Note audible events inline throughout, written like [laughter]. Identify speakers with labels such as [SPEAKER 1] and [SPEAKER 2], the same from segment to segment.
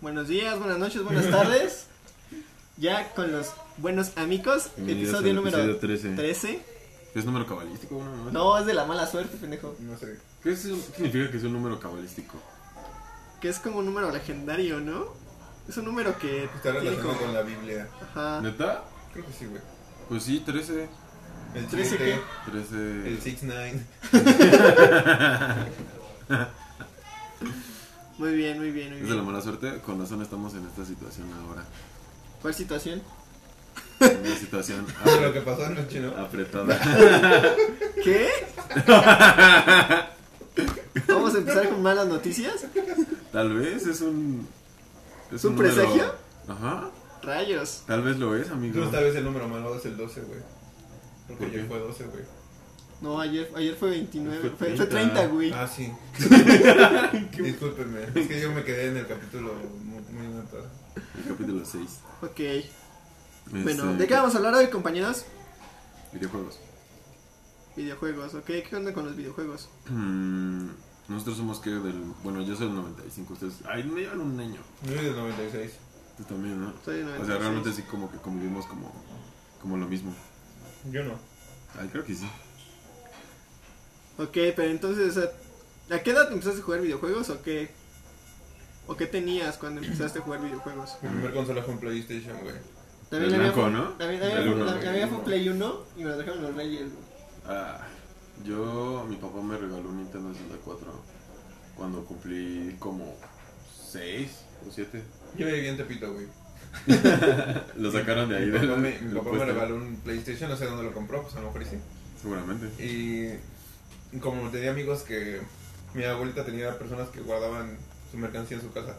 [SPEAKER 1] Buenos días, buenas noches, buenas
[SPEAKER 2] [laughs]
[SPEAKER 1] tardes. Ya con los buenos amigos,
[SPEAKER 2] Bienvenidos
[SPEAKER 1] episodio
[SPEAKER 2] al
[SPEAKER 1] número
[SPEAKER 2] episodio 13.
[SPEAKER 1] 13.
[SPEAKER 2] ¿Es número cabalístico? Bueno, no.
[SPEAKER 1] No, es de la mala suerte, pendejo.
[SPEAKER 3] No sé.
[SPEAKER 2] ¿Qué es- significa que es un número cabalístico?
[SPEAKER 1] Que es como un número legendario, ¿no? Es un número que
[SPEAKER 3] Está
[SPEAKER 1] tiene
[SPEAKER 3] relacionado
[SPEAKER 1] como-
[SPEAKER 3] con la Biblia.
[SPEAKER 1] Ajá.
[SPEAKER 2] ¿Neta?
[SPEAKER 3] Creo que sí, güey.
[SPEAKER 2] Pues sí, 13.
[SPEAKER 3] El
[SPEAKER 1] ¿Trece
[SPEAKER 3] 13
[SPEAKER 2] 13.
[SPEAKER 3] El
[SPEAKER 2] [laughs]
[SPEAKER 3] 6-9.
[SPEAKER 1] Muy bien, muy bien, muy
[SPEAKER 2] Es de la
[SPEAKER 1] bien.
[SPEAKER 2] mala suerte. Con razón estamos en esta situación ahora.
[SPEAKER 1] ¿Cuál situación?
[SPEAKER 2] Una
[SPEAKER 1] [laughs]
[SPEAKER 2] situación
[SPEAKER 3] Ah, Lo que
[SPEAKER 2] apre-
[SPEAKER 3] pasó anoche,
[SPEAKER 2] Ah,
[SPEAKER 3] ¿no?
[SPEAKER 2] apretada.
[SPEAKER 1] ¿Qué?
[SPEAKER 2] [laughs]
[SPEAKER 1] Vamos a empezar con malas noticias.
[SPEAKER 2] Tal vez es un. Es
[SPEAKER 1] ¿Un
[SPEAKER 2] número-
[SPEAKER 1] presagio?
[SPEAKER 2] Ajá.
[SPEAKER 1] Rayos.
[SPEAKER 2] Tal vez lo es, amigo.
[SPEAKER 3] Tú sabes el número malo es el 12, güey. Porque
[SPEAKER 2] ¿Por qué?
[SPEAKER 3] ayer fue 12, güey.
[SPEAKER 1] No, ayer, ayer fue 29.
[SPEAKER 2] Fue
[SPEAKER 1] Fue, fue 30, güey.
[SPEAKER 3] Ah,
[SPEAKER 2] [laughs]
[SPEAKER 3] sí. Discúlpenme. Es que yo me quedé en el capítulo muy, muy atrás.
[SPEAKER 2] El capítulo 6.
[SPEAKER 1] Ok.
[SPEAKER 2] Este-
[SPEAKER 1] Bueno, ¿de qué vamos a hablar hoy, compañeros?
[SPEAKER 2] Videojuegos. [clears throat]
[SPEAKER 1] Videojuegos, ok. ¿Qué onda con los videojuegos?
[SPEAKER 2] Mm, Nosotros somos que del. Bueno, yo soy del 95. Ustedes. Ay, me llevan un año.
[SPEAKER 3] Yo soy del 96.
[SPEAKER 2] Tú también, ¿no?
[SPEAKER 1] Soy de
[SPEAKER 2] O sea,
[SPEAKER 1] 96.
[SPEAKER 2] realmente sí, como que convivimos como, como lo mismo.
[SPEAKER 3] Yo no.
[SPEAKER 2] Ay, creo que sí.
[SPEAKER 1] Ok, pero entonces, o sea, ¿a qué edad empezaste a jugar videojuegos o qué? ¿O qué tenías cuando empezaste a jugar videojuegos?
[SPEAKER 3] Mi primer consola fue un PlayStation, güey.
[SPEAKER 1] También
[SPEAKER 2] El
[SPEAKER 1] había
[SPEAKER 2] blanco,
[SPEAKER 1] fue-
[SPEAKER 2] ¿no?
[SPEAKER 1] También
[SPEAKER 2] El
[SPEAKER 1] había
[SPEAKER 2] uno,
[SPEAKER 1] la-
[SPEAKER 3] güey,
[SPEAKER 1] había
[SPEAKER 3] el
[SPEAKER 1] fue
[SPEAKER 3] uno.
[SPEAKER 1] Play 1 y me lo dejaron los Reyes. güey.
[SPEAKER 2] Ah, yo, mi papá me regaló un Nintendo 64 cuando cumplí como 6 o 7.
[SPEAKER 3] Yo vivía en Tepito, güey.
[SPEAKER 2] [laughs] lo sacaron de ahí.
[SPEAKER 3] Mi
[SPEAKER 2] de
[SPEAKER 3] papá,
[SPEAKER 2] la-
[SPEAKER 3] me, mi
[SPEAKER 2] del
[SPEAKER 3] papá me
[SPEAKER 2] puesto.
[SPEAKER 3] regaló un PlayStation, no sé dónde lo compró, pues a lo mejor y sí.
[SPEAKER 2] Seguramente.
[SPEAKER 3] Y como tenía amigos que mi abuelita tenía personas que guardaban su mercancía en su casa.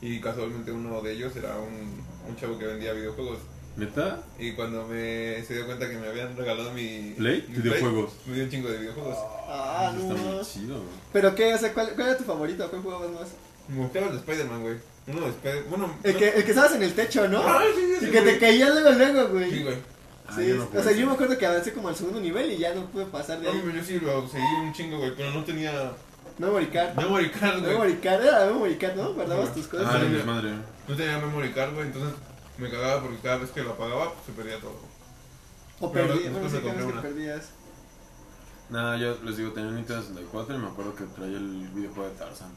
[SPEAKER 3] Y casualmente uno de ellos era un, un chavo que vendía videojuegos.
[SPEAKER 2] ¿Neta?
[SPEAKER 3] Y cuando me se dio cuenta que me habían regalado mi...
[SPEAKER 2] ¿Play?
[SPEAKER 3] mi
[SPEAKER 2] Videojuegos.
[SPEAKER 3] Me dio un chingo de videojuegos.
[SPEAKER 1] Ah,
[SPEAKER 2] Eso
[SPEAKER 1] no.
[SPEAKER 2] Está muy
[SPEAKER 1] no.
[SPEAKER 2] chido.
[SPEAKER 1] ¿Pero qué? O sea, ¿cuál, cuál era tu favorito? ¿Cuál jugabas más?
[SPEAKER 3] Me gustaba el de Spider-Man, güey. Uno de Spider-Man... Bueno...
[SPEAKER 1] El
[SPEAKER 3] no-
[SPEAKER 1] que, el que estabas en el techo, ¿no?
[SPEAKER 3] Ah, sí, sí,
[SPEAKER 1] Y
[SPEAKER 3] sí,
[SPEAKER 1] que te
[SPEAKER 3] güey.
[SPEAKER 1] caía luego, luego, güey.
[SPEAKER 3] Sí, güey.
[SPEAKER 2] Ah,
[SPEAKER 1] Sí,
[SPEAKER 2] yo no
[SPEAKER 1] o
[SPEAKER 2] jugué
[SPEAKER 1] sea,
[SPEAKER 2] ese.
[SPEAKER 1] yo me acuerdo que avancé como al segundo nivel y ya no pude pasar de
[SPEAKER 3] No,
[SPEAKER 1] ahí.
[SPEAKER 3] pero yo sí lo seguí un chingo, güey. Pero no tenía...
[SPEAKER 1] Memory card.
[SPEAKER 3] Memory card, güey.
[SPEAKER 1] Memory card, era memory card, ¿no? Guardabas tus cosas.
[SPEAKER 2] Ah,
[SPEAKER 3] sí.
[SPEAKER 2] mi madre.
[SPEAKER 3] No tenía memory card, güey. Entonces me cagaba porque cada vez que lo apagaba, pues, se perdía todo.
[SPEAKER 1] O
[SPEAKER 3] Pero
[SPEAKER 1] perdías, bueno,
[SPEAKER 3] después
[SPEAKER 1] sí, cada vez
[SPEAKER 3] me compré
[SPEAKER 1] que
[SPEAKER 3] una.
[SPEAKER 1] perdías.
[SPEAKER 2] Nada, yo les digo, tenía un Nintendo 64 y me acuerdo que traía el videojuego de Tarzan.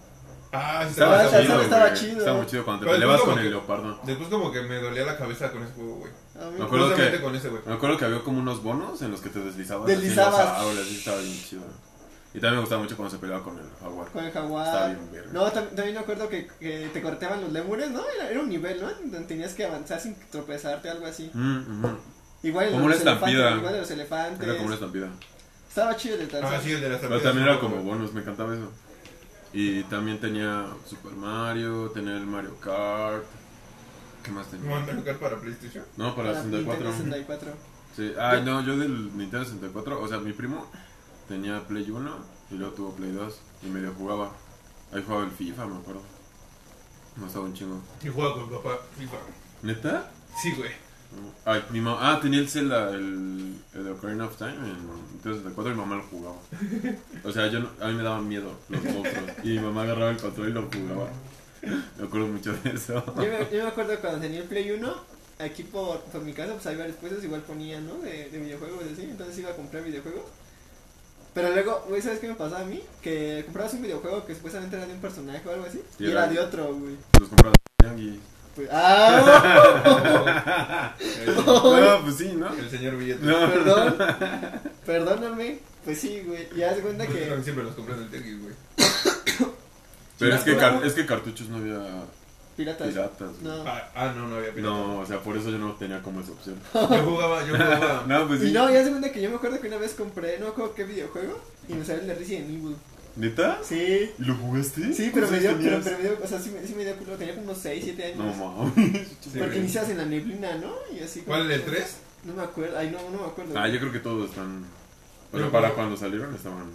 [SPEAKER 3] Ah, sí,
[SPEAKER 1] Estaba- estaba-
[SPEAKER 3] estaba chido,
[SPEAKER 1] estaba
[SPEAKER 2] güey.
[SPEAKER 1] chido.
[SPEAKER 2] Estaba muy chido cuando te
[SPEAKER 3] Pero
[SPEAKER 2] peleabas
[SPEAKER 3] tú como
[SPEAKER 2] con el
[SPEAKER 3] que-
[SPEAKER 2] leopardo.
[SPEAKER 3] Después como que me dolía la cabeza con ese juego, güey.
[SPEAKER 1] A mí-
[SPEAKER 2] Me acuerdo
[SPEAKER 3] Justamente
[SPEAKER 2] que-
[SPEAKER 3] con ese, güey.
[SPEAKER 2] Me acuerdo que había como unos bonos en los que te deslizabas.
[SPEAKER 1] Deslizabas.
[SPEAKER 2] Así en los árboles, así estaba bien chido. Y también me gustaba mucho cuando se peleaba con el jaguar.
[SPEAKER 1] Con el
[SPEAKER 2] Estaba
[SPEAKER 1] jaguar.
[SPEAKER 2] bien verga.
[SPEAKER 1] No, tam- también me acuerdo que, que te cortaban los lemures, ¿no? Era, era un nivel, ¿no? En Donde tenías que avanzar sin tropezarte, algo así.
[SPEAKER 2] Mm, ujú.
[SPEAKER 1] Igual el de
[SPEAKER 2] Como
[SPEAKER 1] los
[SPEAKER 2] una estampida.
[SPEAKER 1] elefantes. Igual de los elefantes.
[SPEAKER 2] Era como una estampida.
[SPEAKER 1] Estaba chido el de
[SPEAKER 3] Ah,
[SPEAKER 1] Tarzán.
[SPEAKER 3] sí, el de las
[SPEAKER 2] Pero
[SPEAKER 3] estampillas,
[SPEAKER 2] también era
[SPEAKER 3] güey.
[SPEAKER 2] como bonus, me encantaba eso. Y también tenía Super Mario, tenía el Mario Kart. ¿Qué más
[SPEAKER 3] ¿No van a
[SPEAKER 2] tenía?
[SPEAKER 3] tocar para PlayStation?
[SPEAKER 2] No, para
[SPEAKER 1] Para Nintendo
[SPEAKER 2] 64.
[SPEAKER 1] 64.
[SPEAKER 2] Sí. Ay, no, yo del Nintendo 64, o sea, mi primo tenía Play 1 y luego tuvo Play 2 y medio jugaba. Ahí jugaba el FIFA, me acuerdo. No estaba un chingo.
[SPEAKER 3] Y jugaba con papá FIFA.
[SPEAKER 2] ¿Neta?
[SPEAKER 3] Sí,
[SPEAKER 2] [laughs]
[SPEAKER 3] güey.
[SPEAKER 2] Ay, mi mamá. Ah, tenía el Zelda, el, el Ocarina of Time en Nintendo 64 y mi mamá lo jugaba. O sea, yo no- a mí me daban miedo los monstruos. Y mi mamá agarraba el control y lo jugaba. Me acuerdo mucho de eso.
[SPEAKER 1] Yo me, yo me acuerdo cuando tenía el Play 1, aquí por, por mi casa, pues hay varios puestos, igual ponía, ¿no? De, de videojuegos y así, entonces iba a comprar videojuegos. Pero luego, güey, ¿sabes qué me pasaba a mí? Que comprabas un videojuego que supuestamente era de un personaje o algo así,
[SPEAKER 2] Y
[SPEAKER 1] y era
[SPEAKER 2] era-
[SPEAKER 1] de otro, güey.
[SPEAKER 2] Los compraba en Tianguis.
[SPEAKER 1] Pues, ¡Ah! [laughs]
[SPEAKER 3] El,
[SPEAKER 2] No, pues sí, ¿no?
[SPEAKER 3] el señor Billete.
[SPEAKER 2] No. [laughs]
[SPEAKER 1] Perdón, perdóname. Pues sí, güey, ya haz de cuenta
[SPEAKER 3] Pues,
[SPEAKER 1] que...
[SPEAKER 3] Siempre los compré en el TX, güey.
[SPEAKER 2] Pero es que, car- es que cartuchos no había
[SPEAKER 1] Piratas.
[SPEAKER 2] piratas. güey.
[SPEAKER 1] No.
[SPEAKER 3] Ah, ah, no, no había pirata.
[SPEAKER 2] No, o sea, por eso yo no tenía como esa opción.
[SPEAKER 3] Yo jugaba, yo
[SPEAKER 1] [laughs]
[SPEAKER 3] jugaba.
[SPEAKER 2] No, pues
[SPEAKER 1] Y
[SPEAKER 2] sí.
[SPEAKER 1] no, ya haz de cuenta que yo me acuerdo que una vez compré, no me acuerdo qué videojuego, y me salió el de Resident Evil.
[SPEAKER 2] ¿Neta?
[SPEAKER 1] Sí.
[SPEAKER 2] ¿Y lo jugaste?
[SPEAKER 1] Sí, pero me dio,
[SPEAKER 2] ¿Cuántos
[SPEAKER 1] pero,
[SPEAKER 2] años
[SPEAKER 1] pero me dio, o sea, sí, me- sí me dio culo, tenía como unos 6, 7 años.
[SPEAKER 2] tenías? No, mames.
[SPEAKER 3] Sí,
[SPEAKER 1] Porque
[SPEAKER 3] güey.
[SPEAKER 1] inicias en la neblina, ¿no? Y así como-
[SPEAKER 3] ¿Cuál, el 3?
[SPEAKER 1] No me acuerdo, ay no, no me acuerdo.
[SPEAKER 2] Ah, yo creo que todos están. Bueno,
[SPEAKER 3] Yo
[SPEAKER 2] para
[SPEAKER 3] creo-
[SPEAKER 2] cuando salieron estaban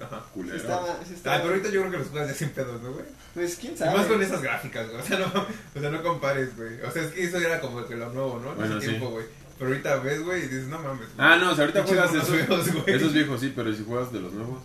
[SPEAKER 3] Ajá.
[SPEAKER 1] Sí
[SPEAKER 2] culeros.
[SPEAKER 1] estaba, sí estaba.
[SPEAKER 3] Ah, pero ahorita yo creo que los juegas ya sin pedos, ¿no, güey?
[SPEAKER 1] Pues quién
[SPEAKER 3] Y
[SPEAKER 1] sabe.
[SPEAKER 3] Más con esas gráficas, güey. O sea, no, o sea, no compares, güey. O sea, es que eso era como que lo nuevo, ¿no? En
[SPEAKER 2] Bueno,
[SPEAKER 3] ese
[SPEAKER 2] sí.
[SPEAKER 3] tiempo, güey. Pero ahorita ves, güey, y dices, no mames. güey.
[SPEAKER 2] Ah, no, o sea, ahorita
[SPEAKER 3] Pinches
[SPEAKER 2] juegas
[SPEAKER 3] monos
[SPEAKER 2] esos,
[SPEAKER 3] feos, güey.
[SPEAKER 2] esos viejos, sí, pero si juegas de los nuevos.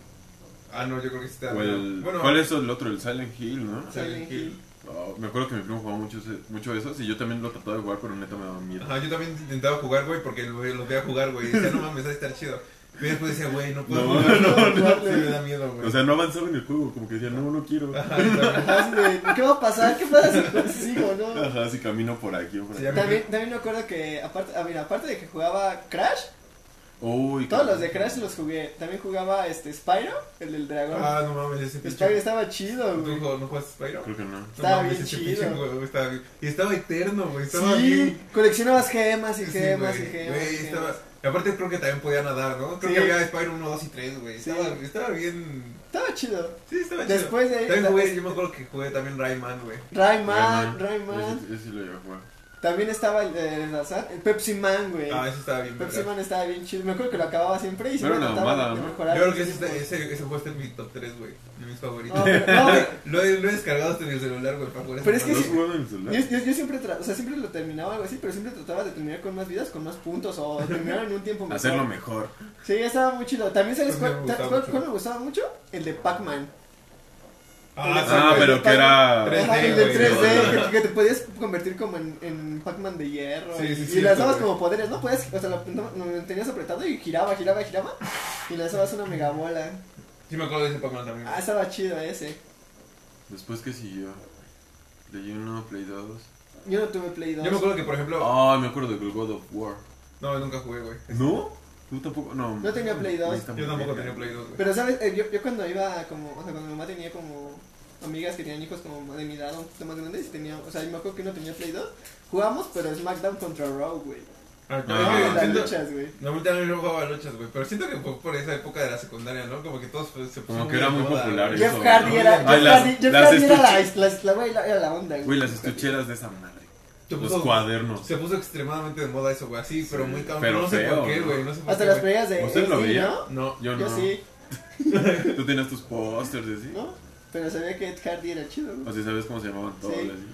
[SPEAKER 3] Ah, no, yo creo que sí está.
[SPEAKER 2] O el-
[SPEAKER 3] bueno,
[SPEAKER 2] ¿Cuál es el otro? El Silent Hill, ¿no?
[SPEAKER 1] Silent Hill.
[SPEAKER 2] Ah, me acuerdo que mi primo jugaba mucho, ese- mucho eso, y yo también lo trataba de jugar, pero neta me daba miedo.
[SPEAKER 3] Ajá, yo también intentaba jugar, güey, porque lo- los veía jugar, güey. Y decía, no mames, va a estar chido. Y después decía, güey, no puedo
[SPEAKER 2] No,
[SPEAKER 3] jugar.
[SPEAKER 1] no, no.
[SPEAKER 3] Sí, me da miedo, güey.
[SPEAKER 2] O sea, no avanzaba en el juego, como que decía, no, no quiero.
[SPEAKER 3] Ajá, exacto.
[SPEAKER 1] Ajá, Pues, sí, de, ¿Qué va a pasar? ¿Qué pasa si consigo,
[SPEAKER 3] [laughs]
[SPEAKER 1] no?
[SPEAKER 2] Ajá, si camino por aquí o por
[SPEAKER 3] Sí,
[SPEAKER 2] allá.
[SPEAKER 3] ya-
[SPEAKER 1] También, también me acuerdo que, aparte, a ver, aparte de que jugaba Crash,
[SPEAKER 2] Uy,
[SPEAKER 1] todos los
[SPEAKER 2] cabrón.
[SPEAKER 1] de Crash los jugué. También jugaba este Spyro, el del dragón.
[SPEAKER 3] Ah, no mames, ese pinche.
[SPEAKER 1] Spyro estaba chido,
[SPEAKER 3] ¿Tú
[SPEAKER 1] güey.
[SPEAKER 3] hijo, no juegas Spyro?
[SPEAKER 2] Creo que no.
[SPEAKER 3] No
[SPEAKER 1] Estaba
[SPEAKER 3] mames,
[SPEAKER 1] bien
[SPEAKER 3] ese pinche
[SPEAKER 1] chido.
[SPEAKER 3] juego estaba bien- Y estaba eterno, güey. Estaba
[SPEAKER 1] Sí,
[SPEAKER 3] bien.
[SPEAKER 1] coleccionabas gemas y
[SPEAKER 3] Sí,
[SPEAKER 1] gemas
[SPEAKER 3] güey,
[SPEAKER 1] y gemas.
[SPEAKER 3] güey,
[SPEAKER 1] y gemas.
[SPEAKER 3] estaba... Y aparte creo que también podía nadar, ¿no? Creo
[SPEAKER 1] Sí.
[SPEAKER 3] que había Spyro 1, 2 y 3, güey.
[SPEAKER 1] Sí.
[SPEAKER 3] Estaba, estaba bien...
[SPEAKER 1] Estaba chido.
[SPEAKER 3] Sí, estaba chido.
[SPEAKER 1] Después de ahí,
[SPEAKER 3] También
[SPEAKER 1] ta-
[SPEAKER 3] jugué, yo me acuerdo que jugué también Rayman, güey.
[SPEAKER 1] Rayman,
[SPEAKER 2] Rayman.
[SPEAKER 1] Rayman.
[SPEAKER 2] Ese, ese sí lo llegué a jugar.
[SPEAKER 1] También estaba el, el, azar, el Pepsi Man, güey.
[SPEAKER 3] Ah, ese estaba bien.
[SPEAKER 1] Pepsi
[SPEAKER 3] verga.
[SPEAKER 1] Man estaba bien chido. Me acuerdo que lo acababa siempre y
[SPEAKER 2] Era
[SPEAKER 1] siempre
[SPEAKER 2] una
[SPEAKER 1] trataba
[SPEAKER 2] mamada,
[SPEAKER 1] de
[SPEAKER 2] ¿no?
[SPEAKER 1] mejorar.
[SPEAKER 3] Yo creo
[SPEAKER 1] mis
[SPEAKER 3] que ese, está-
[SPEAKER 1] tiempos.
[SPEAKER 3] ese, ese juego está en mi top 3, güey. De mis favoritos.
[SPEAKER 1] No, pero- no, güey.
[SPEAKER 3] [laughs] lo, he, lo he descargado hasta en el celular, güey, para jugar.
[SPEAKER 1] Pero
[SPEAKER 3] esa
[SPEAKER 1] es que
[SPEAKER 2] ¿No
[SPEAKER 1] sí-
[SPEAKER 3] madre.
[SPEAKER 2] jugaba en el celular?
[SPEAKER 1] Yo, yo- yo siempre, tra- o sea, siempre lo terminaba algo así, pero siempre trataba de terminar con más vidas, con más puntos o terminar en un tiempo mejor.
[SPEAKER 2] Hacerlo mejor.
[SPEAKER 1] Sí, estaba muy chido. También sabes
[SPEAKER 3] También
[SPEAKER 1] cuál,
[SPEAKER 3] me
[SPEAKER 1] ¿sabes
[SPEAKER 3] gustaba
[SPEAKER 1] cuál-
[SPEAKER 3] mucho.
[SPEAKER 1] cuál me gustaba mucho? el de Pac-Man.
[SPEAKER 3] Ah, sí,
[SPEAKER 2] Ah,
[SPEAKER 3] güey.
[SPEAKER 2] pero que era...
[SPEAKER 3] 3D,
[SPEAKER 1] Ajá, el de
[SPEAKER 3] güey.
[SPEAKER 1] 3D, que, que te podías convertir como en, en Pac-Man de hierro.
[SPEAKER 3] Sí,
[SPEAKER 1] y-
[SPEAKER 3] sí,
[SPEAKER 1] y
[SPEAKER 3] cierto,
[SPEAKER 1] lanzabas
[SPEAKER 3] güey.
[SPEAKER 1] como poderes, ¿no? Podías, o sea, lo, lo tenías apretado y giraba, giraba, giraba. Y lanzabas una megabola.
[SPEAKER 3] Sí, me acuerdo de ese Pac-Man también.
[SPEAKER 1] Ah, estaba chido ese.
[SPEAKER 2] Después, ¿qué siguió? Play 1, Play 2...
[SPEAKER 1] Yo no tuve Play 2.
[SPEAKER 3] Yo me acuerdo que, por ejemplo.
[SPEAKER 2] Ah, me acuerdo del God of War.
[SPEAKER 3] No, nunca jugué, güey.
[SPEAKER 2] ¿No? ¿Tú tampoco? No.
[SPEAKER 1] No tenía Play dos.
[SPEAKER 2] Güey, está muy
[SPEAKER 3] Yo tampoco
[SPEAKER 2] verga.
[SPEAKER 3] tenía Play 2, güey.
[SPEAKER 1] Pero, ¿sabes? Eh, yo, yo cuando iba como, o sea, cuando mi mamá tenía como amigas que tenían hijos como de mi edad o un poquito más grandes, y tenía, o sea, yo me acuerdo que uno tenía Play 2, jugamos, pero SmackDown contra Raw, güey.
[SPEAKER 3] Ah,
[SPEAKER 2] No,
[SPEAKER 3] es que
[SPEAKER 1] Jugábamos las
[SPEAKER 3] siento-
[SPEAKER 1] luchas, güey.
[SPEAKER 3] No, ahorita no yo jugaba luchas, güey. Pero siento que fue por esa época de la secundaria, ¿no? Como que todos pues, se
[SPEAKER 2] Como
[SPEAKER 3] pusieron
[SPEAKER 2] que era muy
[SPEAKER 3] de moda,
[SPEAKER 2] popular
[SPEAKER 3] güey.
[SPEAKER 2] eso.
[SPEAKER 1] Jeff Hardy era,
[SPEAKER 3] Ay,
[SPEAKER 1] Jeff
[SPEAKER 2] las-
[SPEAKER 1] Hardy, Jeff
[SPEAKER 2] las
[SPEAKER 1] Hardy era la, la- la- güey, la- era la onda, güey.
[SPEAKER 2] Güey, las
[SPEAKER 1] Jeff Hardy.
[SPEAKER 2] estucheras de esa madre.
[SPEAKER 3] Se
[SPEAKER 2] Los
[SPEAKER 3] puso-
[SPEAKER 2] cuadernos.
[SPEAKER 3] Se puso extremadamente de moda eso, güey. Así, pero
[SPEAKER 2] Sí,
[SPEAKER 3] muy cabrón.
[SPEAKER 2] pero
[SPEAKER 3] no sé
[SPEAKER 2] feo,
[SPEAKER 3] por qué,
[SPEAKER 2] ¿no?
[SPEAKER 3] güey. No sé por
[SPEAKER 1] Hasta
[SPEAKER 3] qué.
[SPEAKER 1] las
[SPEAKER 3] güey.
[SPEAKER 1] playas de
[SPEAKER 2] ¿Usted lo
[SPEAKER 1] AFC,
[SPEAKER 2] veía?
[SPEAKER 1] ¿no?
[SPEAKER 3] No,
[SPEAKER 2] Yo no.
[SPEAKER 1] Yo sí,
[SPEAKER 2] Tú tenías tus pósters y así.
[SPEAKER 1] ¿no? Pero se ve que Ed Hardy era chido,
[SPEAKER 2] O
[SPEAKER 1] güey.
[SPEAKER 2] sea, ¿sabes cómo se llamaban todos?
[SPEAKER 1] Sí.
[SPEAKER 2] así?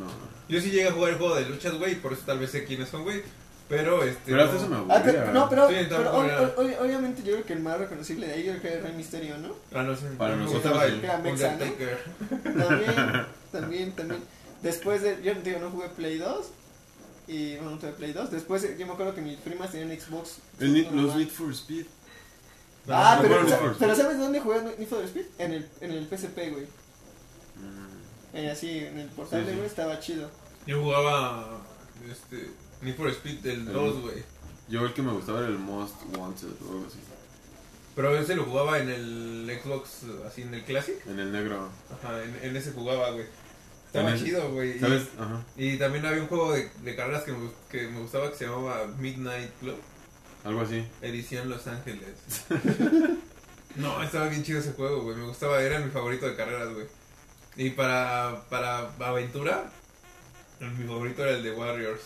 [SPEAKER 2] No.
[SPEAKER 3] Yo sí llegué a jugar el juego de luchas, güey, por eso tal vez sé quiénes son, güey. Pero este.
[SPEAKER 2] Pero hasta eso me
[SPEAKER 1] Ah, pero,
[SPEAKER 2] aburría.
[SPEAKER 1] no, pero,
[SPEAKER 3] Sí,
[SPEAKER 1] pero
[SPEAKER 3] tampoco
[SPEAKER 1] ob-
[SPEAKER 3] era.
[SPEAKER 1] ob- ob- obviamente yo creo que el más reconocible de ahí yo creo que era el Rey Misterio, ¿no?
[SPEAKER 3] Ah, no sé.
[SPEAKER 2] Para
[SPEAKER 3] me
[SPEAKER 2] nosotros,
[SPEAKER 3] gustaba
[SPEAKER 2] sí.
[SPEAKER 3] el
[SPEAKER 1] Era mexa, ¿no?
[SPEAKER 3] Undertaker.
[SPEAKER 2] [laughs]
[SPEAKER 1] También, también, también. Después de, yo digo, no jugué Play 2. Y bueno, no tuve Play 2. Después eh, yo me acuerdo que mis primas tenían Xbox.
[SPEAKER 2] El Need- los
[SPEAKER 1] normal.
[SPEAKER 2] Need for Speed.
[SPEAKER 1] Ah,
[SPEAKER 2] no,
[SPEAKER 1] pero,
[SPEAKER 2] no,
[SPEAKER 1] sa-
[SPEAKER 2] no, no.
[SPEAKER 1] pero ¿sabes dónde jugué Need for Speed? En el, en el PSP, güey.
[SPEAKER 2] Mm,
[SPEAKER 1] Eh, así, en el portable,
[SPEAKER 2] Sí, sí.
[SPEAKER 1] güey, estaba chido.
[SPEAKER 3] Yo jugaba. Este. Need for Speed del
[SPEAKER 2] Ajá.
[SPEAKER 3] 2, güey.
[SPEAKER 2] Yo el que me gustaba era el Most Wanted o algo así.
[SPEAKER 3] Pero ese lo jugaba en el Xbox, así en el Classic.
[SPEAKER 2] En el negro.
[SPEAKER 3] Ajá, en, en ese jugaba, güey. Estaba
[SPEAKER 2] En ese-
[SPEAKER 3] chido, güey.
[SPEAKER 2] ¿Sabes? Ajá.
[SPEAKER 3] Y, y también había un juego de, de carreras que me, gust- que me gustaba que se llamaba Midnight Club,
[SPEAKER 2] Algo así.
[SPEAKER 3] edición Los Ángeles.
[SPEAKER 2] [laughs]
[SPEAKER 3] no, estaba bien chido ese juego, güey. Me gustaba, era mi favorito de carreras, güey. Y para, para aventura, mi favorito era el de Warriors.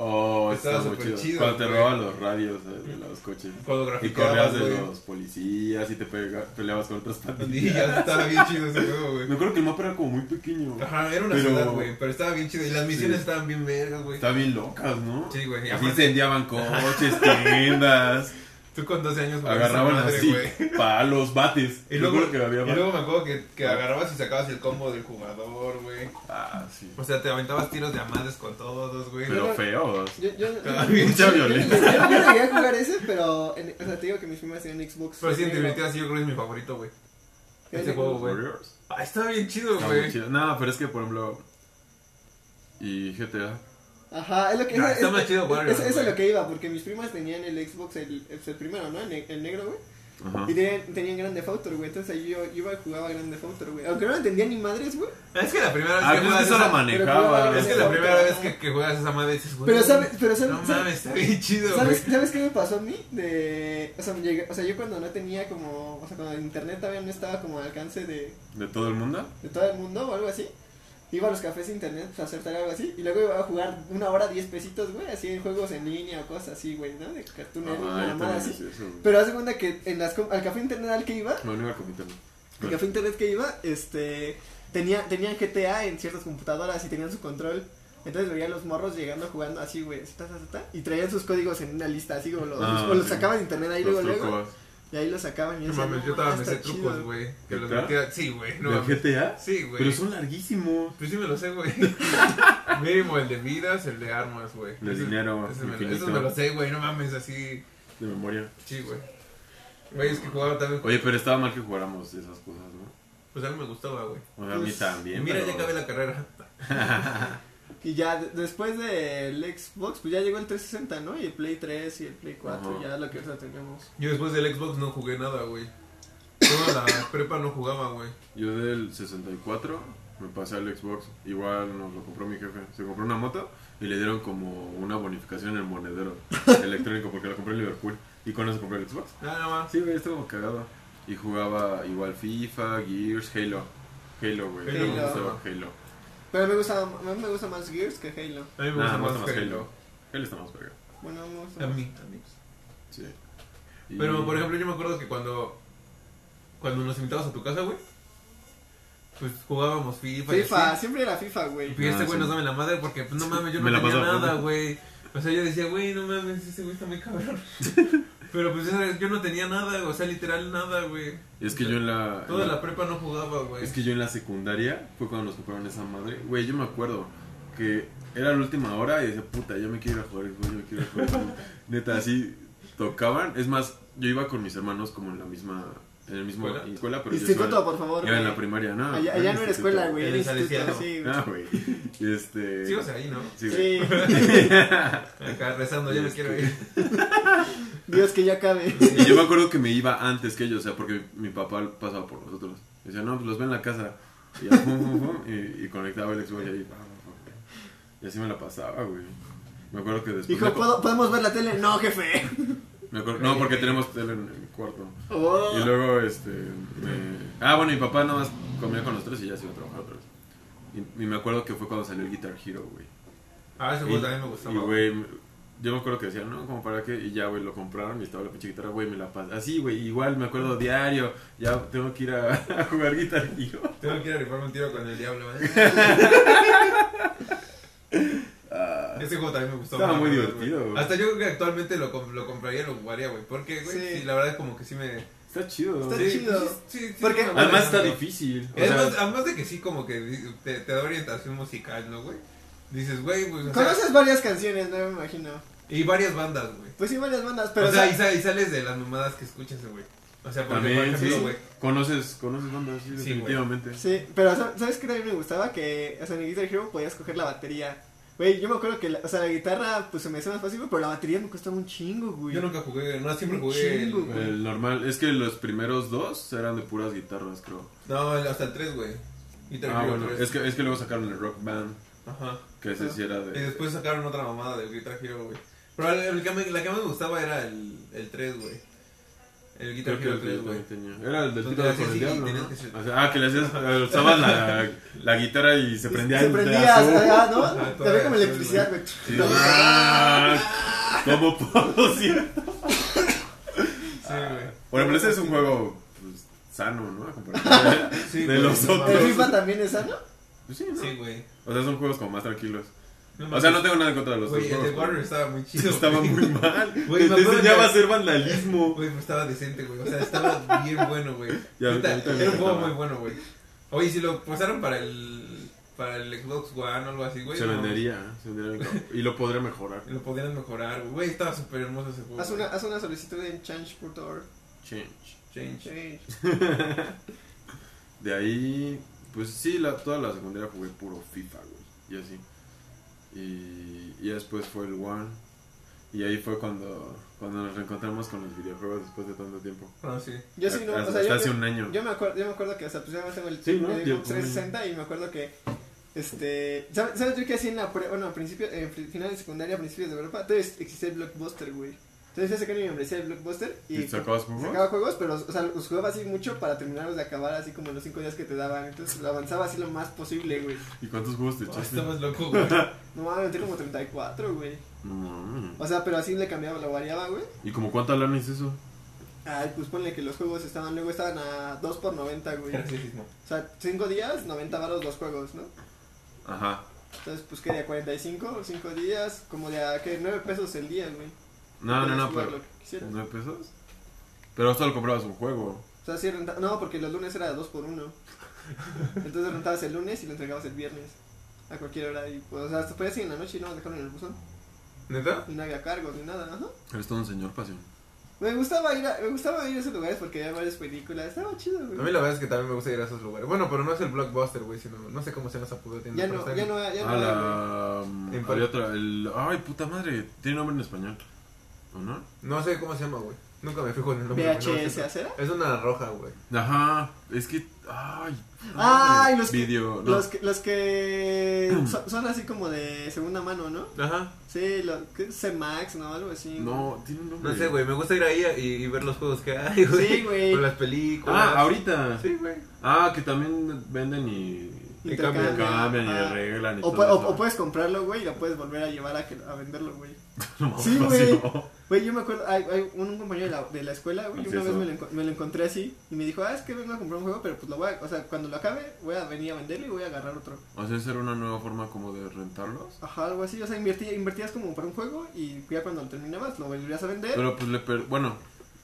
[SPEAKER 2] Oh,
[SPEAKER 3] Estaba
[SPEAKER 2] estaba muy
[SPEAKER 3] súper
[SPEAKER 2] chido.
[SPEAKER 3] chido,
[SPEAKER 2] Cuando te
[SPEAKER 3] güey.
[SPEAKER 2] roban los radios eh, de los coches.
[SPEAKER 3] Cuando
[SPEAKER 2] Y corrías
[SPEAKER 3] graficabas,
[SPEAKER 2] de
[SPEAKER 3] güey.
[SPEAKER 2] los policías y te pega- peleabas con otras
[SPEAKER 3] [laughs] Y
[SPEAKER 2] pandillas.
[SPEAKER 3] ya estaba
[SPEAKER 2] [laughs]
[SPEAKER 3] bien chido ese juego, güey.
[SPEAKER 2] Me acuerdo que el mapa era como muy pequeño.
[SPEAKER 3] Ajá, era una
[SPEAKER 2] Pero-
[SPEAKER 3] ciudad, güey, pero estaba bien chido. Y las misiones
[SPEAKER 2] Sí.
[SPEAKER 3] estaban bien vergas, güey.
[SPEAKER 2] Estaban bien locas, ¿no?
[SPEAKER 3] Sí, güey. y
[SPEAKER 2] Así
[SPEAKER 3] aparte,
[SPEAKER 2] incendiaban coches, tiendas,
[SPEAKER 3] Tú [laughs] con 12 años jugabas
[SPEAKER 2] agarraban
[SPEAKER 3] esa madre,
[SPEAKER 2] así
[SPEAKER 3] güey.
[SPEAKER 2] palos, bates.
[SPEAKER 3] Y luego,
[SPEAKER 2] Me acuerdo que había
[SPEAKER 3] y
[SPEAKER 2] bates.
[SPEAKER 3] luego me acuerdo que, que agarrabas y sacabas el combo del jugador, güey.
[SPEAKER 2] Ah, sí.
[SPEAKER 3] O sea, te aventabas tiros de amadres con todos, güey.
[SPEAKER 2] Pero
[SPEAKER 1] Pero-
[SPEAKER 3] [laughs]
[SPEAKER 2] feos.
[SPEAKER 1] Yo, yo, yo,
[SPEAKER 3] Ah,
[SPEAKER 1] yo- yo-
[SPEAKER 2] mucha
[SPEAKER 1] yo-
[SPEAKER 2] violencia.
[SPEAKER 1] yo- yo no llegué a jugar ese, pero en- o sea, te digo que mis primas tenían Xbox.
[SPEAKER 3] Pero sí, en
[SPEAKER 1] negro.
[SPEAKER 3] definitiva, sí, yo creo que es mi favorito, güey.
[SPEAKER 1] Yo
[SPEAKER 3] ese
[SPEAKER 1] no-
[SPEAKER 3] juego, güey.
[SPEAKER 2] Warriors.
[SPEAKER 3] Ah, estaba bien chido,
[SPEAKER 2] Está muy
[SPEAKER 3] güey.
[SPEAKER 2] chido. No, pero es que, por ejemplo... Y GTA.
[SPEAKER 1] Ajá, es lo que.
[SPEAKER 3] Ah,
[SPEAKER 1] es-
[SPEAKER 3] está
[SPEAKER 1] es-
[SPEAKER 3] más chido
[SPEAKER 1] es- es-
[SPEAKER 3] Warriors,
[SPEAKER 1] Eso es
[SPEAKER 3] güey.
[SPEAKER 1] lo que iba, porque mis primas tenían el Xbox, el, el primero, ¿no? El, ne- el negro, güey.
[SPEAKER 2] Ajá. Ah,
[SPEAKER 1] Y tenían, tenían Grande Auto, güey. Entonces ahí yo iba y jugaba Grande Auto, güey. Aunque no lo entendía ni madres, güey.
[SPEAKER 3] Es que la primera vez
[SPEAKER 2] Ah,
[SPEAKER 3] que
[SPEAKER 2] creo que
[SPEAKER 3] juegas
[SPEAKER 2] eso lo
[SPEAKER 3] esa...
[SPEAKER 2] manejaba.
[SPEAKER 1] pero-
[SPEAKER 3] Es que la primera vez que, que juegas esa madre dices, güey,
[SPEAKER 1] Pero sabes, pero sabes.
[SPEAKER 3] no mames, está bien chido,
[SPEAKER 1] ¿Sabes,
[SPEAKER 3] güey.
[SPEAKER 1] ¿Sabes qué me pasó a mí? De, o, sea, me llegué- o sea, yo cuando no tenía como. O sea, cuando el internet todavía no estaba como al alcance de,
[SPEAKER 2] ¿De todo el mundo?
[SPEAKER 1] de todo el mundo o algo así. Iba a los cafés de internet pues, a hacer tarea o algo así. Y luego iba a jugar una hora 10 pesitos, güey. Así en juegos en línea o cosas así, güey, ¿no? De Cartoon Network,
[SPEAKER 2] Ah,
[SPEAKER 1] una
[SPEAKER 2] yo
[SPEAKER 1] mamada
[SPEAKER 2] también
[SPEAKER 1] así.
[SPEAKER 2] hice eso, güey.
[SPEAKER 1] Pero hace cuenta que en las, com- al café internet al que iba,
[SPEAKER 2] No, no iba a comentarlo.
[SPEAKER 1] el café internet que iba, este, tenía, tenían GTA en ciertas computadoras y tenían su control. Entonces veían los morros llegando jugando así, güey, así, ta, ta, ta, ta, y traían sus códigos en una lista, así como los,
[SPEAKER 2] Ah,
[SPEAKER 1] o los
[SPEAKER 2] sí.
[SPEAKER 1] sacaban de internet ahí
[SPEAKER 2] Los
[SPEAKER 1] luego, luego.
[SPEAKER 2] trucos.
[SPEAKER 1] Y ahí lo sacaban y
[SPEAKER 3] No
[SPEAKER 1] decía,
[SPEAKER 3] mames,
[SPEAKER 1] "No
[SPEAKER 3] yo estaba me
[SPEAKER 1] está
[SPEAKER 3] sé trucos,
[SPEAKER 1] chido".
[SPEAKER 3] güey. Que los
[SPEAKER 2] ¿Neta?
[SPEAKER 3] metía. Sí, güey, no
[SPEAKER 2] ¿Del
[SPEAKER 3] mames.
[SPEAKER 2] GTA?
[SPEAKER 3] Sí, güey.
[SPEAKER 2] Pero son larguísimos.
[SPEAKER 3] Pues sí me lo sé, güey. Mínimo el de vidas, el de armas, güey.
[SPEAKER 2] De
[SPEAKER 3] Ese-
[SPEAKER 2] dinero,
[SPEAKER 3] ese me lo-
[SPEAKER 2] infinito.
[SPEAKER 3] Eso me lo sé, güey. No mames, así.
[SPEAKER 2] De memoria.
[SPEAKER 3] Sí, güey. Güey, es que jugaba también.
[SPEAKER 2] Oye, pero estaba mal que jugáramos esas cosas, ¿no?
[SPEAKER 3] Pues a mí me gustaba, güey.
[SPEAKER 2] O sea, a mí
[SPEAKER 1] Pues,
[SPEAKER 2] también.
[SPEAKER 3] Mira,
[SPEAKER 2] pero-
[SPEAKER 3] ya acabé la carrera.
[SPEAKER 1] Y ya de- después del Xbox, pues ya llegó el 360, ¿no? Y el Play 3 y el Play 4,
[SPEAKER 2] Ajá.
[SPEAKER 1] ya lo que o sea, tenemos.
[SPEAKER 3] Yo después del Xbox no jugué nada, güey. Toda la prepa no jugaba, güey.
[SPEAKER 2] Yo del 64 me pasé al Xbox. Igual nos lo compró mi jefe. Se compró una moto y le dieron como una bonificación en el
[SPEAKER 3] [laughs]
[SPEAKER 2] monedero electrónico porque la compré en Liverpool. Y con eso compré el Xbox.
[SPEAKER 3] Nada más.
[SPEAKER 2] Sí, güey, estaba cagado. Y jugaba igual FIFA, Gears, Halo. Halo, güey.
[SPEAKER 3] Halo.
[SPEAKER 2] Halo. Me gustaba Halo.
[SPEAKER 1] Pero me gusta, a mí me gusta más Gears que Halo.
[SPEAKER 3] A mí me
[SPEAKER 2] Nada,
[SPEAKER 3] gusta
[SPEAKER 2] me gusta
[SPEAKER 3] más Halo.
[SPEAKER 2] Halo está más verga.
[SPEAKER 1] Bueno, me gusta
[SPEAKER 3] A
[SPEAKER 1] más.
[SPEAKER 3] mí, a mí.
[SPEAKER 2] Sí. Y-
[SPEAKER 3] Pero, por ejemplo, yo me acuerdo que cuando, cuando nos invitabas a tu casa, güey, pues jugábamos FIFA. y
[SPEAKER 1] FIFA,
[SPEAKER 3] así.
[SPEAKER 1] siempre era FIFA,
[SPEAKER 3] Y
[SPEAKER 1] güey.
[SPEAKER 3] pues, este
[SPEAKER 2] Ah,
[SPEAKER 3] güey
[SPEAKER 2] sí.
[SPEAKER 3] nos daba en la madre porque, pues, no mames, yo
[SPEAKER 2] Me
[SPEAKER 3] no
[SPEAKER 2] la
[SPEAKER 3] tenía
[SPEAKER 2] pasaba
[SPEAKER 3] nada,
[SPEAKER 2] jugando.
[SPEAKER 3] güey. O sea, yo decía, güey, no mames, ese güey está
[SPEAKER 2] [laughs]
[SPEAKER 3] muy cabrón. Pero, pues, esa- yo no tenía nada, o sea, literal nada, güey.
[SPEAKER 2] Es que yo en la.
[SPEAKER 3] Toda
[SPEAKER 2] en la-
[SPEAKER 3] la prepa no jugaba, güey.
[SPEAKER 2] Es que yo en la secundaria fue cuando nos compraron esa madre. Güey, yo me acuerdo que era la última hora y decía, puta, yo me quiero ir a jugar, güey, yo me quiero ir a jugar.
[SPEAKER 3] [laughs]
[SPEAKER 2] güey". Neta, así tocaban. Es más, yo iba con mis hermanos como en la misma. En el mismo
[SPEAKER 3] ¿Escuela?
[SPEAKER 2] escuela, pero yo
[SPEAKER 1] Instituto,
[SPEAKER 2] estaba-
[SPEAKER 1] por favor.
[SPEAKER 2] iba en
[SPEAKER 1] güey.
[SPEAKER 2] la primaria, ¿no?
[SPEAKER 1] allá, allá no era
[SPEAKER 2] instituto.
[SPEAKER 1] escuela, güey.
[SPEAKER 3] En
[SPEAKER 1] Era
[SPEAKER 3] el
[SPEAKER 1] instituto,
[SPEAKER 3] Salesiano.
[SPEAKER 1] sí, güey.
[SPEAKER 2] Ah, güey. [laughs] Y Este.
[SPEAKER 3] Sí, o sea, ahí, ¿no?
[SPEAKER 2] sí, güey.
[SPEAKER 1] Sí,
[SPEAKER 2] [laughs]
[SPEAKER 3] Acá rezando, ya me quiero ir.
[SPEAKER 1] [laughs] Dios que ya
[SPEAKER 2] [laughs]
[SPEAKER 1] acabe.
[SPEAKER 2] Y yo me acuerdo que me iba antes que ellos, o sea, porque mi papá pasaba por nosotros. Decía, no, pues los ve en la casa. Y, ya, fum, fum, fum, y, y conectaba el Xbox y ahí. pam, pam, pam. Y así me la pasaba, güey. Me acuerdo que después.
[SPEAKER 1] Hijo,
[SPEAKER 2] me, co-
[SPEAKER 1] ¿puedo- ¿podemos ver la tele? No, jefe.
[SPEAKER 2] me acuerdo- no, porque tenemos tele en el cuarto.
[SPEAKER 1] [laughs] Oh.
[SPEAKER 2] Y luego, este. me- ah, bueno, mi papá nada más comía con nosotros y ya se iba a trabajar otra vez. Y, y me acuerdo que fue cuando salió el Guitar Hero, güey.
[SPEAKER 3] Ah, ese
[SPEAKER 2] Y-
[SPEAKER 3] juego también me gustaba.
[SPEAKER 2] Y, güey, me- yo me acuerdo que decían, no, como para qué, y ya, güey, lo compraron y estaba la pinche guitarra, güey, me la pasé. Así, güey, igual me acuerdo diario, ya tengo que ir a, [laughs] a jugar guitarra, hijo.
[SPEAKER 3] Tengo que ir a rifarme un tiro con el diablo, güey.
[SPEAKER 2] Ah,
[SPEAKER 3] Ese juego también me gustó.
[SPEAKER 2] Estaba
[SPEAKER 3] mucho,
[SPEAKER 2] muy
[SPEAKER 3] güey.
[SPEAKER 2] divertido, güey.
[SPEAKER 3] Hasta yo creo que actualmente lo, com- lo compraría y lo jugaría, güey. Porque, güey,
[SPEAKER 1] Sí.
[SPEAKER 3] sí, la verdad es como que sí me...
[SPEAKER 2] está chido.
[SPEAKER 1] Está
[SPEAKER 2] Sí.
[SPEAKER 3] sí,
[SPEAKER 1] chido.
[SPEAKER 3] sí, sí, ah, sí,
[SPEAKER 1] Porque-
[SPEAKER 3] me gusta
[SPEAKER 2] Además está
[SPEAKER 3] tanto.
[SPEAKER 2] difícil. o
[SPEAKER 3] Además,
[SPEAKER 2] sea,
[SPEAKER 3] además de que sí como que di- te, te da orientación musical, ¿no, güey? Dices, güey, pues... o sea,
[SPEAKER 1] Conoces varias canciones, no me imagino.
[SPEAKER 3] y varias bandas, güey.
[SPEAKER 1] Pues sí, varias bandas, pero.
[SPEAKER 3] o sea,
[SPEAKER 1] o sea,
[SPEAKER 3] y, sa- y sales de las mamadas que escuchas, güey. O sea, porque,
[SPEAKER 2] También,
[SPEAKER 3] por ejemplo,
[SPEAKER 2] sí.
[SPEAKER 3] güey...
[SPEAKER 2] conoces, conoces bandas, sí,
[SPEAKER 3] Sí, güey.
[SPEAKER 2] definitivamente.
[SPEAKER 1] Sí, pero sa- ¿sabes qué también me gustaba? Que, o sea, en el Guitar Hero podías coger la batería. Güey, yo me acuerdo que, la, o sea, la guitarra, pues se me hacía más fácil, pero la batería me costaba un chingo, güey.
[SPEAKER 3] Yo nunca jugué, no, siempre
[SPEAKER 1] Un
[SPEAKER 3] jugué... el-
[SPEAKER 1] chingo, güey.
[SPEAKER 2] El normal, es que los primeros dos eran de puras guitarras, creo.
[SPEAKER 3] no, el- hasta el 3, güey. Y
[SPEAKER 2] Ah, bueno,
[SPEAKER 3] tres.
[SPEAKER 2] es que, es que luego sacaron el rock band,
[SPEAKER 3] Ajá.
[SPEAKER 2] que ese sí era
[SPEAKER 3] Y
[SPEAKER 2] de.
[SPEAKER 3] después sacaron otra mamada del Guitar Hero, güey. Pero el, el que me- la que más me gustaba era el, el 3, güey. El Guitar
[SPEAKER 2] Creo que el
[SPEAKER 3] Hero
[SPEAKER 2] que
[SPEAKER 3] 3,
[SPEAKER 2] yo
[SPEAKER 3] güey.
[SPEAKER 2] también tenía. Era el del
[SPEAKER 3] Donde
[SPEAKER 2] pito de con
[SPEAKER 3] hacías
[SPEAKER 2] el
[SPEAKER 3] así y
[SPEAKER 2] diablo,
[SPEAKER 3] tenías
[SPEAKER 2] ¿no?
[SPEAKER 3] que hacer-
[SPEAKER 2] O sea, Ah, que le hacías, usabas la, la guitarra y se prendía
[SPEAKER 1] Se
[SPEAKER 2] el
[SPEAKER 1] prendía,
[SPEAKER 2] azul.
[SPEAKER 1] hasta allá, ¿no?
[SPEAKER 3] Ajá,
[SPEAKER 1] También
[SPEAKER 3] todavía
[SPEAKER 1] como
[SPEAKER 3] azul,
[SPEAKER 1] electricidad, güey.
[SPEAKER 2] Sí. Ah, ¿Cómo puedo decir?
[SPEAKER 3] Sí, güey.
[SPEAKER 2] Por ejemplo, ese es un juego pues, sano, ¿no? A comparación de-
[SPEAKER 3] [laughs] Sí,
[SPEAKER 2] de
[SPEAKER 3] güey,
[SPEAKER 2] los
[SPEAKER 3] no
[SPEAKER 1] ¿El
[SPEAKER 2] otros.
[SPEAKER 3] mames.
[SPEAKER 1] FIFA también es sano?
[SPEAKER 2] pues, sí, ¿no?
[SPEAKER 3] Sí, güey.
[SPEAKER 2] O sea, son juegos como más tranquilos. O
[SPEAKER 3] mames.
[SPEAKER 2] sea, no tengo nada en contra de los
[SPEAKER 3] Güey, el
[SPEAKER 2] otros
[SPEAKER 3] de
[SPEAKER 2] juegos.
[SPEAKER 3] Warrior estaba muy chido.
[SPEAKER 2] pero Estaba
[SPEAKER 3] güey.
[SPEAKER 2] muy
[SPEAKER 3] [laughs]
[SPEAKER 2] mal.
[SPEAKER 3] Güey, me
[SPEAKER 2] Te
[SPEAKER 3] acuerdo
[SPEAKER 2] enseñaba
[SPEAKER 3] que-
[SPEAKER 2] a hacer vandalismo.
[SPEAKER 3] Güey, pero estaba decente, güey. O sea, [laughs] estaba bien bueno, güey.
[SPEAKER 2] Ya,
[SPEAKER 3] Neta,
[SPEAKER 2] a mí también
[SPEAKER 3] Era un juego
[SPEAKER 2] estaba.
[SPEAKER 3] muy bueno, güey. Oye, si lo pasaron para el, para el Xbox One o algo así, güey.
[SPEAKER 2] Se
[SPEAKER 3] no,
[SPEAKER 2] vendería, se vendería bien cabrón. Y lo podría mejorar.
[SPEAKER 3] Lo podrían mejorar, güey. Güey, estaba súper hermoso ese juego.
[SPEAKER 1] Haz una,
[SPEAKER 3] güey.
[SPEAKER 1] haz una solicitud en change.org.
[SPEAKER 2] Change.
[SPEAKER 3] Change.
[SPEAKER 1] Change.
[SPEAKER 2] [laughs] De ahí, pues sí, la, toda la secundaria jugué puro FIFA, güey. Y así. Y, y después fue el One. Y ahí fue cuando, cuando nos reencontramos con los videojuegos después de tanto tiempo.
[SPEAKER 3] No, sí.
[SPEAKER 1] Yo sí, no,
[SPEAKER 2] Hasta,
[SPEAKER 1] o sea,
[SPEAKER 2] hasta
[SPEAKER 1] yo-
[SPEAKER 2] hace
[SPEAKER 1] yo,
[SPEAKER 2] un año.
[SPEAKER 1] Yo me acuerdo, yo me acuerdo que, o sea, pues yo además tengo el,
[SPEAKER 2] Sí, ¿no?
[SPEAKER 1] el
[SPEAKER 2] Yo
[SPEAKER 1] Xbox
[SPEAKER 2] también.
[SPEAKER 1] 360 y me acuerdo que, este, ¿sabes, sabes yo qué hacía en la, pre- bueno, a principios, en pri- finales de secundaria, principios de Europa? Entonces existía el Blockbuster, güey. Entonces ya saqué mi membresía del Blockbuster y
[SPEAKER 2] ¿Y sacabas juegos?
[SPEAKER 1] sacaba juegos, pero, o sea, los jugaba así mucho para terminarlos de acabar así como en los cinco días que te daban. Entonces lo avanzaba así lo más posible, güey.
[SPEAKER 2] ¿Y cuántos juegos te
[SPEAKER 1] Ah,
[SPEAKER 3] Oh,
[SPEAKER 2] echaste?
[SPEAKER 3] estabas loco, [laughs] güey.
[SPEAKER 1] No mames, metí como 34, güey.
[SPEAKER 2] No mames.
[SPEAKER 1] O sea, pero así le cambiaba, lo variaba, güey.
[SPEAKER 2] ¿Y como cuánto lana es eso?
[SPEAKER 1] Ay, pues ponle que los juegos estaban, luego estaban a 2 por 90, güey.
[SPEAKER 3] Era racismo.
[SPEAKER 1] O sea, 5 días, 90 varos los juegos, ¿no?
[SPEAKER 2] Ajá.
[SPEAKER 1] Entonces, pues que de a 45, 5 días, como de a que 9 pesos el día, güey.
[SPEAKER 2] No, no,
[SPEAKER 1] Puedes
[SPEAKER 2] no,
[SPEAKER 1] jugar
[SPEAKER 2] pero.
[SPEAKER 1] lo que quisieras.
[SPEAKER 2] ¿Nueve pesos? Pero solo comprabas un juego.
[SPEAKER 1] O sea, sí renta- No, porque los lunes era dos por
[SPEAKER 2] [laughs]
[SPEAKER 1] uno. Entonces rentabas el lunes y lo entregabas el viernes. A cualquier hora. Y, pues, o sea, hasta podías ir en la noche y no dejaron en el buzón.
[SPEAKER 3] ¿Neta?
[SPEAKER 1] Y no había cargos ni nada, ajá.
[SPEAKER 2] Eres todo un señor pasión.
[SPEAKER 1] Me gustaba ir a, me gustaba ir a esos lugares porque había varias películas. Estaba chido,
[SPEAKER 3] A mí
[SPEAKER 1] güey.
[SPEAKER 3] la verdad es que también me gusta ir a esos lugares. Bueno, pero no es el blockbuster, güey, sino no sé cómo se llama esa puta tienda.
[SPEAKER 1] Ya no,
[SPEAKER 3] pero está
[SPEAKER 1] ya
[SPEAKER 3] en-
[SPEAKER 1] no, ya no.
[SPEAKER 2] Ah,
[SPEAKER 1] hay,
[SPEAKER 2] la.
[SPEAKER 3] En
[SPEAKER 2] había
[SPEAKER 3] Pal-
[SPEAKER 2] otra. El... Ay, puta madre. Tiene nombre en español. ¿O no?
[SPEAKER 3] No sé cómo se llama, güey. Nunca me fijo en el
[SPEAKER 1] güey.
[SPEAKER 3] nombre. güey, no me
[SPEAKER 1] VHS,
[SPEAKER 3] fijo.
[SPEAKER 1] ¿acera?
[SPEAKER 3] es una roja, güey.
[SPEAKER 2] Ajá. Es que. Ay. madre.
[SPEAKER 1] Ay, los que-
[SPEAKER 2] Video. no.
[SPEAKER 1] Los que, los que
[SPEAKER 2] [clears throat]
[SPEAKER 1] son, son así como de segunda mano, ¿no?
[SPEAKER 3] Ajá.
[SPEAKER 1] Sí, lo, que es Max, ¿no? Algo así.
[SPEAKER 2] No, tiene un nombre.
[SPEAKER 3] No sé, güey, me gusta ir ahí y, y ver los juegos que hay, güey.
[SPEAKER 1] Sí, güey.
[SPEAKER 3] Con las películas.
[SPEAKER 2] Ah, ahorita.
[SPEAKER 3] Sí, güey.
[SPEAKER 2] Ah, que también venden y.
[SPEAKER 1] Y
[SPEAKER 2] Cambian,
[SPEAKER 1] cambian,
[SPEAKER 2] cambian y
[SPEAKER 1] ah.
[SPEAKER 2] arreglan y
[SPEAKER 1] O,
[SPEAKER 2] todo.
[SPEAKER 1] pu- o-
[SPEAKER 2] eso.
[SPEAKER 1] o puedes comprarlo, güey, y lo puedes volver a llevar a, que, a venderlo, güey.
[SPEAKER 2] [laughs] No, mames,
[SPEAKER 1] Sí, güey.
[SPEAKER 2] no.
[SPEAKER 1] Güey, yo me acuerdo, hay, hay un, un compañero de la, de la escuela, güey,
[SPEAKER 2] ¿Qué
[SPEAKER 1] yo una
[SPEAKER 2] es
[SPEAKER 1] vez
[SPEAKER 2] eso?
[SPEAKER 1] me lo, enco- me lo encontré así y me dijo, ah, es que vengo a comprar un juego, pero pues lo voy a, o sea, cuando lo acabe, voy a venir a venderlo y voy a agarrar otro.
[SPEAKER 2] O sea, esa era una nueva forma como de rentarlos.
[SPEAKER 1] Ajá, algo así, o sea, invertí- invertías como para un juego y ya cuando lo terminabas lo volvías a vender.
[SPEAKER 2] Pero pues le per... Bueno,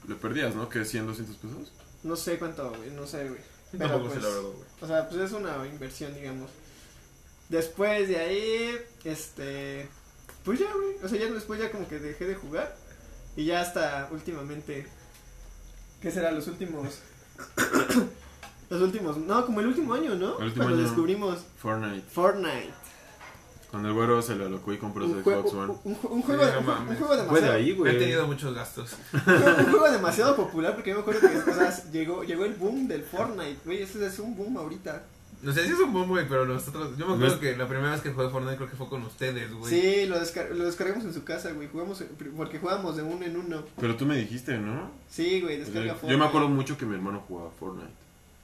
[SPEAKER 2] le perdías, ¿no? Que 100, 200 pesos.
[SPEAKER 1] No sé cuánto, güey, no sé, güey. Pero,
[SPEAKER 3] Tampoco sé
[SPEAKER 1] pues,
[SPEAKER 3] la verdad, güey.
[SPEAKER 1] O sea, pues es una inversión, digamos. Después de ahí, este. Pues ya, güey. O sea, ya después ya como que dejé de jugar. Y ya hasta últimamente. ¿Qué será? Los últimos. [coughs] los últimos. No, como el último año, ¿no?
[SPEAKER 2] El último
[SPEAKER 1] Cuando
[SPEAKER 2] año.
[SPEAKER 1] descubrimos
[SPEAKER 2] Fortnite.
[SPEAKER 1] Fortnite.
[SPEAKER 2] Cuando el güero se le alocó y compró su
[SPEAKER 1] Un, jue-
[SPEAKER 2] Xbox
[SPEAKER 1] un,
[SPEAKER 2] One.
[SPEAKER 1] un- un juego,
[SPEAKER 3] Sí,
[SPEAKER 1] de-
[SPEAKER 3] no
[SPEAKER 1] un jue-
[SPEAKER 3] mames.
[SPEAKER 1] un juego
[SPEAKER 2] Fue de
[SPEAKER 1] demasiado.
[SPEAKER 2] ahí,
[SPEAKER 3] He
[SPEAKER 2] güey.
[SPEAKER 3] tenido muchos gastos.
[SPEAKER 1] [laughs] un juego- un juego demasiado popular porque yo me acuerdo que o sea, llegó, llegó el boom del Fortnite, güey. Ese es un boom ahorita.
[SPEAKER 3] No sé si es un boom, güey, pero nosotros. Yo me acuerdo
[SPEAKER 2] No es-
[SPEAKER 3] que la primera vez que jugué Fortnite creo que fue con ustedes, güey.
[SPEAKER 1] Sí, lo, descar- lo descargamos en su casa, güey. Jugamos, eh, porque jugábamos de uno en uno.
[SPEAKER 2] Pero tú me dijiste, ¿no?
[SPEAKER 1] Sí, güey,
[SPEAKER 2] O sea,
[SPEAKER 1] descarga
[SPEAKER 2] Pues, yo
[SPEAKER 1] Fortnite.
[SPEAKER 2] me acuerdo mucho que mi hermano jugaba Fortnite.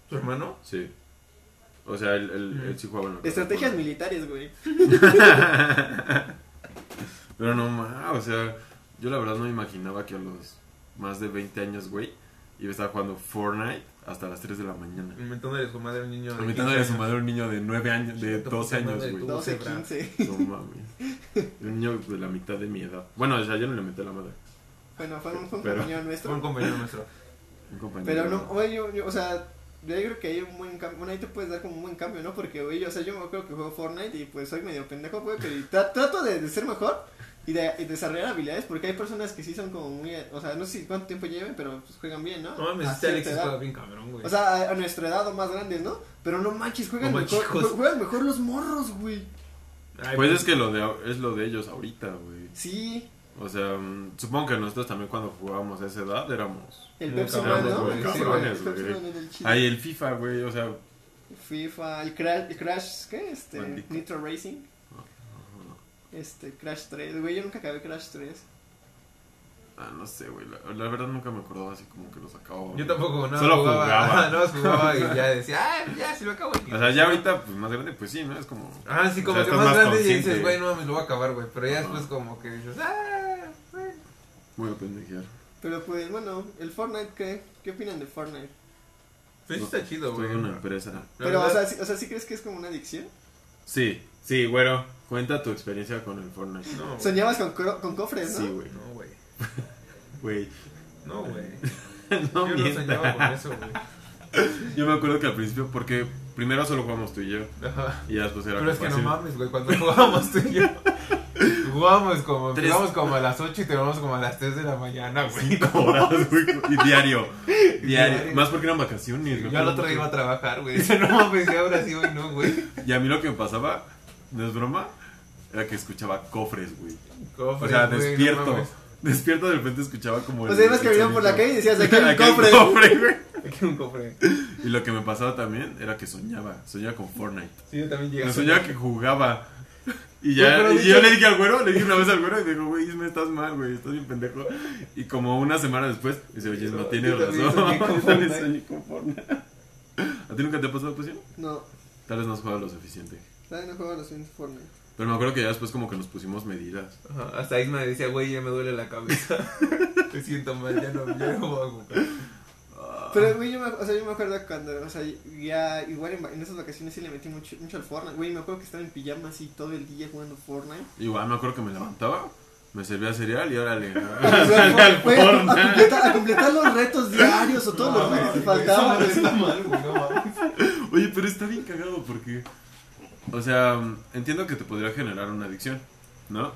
[SPEAKER 3] ¿Tu hermano?
[SPEAKER 2] Sí. O sea, él, él,
[SPEAKER 3] Mm.
[SPEAKER 2] él sí jugaba en la
[SPEAKER 1] Estrategias
[SPEAKER 2] plataforma.
[SPEAKER 1] militares, güey.
[SPEAKER 2] [laughs] Pero no más, o sea, yo la verdad no me imaginaba que a los más de 20 años, güey, iba a estar jugando Fortnite hasta las 3 de la mañana.
[SPEAKER 3] Inventándole a su madre a un niño. de
[SPEAKER 2] Inventando a
[SPEAKER 3] 15
[SPEAKER 2] su
[SPEAKER 3] años.
[SPEAKER 2] madre un niño de 9 años, de
[SPEAKER 3] Chiquito,
[SPEAKER 2] 12
[SPEAKER 3] puta
[SPEAKER 2] años,
[SPEAKER 3] madre,
[SPEAKER 2] güey.
[SPEAKER 3] tú.
[SPEAKER 1] 12,
[SPEAKER 3] cebra.
[SPEAKER 1] 15.
[SPEAKER 2] No mames. Un niño de la mitad de mi edad. Bueno, o sea, yo no le metí la madre.
[SPEAKER 1] Bueno, fue un, fue un
[SPEAKER 2] Pero-
[SPEAKER 1] compañero
[SPEAKER 3] Fue un
[SPEAKER 1] nuestro.
[SPEAKER 3] compañero nuestro.
[SPEAKER 2] Un compañero.
[SPEAKER 1] Pero no, güey, yo, yo, o sea, yo creo que hay un buen cambio. Bueno, ahí te puedes dar como un buen cambio, ¿no? Porque, güey, yo, o sea, yo me acuerdo que juego Fortnite y pues soy medio pendejo, güey, pero y tra- trato de, de ser mejor y de, y desarrollar habilidades porque hay personas que sí son como muy. O sea, no sé si cuánto tiempo lleven, pero pues juegan bien, ¿no?
[SPEAKER 3] No mames,
[SPEAKER 2] Ah,
[SPEAKER 1] A
[SPEAKER 3] este Alex
[SPEAKER 1] cierta edad.
[SPEAKER 3] juega bien cabrón, güey.
[SPEAKER 1] O sea, a, a nuestra edad o más grandes, ¿no? Pero no manches, juegan,
[SPEAKER 3] No manches,
[SPEAKER 1] mejor,
[SPEAKER 3] hijos.
[SPEAKER 1] jue- juegan mejor los morros, güey.
[SPEAKER 3] Ay,
[SPEAKER 2] Pues es que lo de, es lo de ellos ahorita, güey.
[SPEAKER 1] Sí,
[SPEAKER 2] O sea, mm, supongo que nosotros también cuando jugábamos a esa edad éramos...
[SPEAKER 1] el
[SPEAKER 3] Muy
[SPEAKER 1] Pepsi Man,
[SPEAKER 3] cabrones,
[SPEAKER 1] ¿no?
[SPEAKER 3] güey,
[SPEAKER 1] El
[SPEAKER 2] cabrones,
[SPEAKER 1] Pepsi Man, el
[SPEAKER 2] güey.
[SPEAKER 1] Pepsi Man era el chido.
[SPEAKER 2] Ahí el FIFA, güey, o sea...
[SPEAKER 1] FIFA, el Crash, el Crash ¿qué? Este,
[SPEAKER 2] Maldito.
[SPEAKER 1] Nitro Racing. Este, Crash 3, güey, yo nunca acabé Crash 3.
[SPEAKER 2] Ah, no sé, güey. La, la verdad nunca me acordaba así como que los acababa.
[SPEAKER 3] Yo tampoco, [laughs] no.
[SPEAKER 2] Solo jugaba.
[SPEAKER 3] Nada más jugaba y ya decía, ah, ya, si lo acabo aquí.
[SPEAKER 2] O sea, ya ahorita, pues más grande, pues sí, ¿no? Es como.
[SPEAKER 3] Ah, sí, como
[SPEAKER 2] O sea,
[SPEAKER 3] que
[SPEAKER 2] estás más
[SPEAKER 3] más, grande y
[SPEAKER 2] consciente.
[SPEAKER 3] dices, güey, no mames, lo voy a acabar, güey. Pero ya
[SPEAKER 2] Ajá.
[SPEAKER 3] después como que dices, ah, güey.
[SPEAKER 2] Voy a pendejear.
[SPEAKER 1] Pero pues, bueno, el Fortnite, ¿qué, ¿Qué opinan de Fortnite?
[SPEAKER 3] Pues sí está chido,
[SPEAKER 2] Estoy
[SPEAKER 3] güey.
[SPEAKER 2] en una empresa.
[SPEAKER 3] La
[SPEAKER 1] Pero, o
[SPEAKER 3] verdad-
[SPEAKER 1] sea, ¿sí, o sea, ¿sí crees que es como una adicción?
[SPEAKER 2] Sí, sí, güero. Cuenta tu experiencia con el Fortnite.
[SPEAKER 3] No, güey.
[SPEAKER 1] Soñabas con, cro- con cofres,
[SPEAKER 2] Sí,
[SPEAKER 1] ¿no?
[SPEAKER 2] güey.
[SPEAKER 3] No, güey.
[SPEAKER 2] Güey. [laughs]
[SPEAKER 3] No, güey.
[SPEAKER 2] No
[SPEAKER 3] Yo no
[SPEAKER 2] mientas.
[SPEAKER 3] soñaba con eso, güey.
[SPEAKER 2] Yo me acuerdo que al principio, porque primero solo jugamos tú y yo.
[SPEAKER 3] Ajá.
[SPEAKER 2] Y ya después era
[SPEAKER 3] Pero es que no
[SPEAKER 2] compasión.
[SPEAKER 3] mames, güey, cuando jugábamos tú
[SPEAKER 2] [laughs]
[SPEAKER 3] y yo. Jugábamos como,
[SPEAKER 2] Tres.
[SPEAKER 3] empezamos como a las 8 y terminamos como a las 3 de la mañana, güey.
[SPEAKER 2] Cinco horas, güey. Y diario. Diario.
[SPEAKER 3] Diario.
[SPEAKER 2] Más porque eran vacaciones. me
[SPEAKER 3] [laughs] Yo al
[SPEAKER 2] acuerdo
[SPEAKER 3] otro día iba
[SPEAKER 2] mucho.
[SPEAKER 3] a trabajar, güey. Dice, no mames, ya ahora sí, hoy no, güey.
[SPEAKER 2] Y a mí lo que me pasaba, no es broma, era que escuchaba cofres, güey. O
[SPEAKER 3] Cofres,
[SPEAKER 2] sea,
[SPEAKER 3] güey, no
[SPEAKER 2] despierto.
[SPEAKER 3] mames.
[SPEAKER 2] despierto de repente escuchaba como.
[SPEAKER 1] O
[SPEAKER 2] el-
[SPEAKER 1] sea, ibas
[SPEAKER 2] el
[SPEAKER 1] caminando por la
[SPEAKER 2] sonido.
[SPEAKER 1] calle y decías, aquí
[SPEAKER 2] [laughs]
[SPEAKER 1] hay un
[SPEAKER 2] Acá hay
[SPEAKER 1] cofre.
[SPEAKER 2] cofre, güey.
[SPEAKER 3] Aquí un cofre.
[SPEAKER 2] Y lo que me pasaba también era que soñaba, soñaba con Fortnite.
[SPEAKER 3] Sí, yo también llegué.
[SPEAKER 2] Me
[SPEAKER 3] a
[SPEAKER 2] soñaba
[SPEAKER 3] soñar.
[SPEAKER 2] que jugaba. Y ya,
[SPEAKER 3] Güey, pero
[SPEAKER 2] y
[SPEAKER 3] dicho-
[SPEAKER 2] yo le dije al güero, le dije una vez al güero y me dijo, güey, Isma, estás mal, güey, estás bien pendejo. Y como una semana después, me dice, oye, no
[SPEAKER 3] Yo
[SPEAKER 2] tienes
[SPEAKER 3] también
[SPEAKER 2] razón. [laughs]
[SPEAKER 3] soñé con
[SPEAKER 2] Yo también
[SPEAKER 3] Fortnite.
[SPEAKER 2] soñé con Fortnite. ¿A ti nunca te ha pasado, pues, sí?
[SPEAKER 1] No,
[SPEAKER 2] Tal vez no has jugado lo suficiente.
[SPEAKER 1] todavía no juego a los Fortnite.
[SPEAKER 2] Pero me acuerdo que ya después como que nos pusimos medidas.
[SPEAKER 3] Ajá, Hasta Isma decía, güey, ya me duele la cabeza. [laughs] Te siento mal, ya no, ya no voy a jugar.
[SPEAKER 1] Pero, güey, yo me, o sea, yo me acuerdo cuando, o sea, ya igual en, va- en esas vacaciones sí le metí mucho,
[SPEAKER 2] ah,
[SPEAKER 1] mucho al Fortnite. Güey, me acuerdo que estaba en pijama así todo el día jugando Fortnite.
[SPEAKER 2] Igual me acuerdo que me levantaba Me servía cereal y órale.
[SPEAKER 1] O
[SPEAKER 2] [laughs]
[SPEAKER 3] [laughs]
[SPEAKER 1] sea,
[SPEAKER 2] Ah, Sale al
[SPEAKER 1] güey,
[SPEAKER 2] porno.
[SPEAKER 1] a, completar, a completar los retos diarios o todos los
[SPEAKER 3] No,
[SPEAKER 1] retos que
[SPEAKER 3] güey,
[SPEAKER 1] te faltaban. güey.
[SPEAKER 3] esa madre está mal, güey, no mames.
[SPEAKER 2] Oye, pero está bien cagado porque. O sea, entiendo que te podría generar una adicción, ¿no?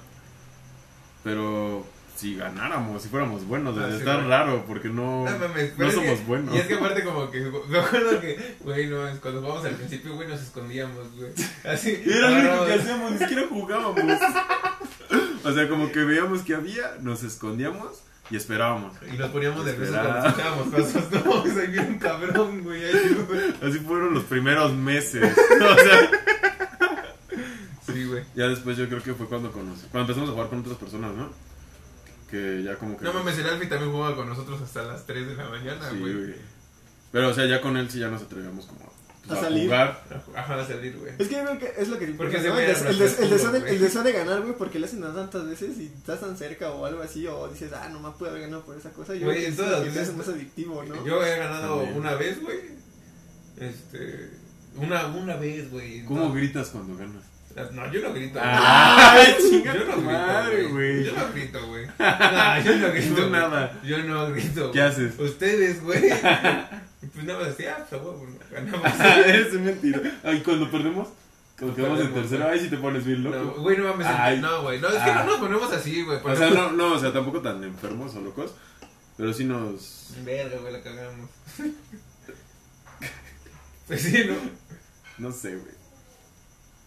[SPEAKER 2] Pero si ganáramos, si fuéramos buenos,
[SPEAKER 3] Ah, sí,
[SPEAKER 2] está
[SPEAKER 3] güey.
[SPEAKER 2] raro porque no,
[SPEAKER 3] No mames, pero
[SPEAKER 2] no
[SPEAKER 3] es que-
[SPEAKER 2] somos buenos.
[SPEAKER 3] Y es que aparte como que me acuerdo que, güey, no mames, cuando jugamos al principio, güey, nos escondíamos, güey. Así.
[SPEAKER 2] Era lo único
[SPEAKER 3] agarramos-
[SPEAKER 2] que hacíamos, ni siquiera jugábamos. O sea, como que veíamos que había, nos escondíamos y esperábamos.
[SPEAKER 3] Y nos poníamos nerviosos
[SPEAKER 2] Espera.
[SPEAKER 3] cuando escuchábamos cosas. No, mames, ahí viene un cabrón, güey. ahí, güey.
[SPEAKER 2] Así fueron los primeros meses. [laughs] O sea,
[SPEAKER 3] Sí, güey.
[SPEAKER 2] ya después yo creo que fue cuando conocí, cuando empezamos a jugar con otras personas, ¿no? Que ya como que
[SPEAKER 3] No mames, el Alfie también jugaba con nosotros hasta las 3 de la mañana,
[SPEAKER 2] Sí,
[SPEAKER 3] güey.
[SPEAKER 2] güey. Pero, o sea, ya con él sí ya nos atrevíamos como pues,
[SPEAKER 1] A
[SPEAKER 2] a,
[SPEAKER 1] salir.
[SPEAKER 2] jugar.
[SPEAKER 3] Ajá, a salir, güey.
[SPEAKER 1] Es que yo creo que es lo que te
[SPEAKER 3] Porque
[SPEAKER 1] importa,
[SPEAKER 3] se
[SPEAKER 1] ¿no?
[SPEAKER 3] me
[SPEAKER 1] el, des-
[SPEAKER 3] abre
[SPEAKER 1] el des-
[SPEAKER 3] hasta el
[SPEAKER 1] el deseo
[SPEAKER 3] culo,
[SPEAKER 1] de, el
[SPEAKER 3] güey.
[SPEAKER 1] deseo de ganar, güey, porque le hacen tantas veces y estás tan cerca o algo así, o dices, ah, no me pude haber ganado por esa cosa. Yo
[SPEAKER 3] Güey,
[SPEAKER 1] creo que es
[SPEAKER 3] todas
[SPEAKER 1] lo
[SPEAKER 3] las
[SPEAKER 1] que le hace
[SPEAKER 3] veces-
[SPEAKER 1] más adictivo, ¿no?
[SPEAKER 3] Yo he ganado
[SPEAKER 2] También.
[SPEAKER 3] una vez, güey. Este. Una, una vez, güey.
[SPEAKER 2] ¿Cómo
[SPEAKER 3] No,
[SPEAKER 2] gritas cuando ganas?
[SPEAKER 3] No, yo no grito.
[SPEAKER 2] ¡Ay,
[SPEAKER 3] güey.
[SPEAKER 2] chinga
[SPEAKER 3] Yo no
[SPEAKER 2] tu madre,
[SPEAKER 3] grito, güey.
[SPEAKER 2] güey.
[SPEAKER 3] Yo no
[SPEAKER 2] [laughs]
[SPEAKER 3] grito, güey. No, yo no grito.
[SPEAKER 2] Tú
[SPEAKER 3] güey.
[SPEAKER 2] nada.
[SPEAKER 3] Yo no grito. güey.
[SPEAKER 2] ¿Qué
[SPEAKER 3] [laughs]
[SPEAKER 2] haces?
[SPEAKER 3] Ustedes, güey. Pues nada más decía, ah, pues, güey, bueno,
[SPEAKER 2] [laughs]
[SPEAKER 3] ganamos.
[SPEAKER 2] Eres un mentira. Ay, cuando perdemos, cuando quedamos en
[SPEAKER 3] Perdemos,
[SPEAKER 2] tercero, ay, si te pones bien
[SPEAKER 3] No,
[SPEAKER 2] loco.
[SPEAKER 3] güey, no mames.
[SPEAKER 2] Ay.
[SPEAKER 3] No, güey. No, es que
[SPEAKER 2] Ah.
[SPEAKER 3] no nos ponemos así, güey. por
[SPEAKER 2] O sea,
[SPEAKER 3] ejemplo.
[SPEAKER 2] no, no, o sea, tampoco tan enfermos o locos, pero sí nos...
[SPEAKER 3] Verga, güey, la cagamos. [laughs] Pues sí, ¿no?
[SPEAKER 2] No sé, güey.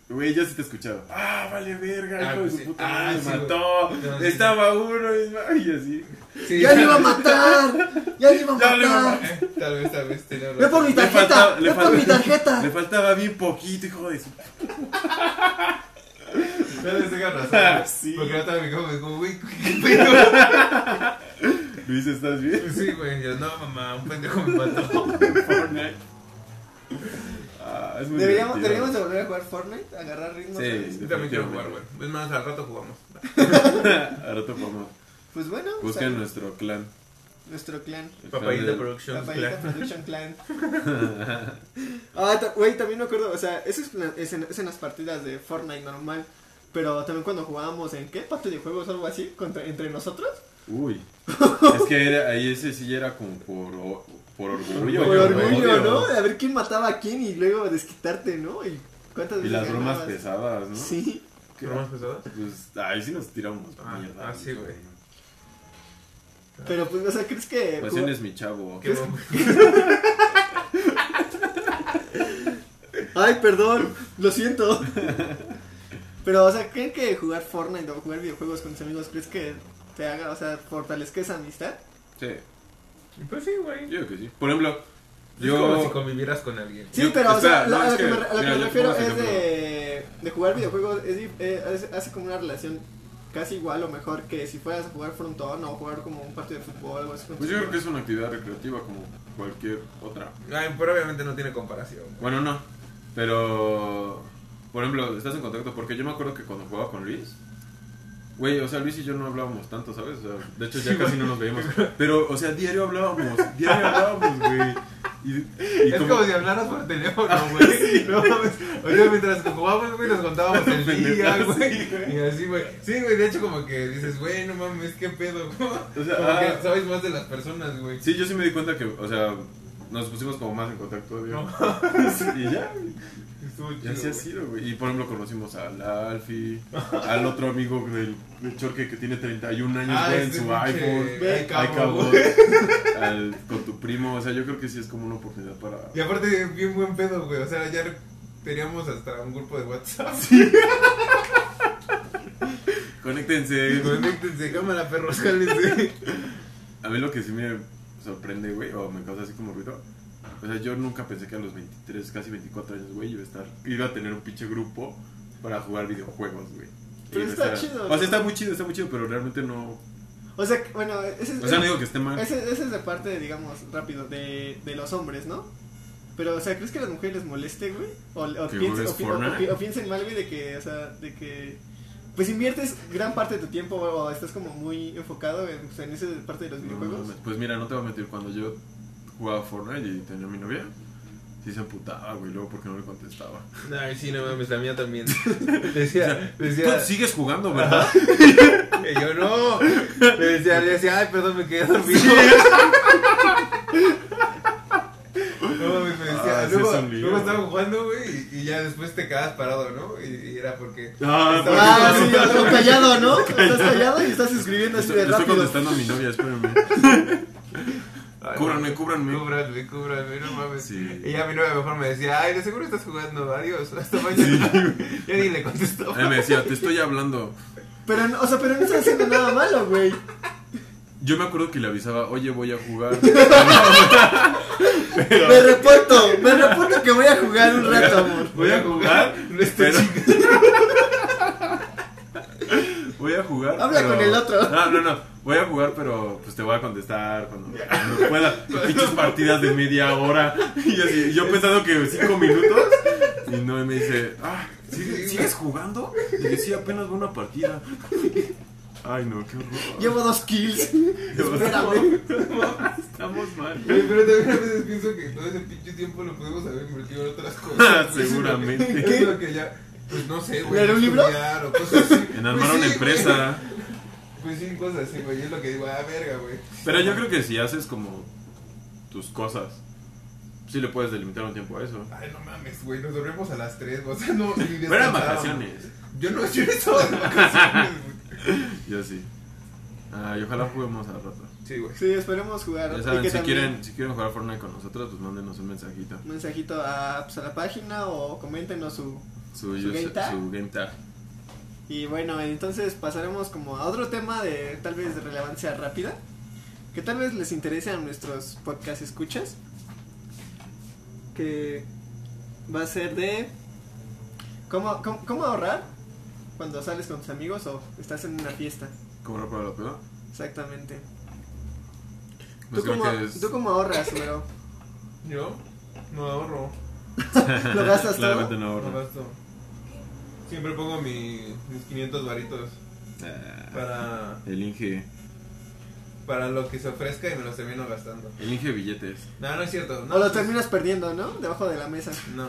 [SPEAKER 2] Güey, yo sí te he escuchado. Ah, vale verga,
[SPEAKER 3] Ah,
[SPEAKER 2] hijo de su
[SPEAKER 3] sí.
[SPEAKER 2] puta
[SPEAKER 3] Ah,
[SPEAKER 2] madre,
[SPEAKER 3] sí, güey.
[SPEAKER 2] mató.
[SPEAKER 3] No, sí.
[SPEAKER 2] Estaba uno y, ay, así.
[SPEAKER 3] Sí,
[SPEAKER 1] ¡Ya le
[SPEAKER 3] tal-
[SPEAKER 1] iba a matar!
[SPEAKER 3] [laughs]
[SPEAKER 1] ¡Ya le iba a
[SPEAKER 2] Ya le iba a
[SPEAKER 1] matar!
[SPEAKER 3] eh, Tal vez, tal vez. tenía
[SPEAKER 1] ¡Ve por mi
[SPEAKER 3] razón.
[SPEAKER 1] tarjeta!
[SPEAKER 2] faltaba- le
[SPEAKER 1] ¡Ve por mi
[SPEAKER 2] faltaba- [laughs] Le
[SPEAKER 1] tarjeta!
[SPEAKER 2] faltaba bien poquito, hijo de su...
[SPEAKER 3] Tal vez tenga razón.
[SPEAKER 2] Ah,
[SPEAKER 3] güey.
[SPEAKER 2] sí.
[SPEAKER 3] Porque ahorita mi hijo me dijo, güey, ¿qué pedo?
[SPEAKER 2] Luis, ¿estás [laughs] bien?
[SPEAKER 3] Sí, güey. Yo, no, mamá, un pendejo me mató.
[SPEAKER 2] Fortnite. Ah, es muy
[SPEAKER 1] Deberíamos,
[SPEAKER 2] divertido.
[SPEAKER 1] deberíamos de volver a jugar Fortnite, agarrar ritmo.
[SPEAKER 2] Sí.
[SPEAKER 1] otra vez.
[SPEAKER 3] Yo también quiero jugar, güey. Es más, al rato jugamos.
[SPEAKER 2] Al rato vamos.
[SPEAKER 1] Pues bueno, o sea,
[SPEAKER 2] Busquen nuestro clan.
[SPEAKER 1] nuestro clan.
[SPEAKER 2] El
[SPEAKER 3] Papayita
[SPEAKER 2] clan del-
[SPEAKER 3] Productions.
[SPEAKER 1] Papayita
[SPEAKER 3] claro.
[SPEAKER 1] Production Clan. ah, ta- güey, también me acuerdo, o sea, eso es, en la- es en, es en las partidas de Fortnite normal. Pero también cuando jugábamos en qué patio de juegos o algo así, contra, entre nosotros. [laughs]
[SPEAKER 2] Uy. Es que era- ahí ese sí era como por, o- por orgullo.
[SPEAKER 1] Por
[SPEAKER 2] yo
[SPEAKER 1] orgullo,
[SPEAKER 2] odio.
[SPEAKER 1] ¿no? De a ver quién mataba a quién y luego desquitarte, ¿no? Y cuántas
[SPEAKER 2] Y
[SPEAKER 1] veces
[SPEAKER 2] las bromas
[SPEAKER 1] ganabas.
[SPEAKER 2] pesadas, ¿no?
[SPEAKER 1] Sí.
[SPEAKER 2] ¿Qué?
[SPEAKER 3] ¿Bromas pesadas?
[SPEAKER 2] Pues ahí sí nos tiramos
[SPEAKER 3] Ah,
[SPEAKER 2] mierda.
[SPEAKER 3] ah, sí, güey.
[SPEAKER 1] Pero pues, o sea, ¿crees que.
[SPEAKER 2] Pasión es mi chavo.
[SPEAKER 3] Qué bom-
[SPEAKER 1] Ay, perdón, lo siento. Pero, o sea, ¿creen que jugar Fortnite o jugar videojuegos con tus amigos, crees que te haga, o sea, fortalezca esa amistad?
[SPEAKER 2] Sí,
[SPEAKER 3] [laughs] Pues sí, güey.
[SPEAKER 2] yo creo que sí. Por ejemplo,
[SPEAKER 3] Es como si
[SPEAKER 2] yo.
[SPEAKER 3] convivieras con alguien.
[SPEAKER 1] Sí,
[SPEAKER 2] Yo-
[SPEAKER 1] pero o sea, la-
[SPEAKER 2] espera, no,
[SPEAKER 1] a
[SPEAKER 2] es
[SPEAKER 1] lo que
[SPEAKER 2] que,
[SPEAKER 1] me, re- a lo que
[SPEAKER 2] mira,
[SPEAKER 1] me
[SPEAKER 2] yo
[SPEAKER 1] refiero
[SPEAKER 2] pongo
[SPEAKER 1] es
[SPEAKER 2] ejemplo.
[SPEAKER 1] de, de jugar videojuegos, es, di- eh, hace- hace como una relación casi igual o mejor que si fueras a jugar frontón o jugar como un partido de fútbol o algo así.
[SPEAKER 2] Pues yo creo que es una actividad recreativa como cualquier otra.
[SPEAKER 3] Ay, pero obviamente no tiene comparación. güey.
[SPEAKER 2] Bueno, no. Pero, por ejemplo, estás en contacto. Porque yo me acuerdo que cuando jugaba con Luis, güey, o sea, Luis y yo no hablábamos tanto, ¿sabes? O sea, de hecho, ya casi no nos veíamos. Pero, o sea, diario hablábamos,
[SPEAKER 3] [laughs]
[SPEAKER 2] diario hablábamos, güey. Y, y
[SPEAKER 3] Es como si hablaras por teléfono, güey. [laughs] No mames. Oye, mientras que jugábamos, güey, nos contábamos [laughs] el día,
[SPEAKER 2] Pendejadas, sí,
[SPEAKER 3] güey.
[SPEAKER 2] güey.
[SPEAKER 3] Y así, güey. Sí, güey, de hecho, como que dices, güey, no mames, qué pedo, ¿no?
[SPEAKER 2] O sea,
[SPEAKER 3] como
[SPEAKER 2] ah.
[SPEAKER 3] que sabes más de las personas, güey.
[SPEAKER 2] Sí, yo sí me di cuenta que, o sea, nos pusimos como más en contacto, digamos. [laughs] y ya,
[SPEAKER 3] Estuvo
[SPEAKER 2] y así
[SPEAKER 3] chido.
[SPEAKER 2] ha
[SPEAKER 3] güey.
[SPEAKER 2] sido, güey. Y, por ejemplo, conocimos al Alfie, al otro amigo del, del Chorque que tiene 31 años,
[SPEAKER 3] Ah,
[SPEAKER 2] güey, en
[SPEAKER 3] este
[SPEAKER 2] su
[SPEAKER 3] pinche-
[SPEAKER 2] iPhone.
[SPEAKER 1] Ve,
[SPEAKER 3] Ay,
[SPEAKER 2] Ay, cabrón.
[SPEAKER 3] cabrón.
[SPEAKER 2] Al- con tu primo, o sea, yo creo que sí es como una oportunidad para.
[SPEAKER 3] Y aparte, bien buen pedo, güey. O sea, ayer teníamos hasta un grupo de WhatsApp.
[SPEAKER 2] Conéctense.
[SPEAKER 3] Conéctense, cámara, perros, cálense.
[SPEAKER 2] A mí lo que sí me sorprende, güey, o me causa así como ruido. O sea, yo nunca pensé que a los 23, casi 24 años, güey, iba a estar. iba a tener un pinche grupo para jugar videojuegos, güey.
[SPEAKER 1] Pero
[SPEAKER 2] Y iba a
[SPEAKER 1] está
[SPEAKER 2] estar-
[SPEAKER 1] chido,
[SPEAKER 2] O
[SPEAKER 1] ¿no?
[SPEAKER 2] sea, está muy chido, está muy chido, pero realmente no.
[SPEAKER 1] O sea, que- bueno, ese es,
[SPEAKER 2] O sea, no digo que esté mal.
[SPEAKER 1] ese, ese es de parte, de, digamos, rápido, de, de los hombres, ¿no? Pero, o sea, ¿crees que a las mujeres les moleste, güey? O, o,
[SPEAKER 2] ¿Que
[SPEAKER 1] piensen,
[SPEAKER 2] juegues
[SPEAKER 1] o pi- o- o
[SPEAKER 2] Fortnite?
[SPEAKER 1] pi- o piensen mal, güey, de que, o sea, de que... Pues inviertes gran parte de tu tiempo o estás como muy enfocado en, o sea, en esa parte de los
[SPEAKER 2] No
[SPEAKER 1] videojuegos.
[SPEAKER 2] mames. pues mira, no te voy a mentir, cuando yo jugaba Fortnite y tenía a mi novia, sí se amputaba, güey, luego porque no le contestaba.
[SPEAKER 3] Ay, sí, no mames, la mía también.
[SPEAKER 2] O
[SPEAKER 3] [laughs] Decía,
[SPEAKER 2] sea,
[SPEAKER 3] decía.
[SPEAKER 2] Tú sigues jugando, ¿verdad?
[SPEAKER 3] Y yo no. Le decía, le decía, ay, perdón, me quedé dormido. No, me decía,
[SPEAKER 2] Ah, sí
[SPEAKER 3] luego,
[SPEAKER 2] son líos,
[SPEAKER 3] luego estaba
[SPEAKER 2] güey.
[SPEAKER 3] jugando, güey, y, y ya después te quedabas parado, ¿no? Y, y era porque.
[SPEAKER 2] Ah,
[SPEAKER 3] Estaba-
[SPEAKER 1] Ah, sí, algo callado,
[SPEAKER 2] [laughs]
[SPEAKER 1] ¿no? Estás callado y estás escribiendo así
[SPEAKER 2] Estoy,
[SPEAKER 1] de
[SPEAKER 2] estoy
[SPEAKER 1] rápido.
[SPEAKER 2] contestando a mi novia, espérenme.
[SPEAKER 3] Ay,
[SPEAKER 2] Cúbranme, cúbranme.
[SPEAKER 3] Cúbrame, cúbrame, no mames.
[SPEAKER 2] Sí.
[SPEAKER 3] Y ya mi novia mejor me decía, ay, de seguro estás jugando, adiós, hasta mañana. [laughs] Ya ni le contestó.
[SPEAKER 2] Él Eh, me decía, te estoy hablando.
[SPEAKER 1] Pero, no- o sea, pero no estás haciendo nada malo, güey.
[SPEAKER 2] Yo me acuerdo que le avisaba, oye, voy a
[SPEAKER 1] [laughs]
[SPEAKER 2] jugar.
[SPEAKER 1] Me reporto, me reporto que voy a jugar un rato, amor.
[SPEAKER 3] Voy a jugar, no
[SPEAKER 1] Este
[SPEAKER 3] estoy
[SPEAKER 2] [laughs] Pero-
[SPEAKER 3] chico.
[SPEAKER 2] [laughs] Voy a jugar.
[SPEAKER 1] Habla con el otro.
[SPEAKER 2] No, no, no. Voy a jugar, pero pues te voy a contestar cuando, cuando pueda. Pinches partidas de media hora. Y yo, así- yo pensando que cinco minutos. Y no, y me dice, ah, ¿sigues, ¿sigues jugando? Y yo, sí, apenas va una partida. Ay, no, qué horror.
[SPEAKER 1] Llevo dos
[SPEAKER 2] [laughs]
[SPEAKER 1] kills. espérame.
[SPEAKER 2] Estamos, estamos mal.
[SPEAKER 3] Oye, Pero también a veces pienso que todo ese pinche tiempo lo podemos haber invertido en otras
[SPEAKER 2] Ah,
[SPEAKER 3] cosas.
[SPEAKER 2] [laughs]
[SPEAKER 3] güey.
[SPEAKER 2] Seguramente.
[SPEAKER 3] [laughs] Es lo que ya, pues no sé, güey.
[SPEAKER 1] ¿Leer un libro?
[SPEAKER 3] estudiar o cosas así.
[SPEAKER 2] [laughs] En armar una
[SPEAKER 3] Pues sí, güey.
[SPEAKER 2] empresa.
[SPEAKER 3] Pues sí, cosas así, güey. Es lo que digo, ah, verga, güey.
[SPEAKER 2] Pero yo creo que si haces como tus cosas, sí le puedes delimitar un tiempo a eso.
[SPEAKER 3] Ay, no mames, güey. Nos dormimos a las 3, o
[SPEAKER 2] [laughs]
[SPEAKER 3] sea, no. ni
[SPEAKER 2] Pero eran
[SPEAKER 3] descansábamos.
[SPEAKER 2] vacaciones.
[SPEAKER 3] Yo no, yo no estaba de vacaciones, güey.
[SPEAKER 2] Yo sí. Ah, y ojalá juguemos al rato.
[SPEAKER 3] Sí, güey.
[SPEAKER 1] Sí, esperemos jugar.
[SPEAKER 2] Ya
[SPEAKER 1] Y
[SPEAKER 2] saben,
[SPEAKER 1] que
[SPEAKER 2] si
[SPEAKER 1] también
[SPEAKER 2] quieren, si quieren jugar Fortnite con nosotros, pues mándenos un mensajito.
[SPEAKER 1] Un mensajito a, pues, a la página o coméntenos su.
[SPEAKER 2] Su,
[SPEAKER 1] ¿Su
[SPEAKER 2] user-
[SPEAKER 1] game tag?
[SPEAKER 2] su game tag.
[SPEAKER 1] Y bueno, entonces pasaremos como a otro tema de tal vez de relevancia rápida. Que tal vez les interese a nuestros podcast escuchas. Que va a ser de. ¿Cómo, cómo, cómo ahorrar cuando sales con tus amigos o estás en una fiesta?
[SPEAKER 2] ¿Cobrar para la peda?
[SPEAKER 1] Exactamente.
[SPEAKER 2] Pues
[SPEAKER 1] ¿Tú,
[SPEAKER 2] creo
[SPEAKER 1] cómo,
[SPEAKER 2] que es
[SPEAKER 1] ¿Tú cómo ahorras, bro?
[SPEAKER 3] Yo no ahorro,
[SPEAKER 2] [laughs]
[SPEAKER 1] ¿Lo gastas todo?
[SPEAKER 2] claramente no
[SPEAKER 3] no
[SPEAKER 2] ahorro.
[SPEAKER 3] gasto. Siempre pongo mi- mis 500 varitos
[SPEAKER 2] Ah,
[SPEAKER 3] para,
[SPEAKER 2] El Inge,
[SPEAKER 3] para lo que se ofrezca y me los termino gastando.
[SPEAKER 2] el Inge billetes.
[SPEAKER 3] No, no es cierto. No,
[SPEAKER 1] O lo
[SPEAKER 3] pues-
[SPEAKER 1] terminas perdiendo, ¿no? Debajo de la mesa. [laughs]
[SPEAKER 3] No.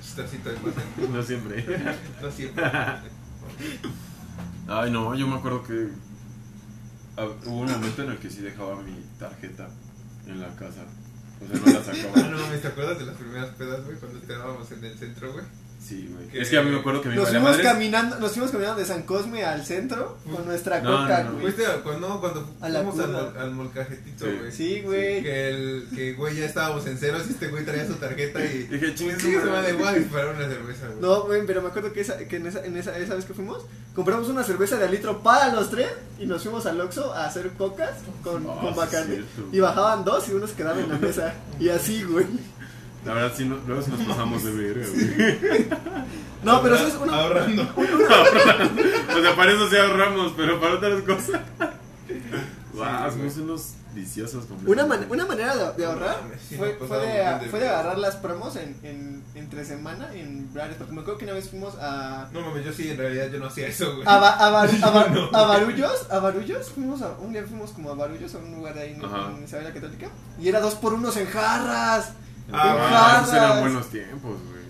[SPEAKER 3] Chistosito de cuate.
[SPEAKER 2] No siempre.
[SPEAKER 1] [laughs]
[SPEAKER 3] No Ah, siempre.
[SPEAKER 2] Ay, no, yo me acuerdo que ah, hubo un momento en el que sí dejaba mi tarjeta en la casa. O sea, no la
[SPEAKER 3] Ah,
[SPEAKER 2] sacaba.
[SPEAKER 3] no mames, ¿te acuerdas de las primeras pedas, güey? Cuando estábamos en el centro, güey.
[SPEAKER 2] Sí, güey.
[SPEAKER 3] Que-
[SPEAKER 2] Es que a mí me acuerdo que mi
[SPEAKER 1] Nos
[SPEAKER 2] valía
[SPEAKER 1] fuimos,
[SPEAKER 2] madres.
[SPEAKER 1] caminando, nos fuimos caminando de San Cosme al centro con nuestra
[SPEAKER 2] No,
[SPEAKER 1] coca,
[SPEAKER 2] no, no.
[SPEAKER 1] güey.
[SPEAKER 3] ¿Fuiste a- cuando, no, cuando
[SPEAKER 1] A la
[SPEAKER 3] fuimos al,
[SPEAKER 1] cuna.
[SPEAKER 3] mol- al molcajetito,
[SPEAKER 2] Sí.
[SPEAKER 3] güey?
[SPEAKER 1] Sí, güey.
[SPEAKER 3] Que, el, que, güey, ya estábamos en ceros y este güey traía su tarjeta y...
[SPEAKER 1] [laughs]
[SPEAKER 2] Dije, chingue su
[SPEAKER 3] Sí, se
[SPEAKER 2] madre.
[SPEAKER 3] va de guay disparar una cerveza, güey.
[SPEAKER 1] No, güey, pero me acuerdo que, esa, que en, esa, en esa, esa vez que fuimos, compramos una cerveza de al litro para los tres y nos fuimos al Oxxo a hacer cocas con,
[SPEAKER 2] Ah,
[SPEAKER 1] con
[SPEAKER 2] sí,
[SPEAKER 1] Bacardi.
[SPEAKER 2] cierto,
[SPEAKER 1] y bajaban dos y uno se quedaba en la mesa. Y así, güey.
[SPEAKER 2] La verdad, sí, no- luego sí nos pasamos de verga, güey. [laughs]
[SPEAKER 1] No, pero eso es uno.
[SPEAKER 3] Ahorrando.
[SPEAKER 2] O sea, para eso sí ahorramos, pero para otras cosas. Guau,
[SPEAKER 3] Sí,
[SPEAKER 2] somos unos viciosos
[SPEAKER 1] Una,
[SPEAKER 2] completamente.
[SPEAKER 1] man- una manera de, de ahorrar
[SPEAKER 3] No pues, mames, sí,
[SPEAKER 1] fue,
[SPEAKER 3] nos
[SPEAKER 1] fue
[SPEAKER 3] pasábamos
[SPEAKER 1] de,
[SPEAKER 3] bien de
[SPEAKER 1] fue de
[SPEAKER 3] verga.
[SPEAKER 1] agarrar las promos en, en, entre semana en bares. Porque me acuerdo que una vez fuimos a
[SPEAKER 3] No mames, yo sí, en realidad yo no hacía eso, güey.
[SPEAKER 1] A, ba- a,
[SPEAKER 2] [laughs]
[SPEAKER 1] Bar- a, Bar- a Barullos, a Barullos, fuimos a, un día fuimos como a Barullos, a un lugar ahí en,
[SPEAKER 2] Ajá.
[SPEAKER 1] en Isabel la Católica, y era dos por unos en jarras.
[SPEAKER 2] Ah,
[SPEAKER 1] Ah,
[SPEAKER 2] esos eran
[SPEAKER 1] jarras.
[SPEAKER 2] buenos tiempos, güey.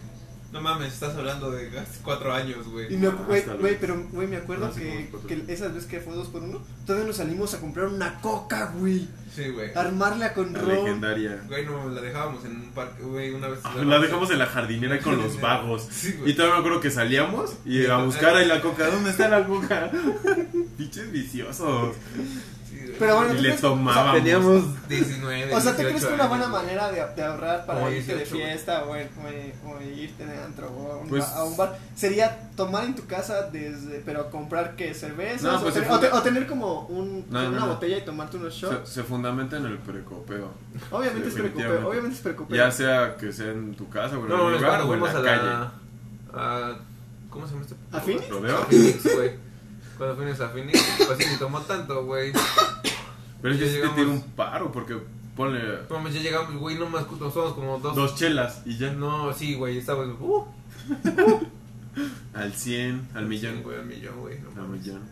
[SPEAKER 3] No mames, estás hablando de hace cuatro años,
[SPEAKER 1] Y
[SPEAKER 3] güey.
[SPEAKER 1] me,
[SPEAKER 2] Ah,
[SPEAKER 1] güey,
[SPEAKER 2] hasta
[SPEAKER 1] güey,
[SPEAKER 2] luego.
[SPEAKER 1] pero güey, me acuerdo
[SPEAKER 2] Ah, sí,
[SPEAKER 1] que,
[SPEAKER 2] como
[SPEAKER 1] que esas veces que fue dos por uno, todavía nos salimos a comprar una coca, güey,
[SPEAKER 3] Sí, güey.
[SPEAKER 1] armarla con
[SPEAKER 2] La
[SPEAKER 1] ron.
[SPEAKER 2] legendaria.
[SPEAKER 3] Güey, no, la dejábamos en un parque, güey, una vez.
[SPEAKER 2] Ah, La dejamos en la jardinera con los vagos.
[SPEAKER 3] Sí, güey.
[SPEAKER 2] Y todavía me acuerdo que salíamos y a buscar ahí la coca. ¿Dónde está la coca? [laughs] Pinches viciosos.
[SPEAKER 3] Sí, güey.
[SPEAKER 1] Pero bueno,
[SPEAKER 2] Y
[SPEAKER 1] ¿tú
[SPEAKER 2] le
[SPEAKER 1] crees- o sea,
[SPEAKER 2] tomábamos.
[SPEAKER 3] 19.
[SPEAKER 1] O sea, ¿tú crees
[SPEAKER 3] 18
[SPEAKER 1] que una buena
[SPEAKER 3] años, güey.
[SPEAKER 1] manera de, de ahorrar para
[SPEAKER 3] Como
[SPEAKER 1] irte de
[SPEAKER 3] 18, güey.
[SPEAKER 1] fiesta o, en- o en- o en irte de antro o a un,
[SPEAKER 2] Pues-
[SPEAKER 1] ba- a un bar sería tomar en tu casa desde, pero comprar que cervezas
[SPEAKER 2] No,
[SPEAKER 1] o,
[SPEAKER 2] pues,
[SPEAKER 1] tener,
[SPEAKER 2] se
[SPEAKER 1] o te-
[SPEAKER 2] funda-
[SPEAKER 1] o tener como un,
[SPEAKER 2] No, no,
[SPEAKER 1] una
[SPEAKER 2] no.
[SPEAKER 1] botella y tomarte unos
[SPEAKER 2] Se,
[SPEAKER 1] shots.
[SPEAKER 2] se fundamenta en el precopeo.
[SPEAKER 1] obviamente es preocupante,
[SPEAKER 2] definitivamente.
[SPEAKER 1] obviamente es preocupante.
[SPEAKER 2] Ya sea que sea en tu casa o en
[SPEAKER 3] No,
[SPEAKER 2] algún
[SPEAKER 3] no,
[SPEAKER 2] lugar
[SPEAKER 3] claro,
[SPEAKER 2] o en
[SPEAKER 3] fuimos
[SPEAKER 2] la
[SPEAKER 3] a
[SPEAKER 2] calle.
[SPEAKER 3] la. A, ¿Cómo se llama este?
[SPEAKER 1] ¿A Phoenix?
[SPEAKER 2] ¿Rodeo?
[SPEAKER 3] A Phoenix, güey. Cuando fuimos a Phoenix, pues ni tomó tanto, güey.
[SPEAKER 2] Pero es que
[SPEAKER 3] Ya
[SPEAKER 2] sí te
[SPEAKER 3] llegamos.
[SPEAKER 2] tira un paro porque ponle
[SPEAKER 3] Como ya llegamos, güey, no más nos somos como dos.
[SPEAKER 2] dos chelas y ya.
[SPEAKER 3] No, sí, güey, estábamos. Uh,
[SPEAKER 2] Al 100, al millón.
[SPEAKER 3] güey, al millón, güey. No,
[SPEAKER 2] Al
[SPEAKER 3] mames.
[SPEAKER 2] millón.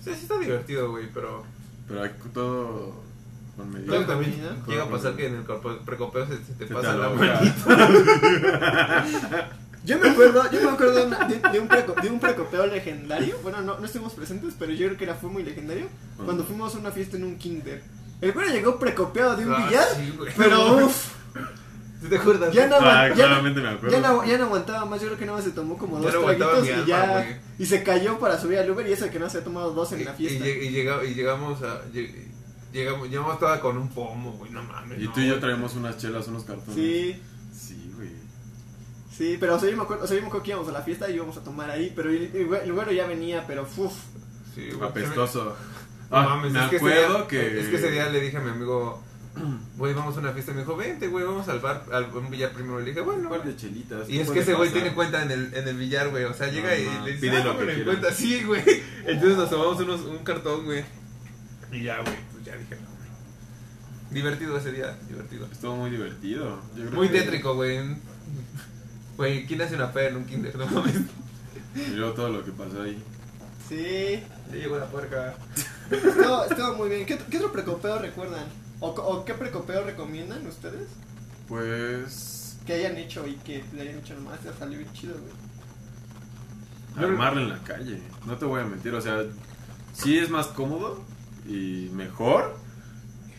[SPEAKER 3] o sea, sí está divertido, güey, pero.
[SPEAKER 2] Pero hay todo con medida.
[SPEAKER 3] Creo que
[SPEAKER 1] Claro,
[SPEAKER 3] también
[SPEAKER 1] comida.
[SPEAKER 3] [laughs] llega a pasar que en el corpo- precopeo se, se te
[SPEAKER 2] Se te
[SPEAKER 3] pasa la
[SPEAKER 2] aloca.
[SPEAKER 3] manita.
[SPEAKER 1] Yo me acuerdo, yo me acuerdo de, una- de- de un, preco- de un precopeo legendario. Bueno, no, no estuvimos presentes, pero yo creo que era, fue muy legendario. Cuando fuimos a una fiesta en un kinder. El güey llegó precopeado de un
[SPEAKER 3] Ah,
[SPEAKER 1] billar,
[SPEAKER 3] sí, güey. [laughs]
[SPEAKER 1] pero
[SPEAKER 2] [laughs]
[SPEAKER 1] uff,
[SPEAKER 3] ¿Tú te acuerdas?
[SPEAKER 1] ya no,
[SPEAKER 2] Ah,
[SPEAKER 1] aguan- ya no-
[SPEAKER 2] claramente me acuerdo.
[SPEAKER 1] ya no, ya no aguantaba más, yo creo que nada más se tomó como
[SPEAKER 3] Ya
[SPEAKER 1] dos
[SPEAKER 3] no aguantaba
[SPEAKER 1] traguitos
[SPEAKER 3] mi
[SPEAKER 1] y
[SPEAKER 3] alma,
[SPEAKER 1] ya...
[SPEAKER 3] güey.
[SPEAKER 1] Y se cayó para subir al Uber y eso que no se ha tomado dos en la
[SPEAKER 3] Y,
[SPEAKER 1] fiesta.
[SPEAKER 3] lleg- y llega- y llegamos a. lleg- Llegamos, llegamos toda con un pomo, güey, no mames.
[SPEAKER 2] Y
[SPEAKER 3] no,
[SPEAKER 2] tú y yo
[SPEAKER 3] güey.
[SPEAKER 2] traemos unas chelas, unos cartones.
[SPEAKER 1] Sí,
[SPEAKER 2] Sí, güey.
[SPEAKER 1] sí, pero o sea, yo me acuerdo, o sea, yo me acuerdo que íbamos a la fiesta y íbamos a tomar ahí, pero el, el güey- el güero ya venía, pero uff.
[SPEAKER 3] Sí, güey.
[SPEAKER 2] Apestoso.
[SPEAKER 3] No
[SPEAKER 2] Ah,
[SPEAKER 3] mames,
[SPEAKER 2] me
[SPEAKER 3] es que ese
[SPEAKER 2] acuerdo
[SPEAKER 3] día-
[SPEAKER 2] que,
[SPEAKER 3] Es que ese día le dije a mi amigo, [clears throat] güey, vamos a una fiesta. Y me dijo, vente, güey, vamos al bar, al un billar primero. Le dije,
[SPEAKER 2] Un
[SPEAKER 3] bueno.
[SPEAKER 2] par de chelitas.
[SPEAKER 3] Y
[SPEAKER 2] ¿qué
[SPEAKER 3] es que
[SPEAKER 2] puede
[SPEAKER 3] ese güey
[SPEAKER 2] pasar?
[SPEAKER 3] tiene cuenta en el, en el billar, güey. O sea, llega
[SPEAKER 2] No,
[SPEAKER 3] y
[SPEAKER 2] no,
[SPEAKER 3] le dice,
[SPEAKER 2] pide
[SPEAKER 3] "Ah,
[SPEAKER 2] lo que
[SPEAKER 3] ábrele
[SPEAKER 2] quiera".
[SPEAKER 3] cuenta. Sí, güey. Entonces nos tomamos unos, un cartón, güey. Y ya, güey, pues ya dije, no, güey. Divertido ese día, divertido.
[SPEAKER 2] Estuvo muy divertido. Yo creo
[SPEAKER 3] Muy
[SPEAKER 2] que-
[SPEAKER 3] tétrico, güey. Güey, ¿quién hace una fe en un kinder? No mames.
[SPEAKER 2] Y luego todo lo que pasó ahí.
[SPEAKER 1] Sí,
[SPEAKER 3] Ya llegó la puerca.
[SPEAKER 1] Estuvo, estuvo muy bien. ¿Qué, otro- qué otro precopeo recuerdan? ¿O, co- o qué precopeo recomiendan ustedes?
[SPEAKER 2] Pues.
[SPEAKER 1] Que hayan hecho y que le hayan hecho nomás, ya salió bien chido, güey.
[SPEAKER 3] Yo-
[SPEAKER 2] Armarla en la calle. No te voy a mentir. O sea, sí es más cómodo y mejor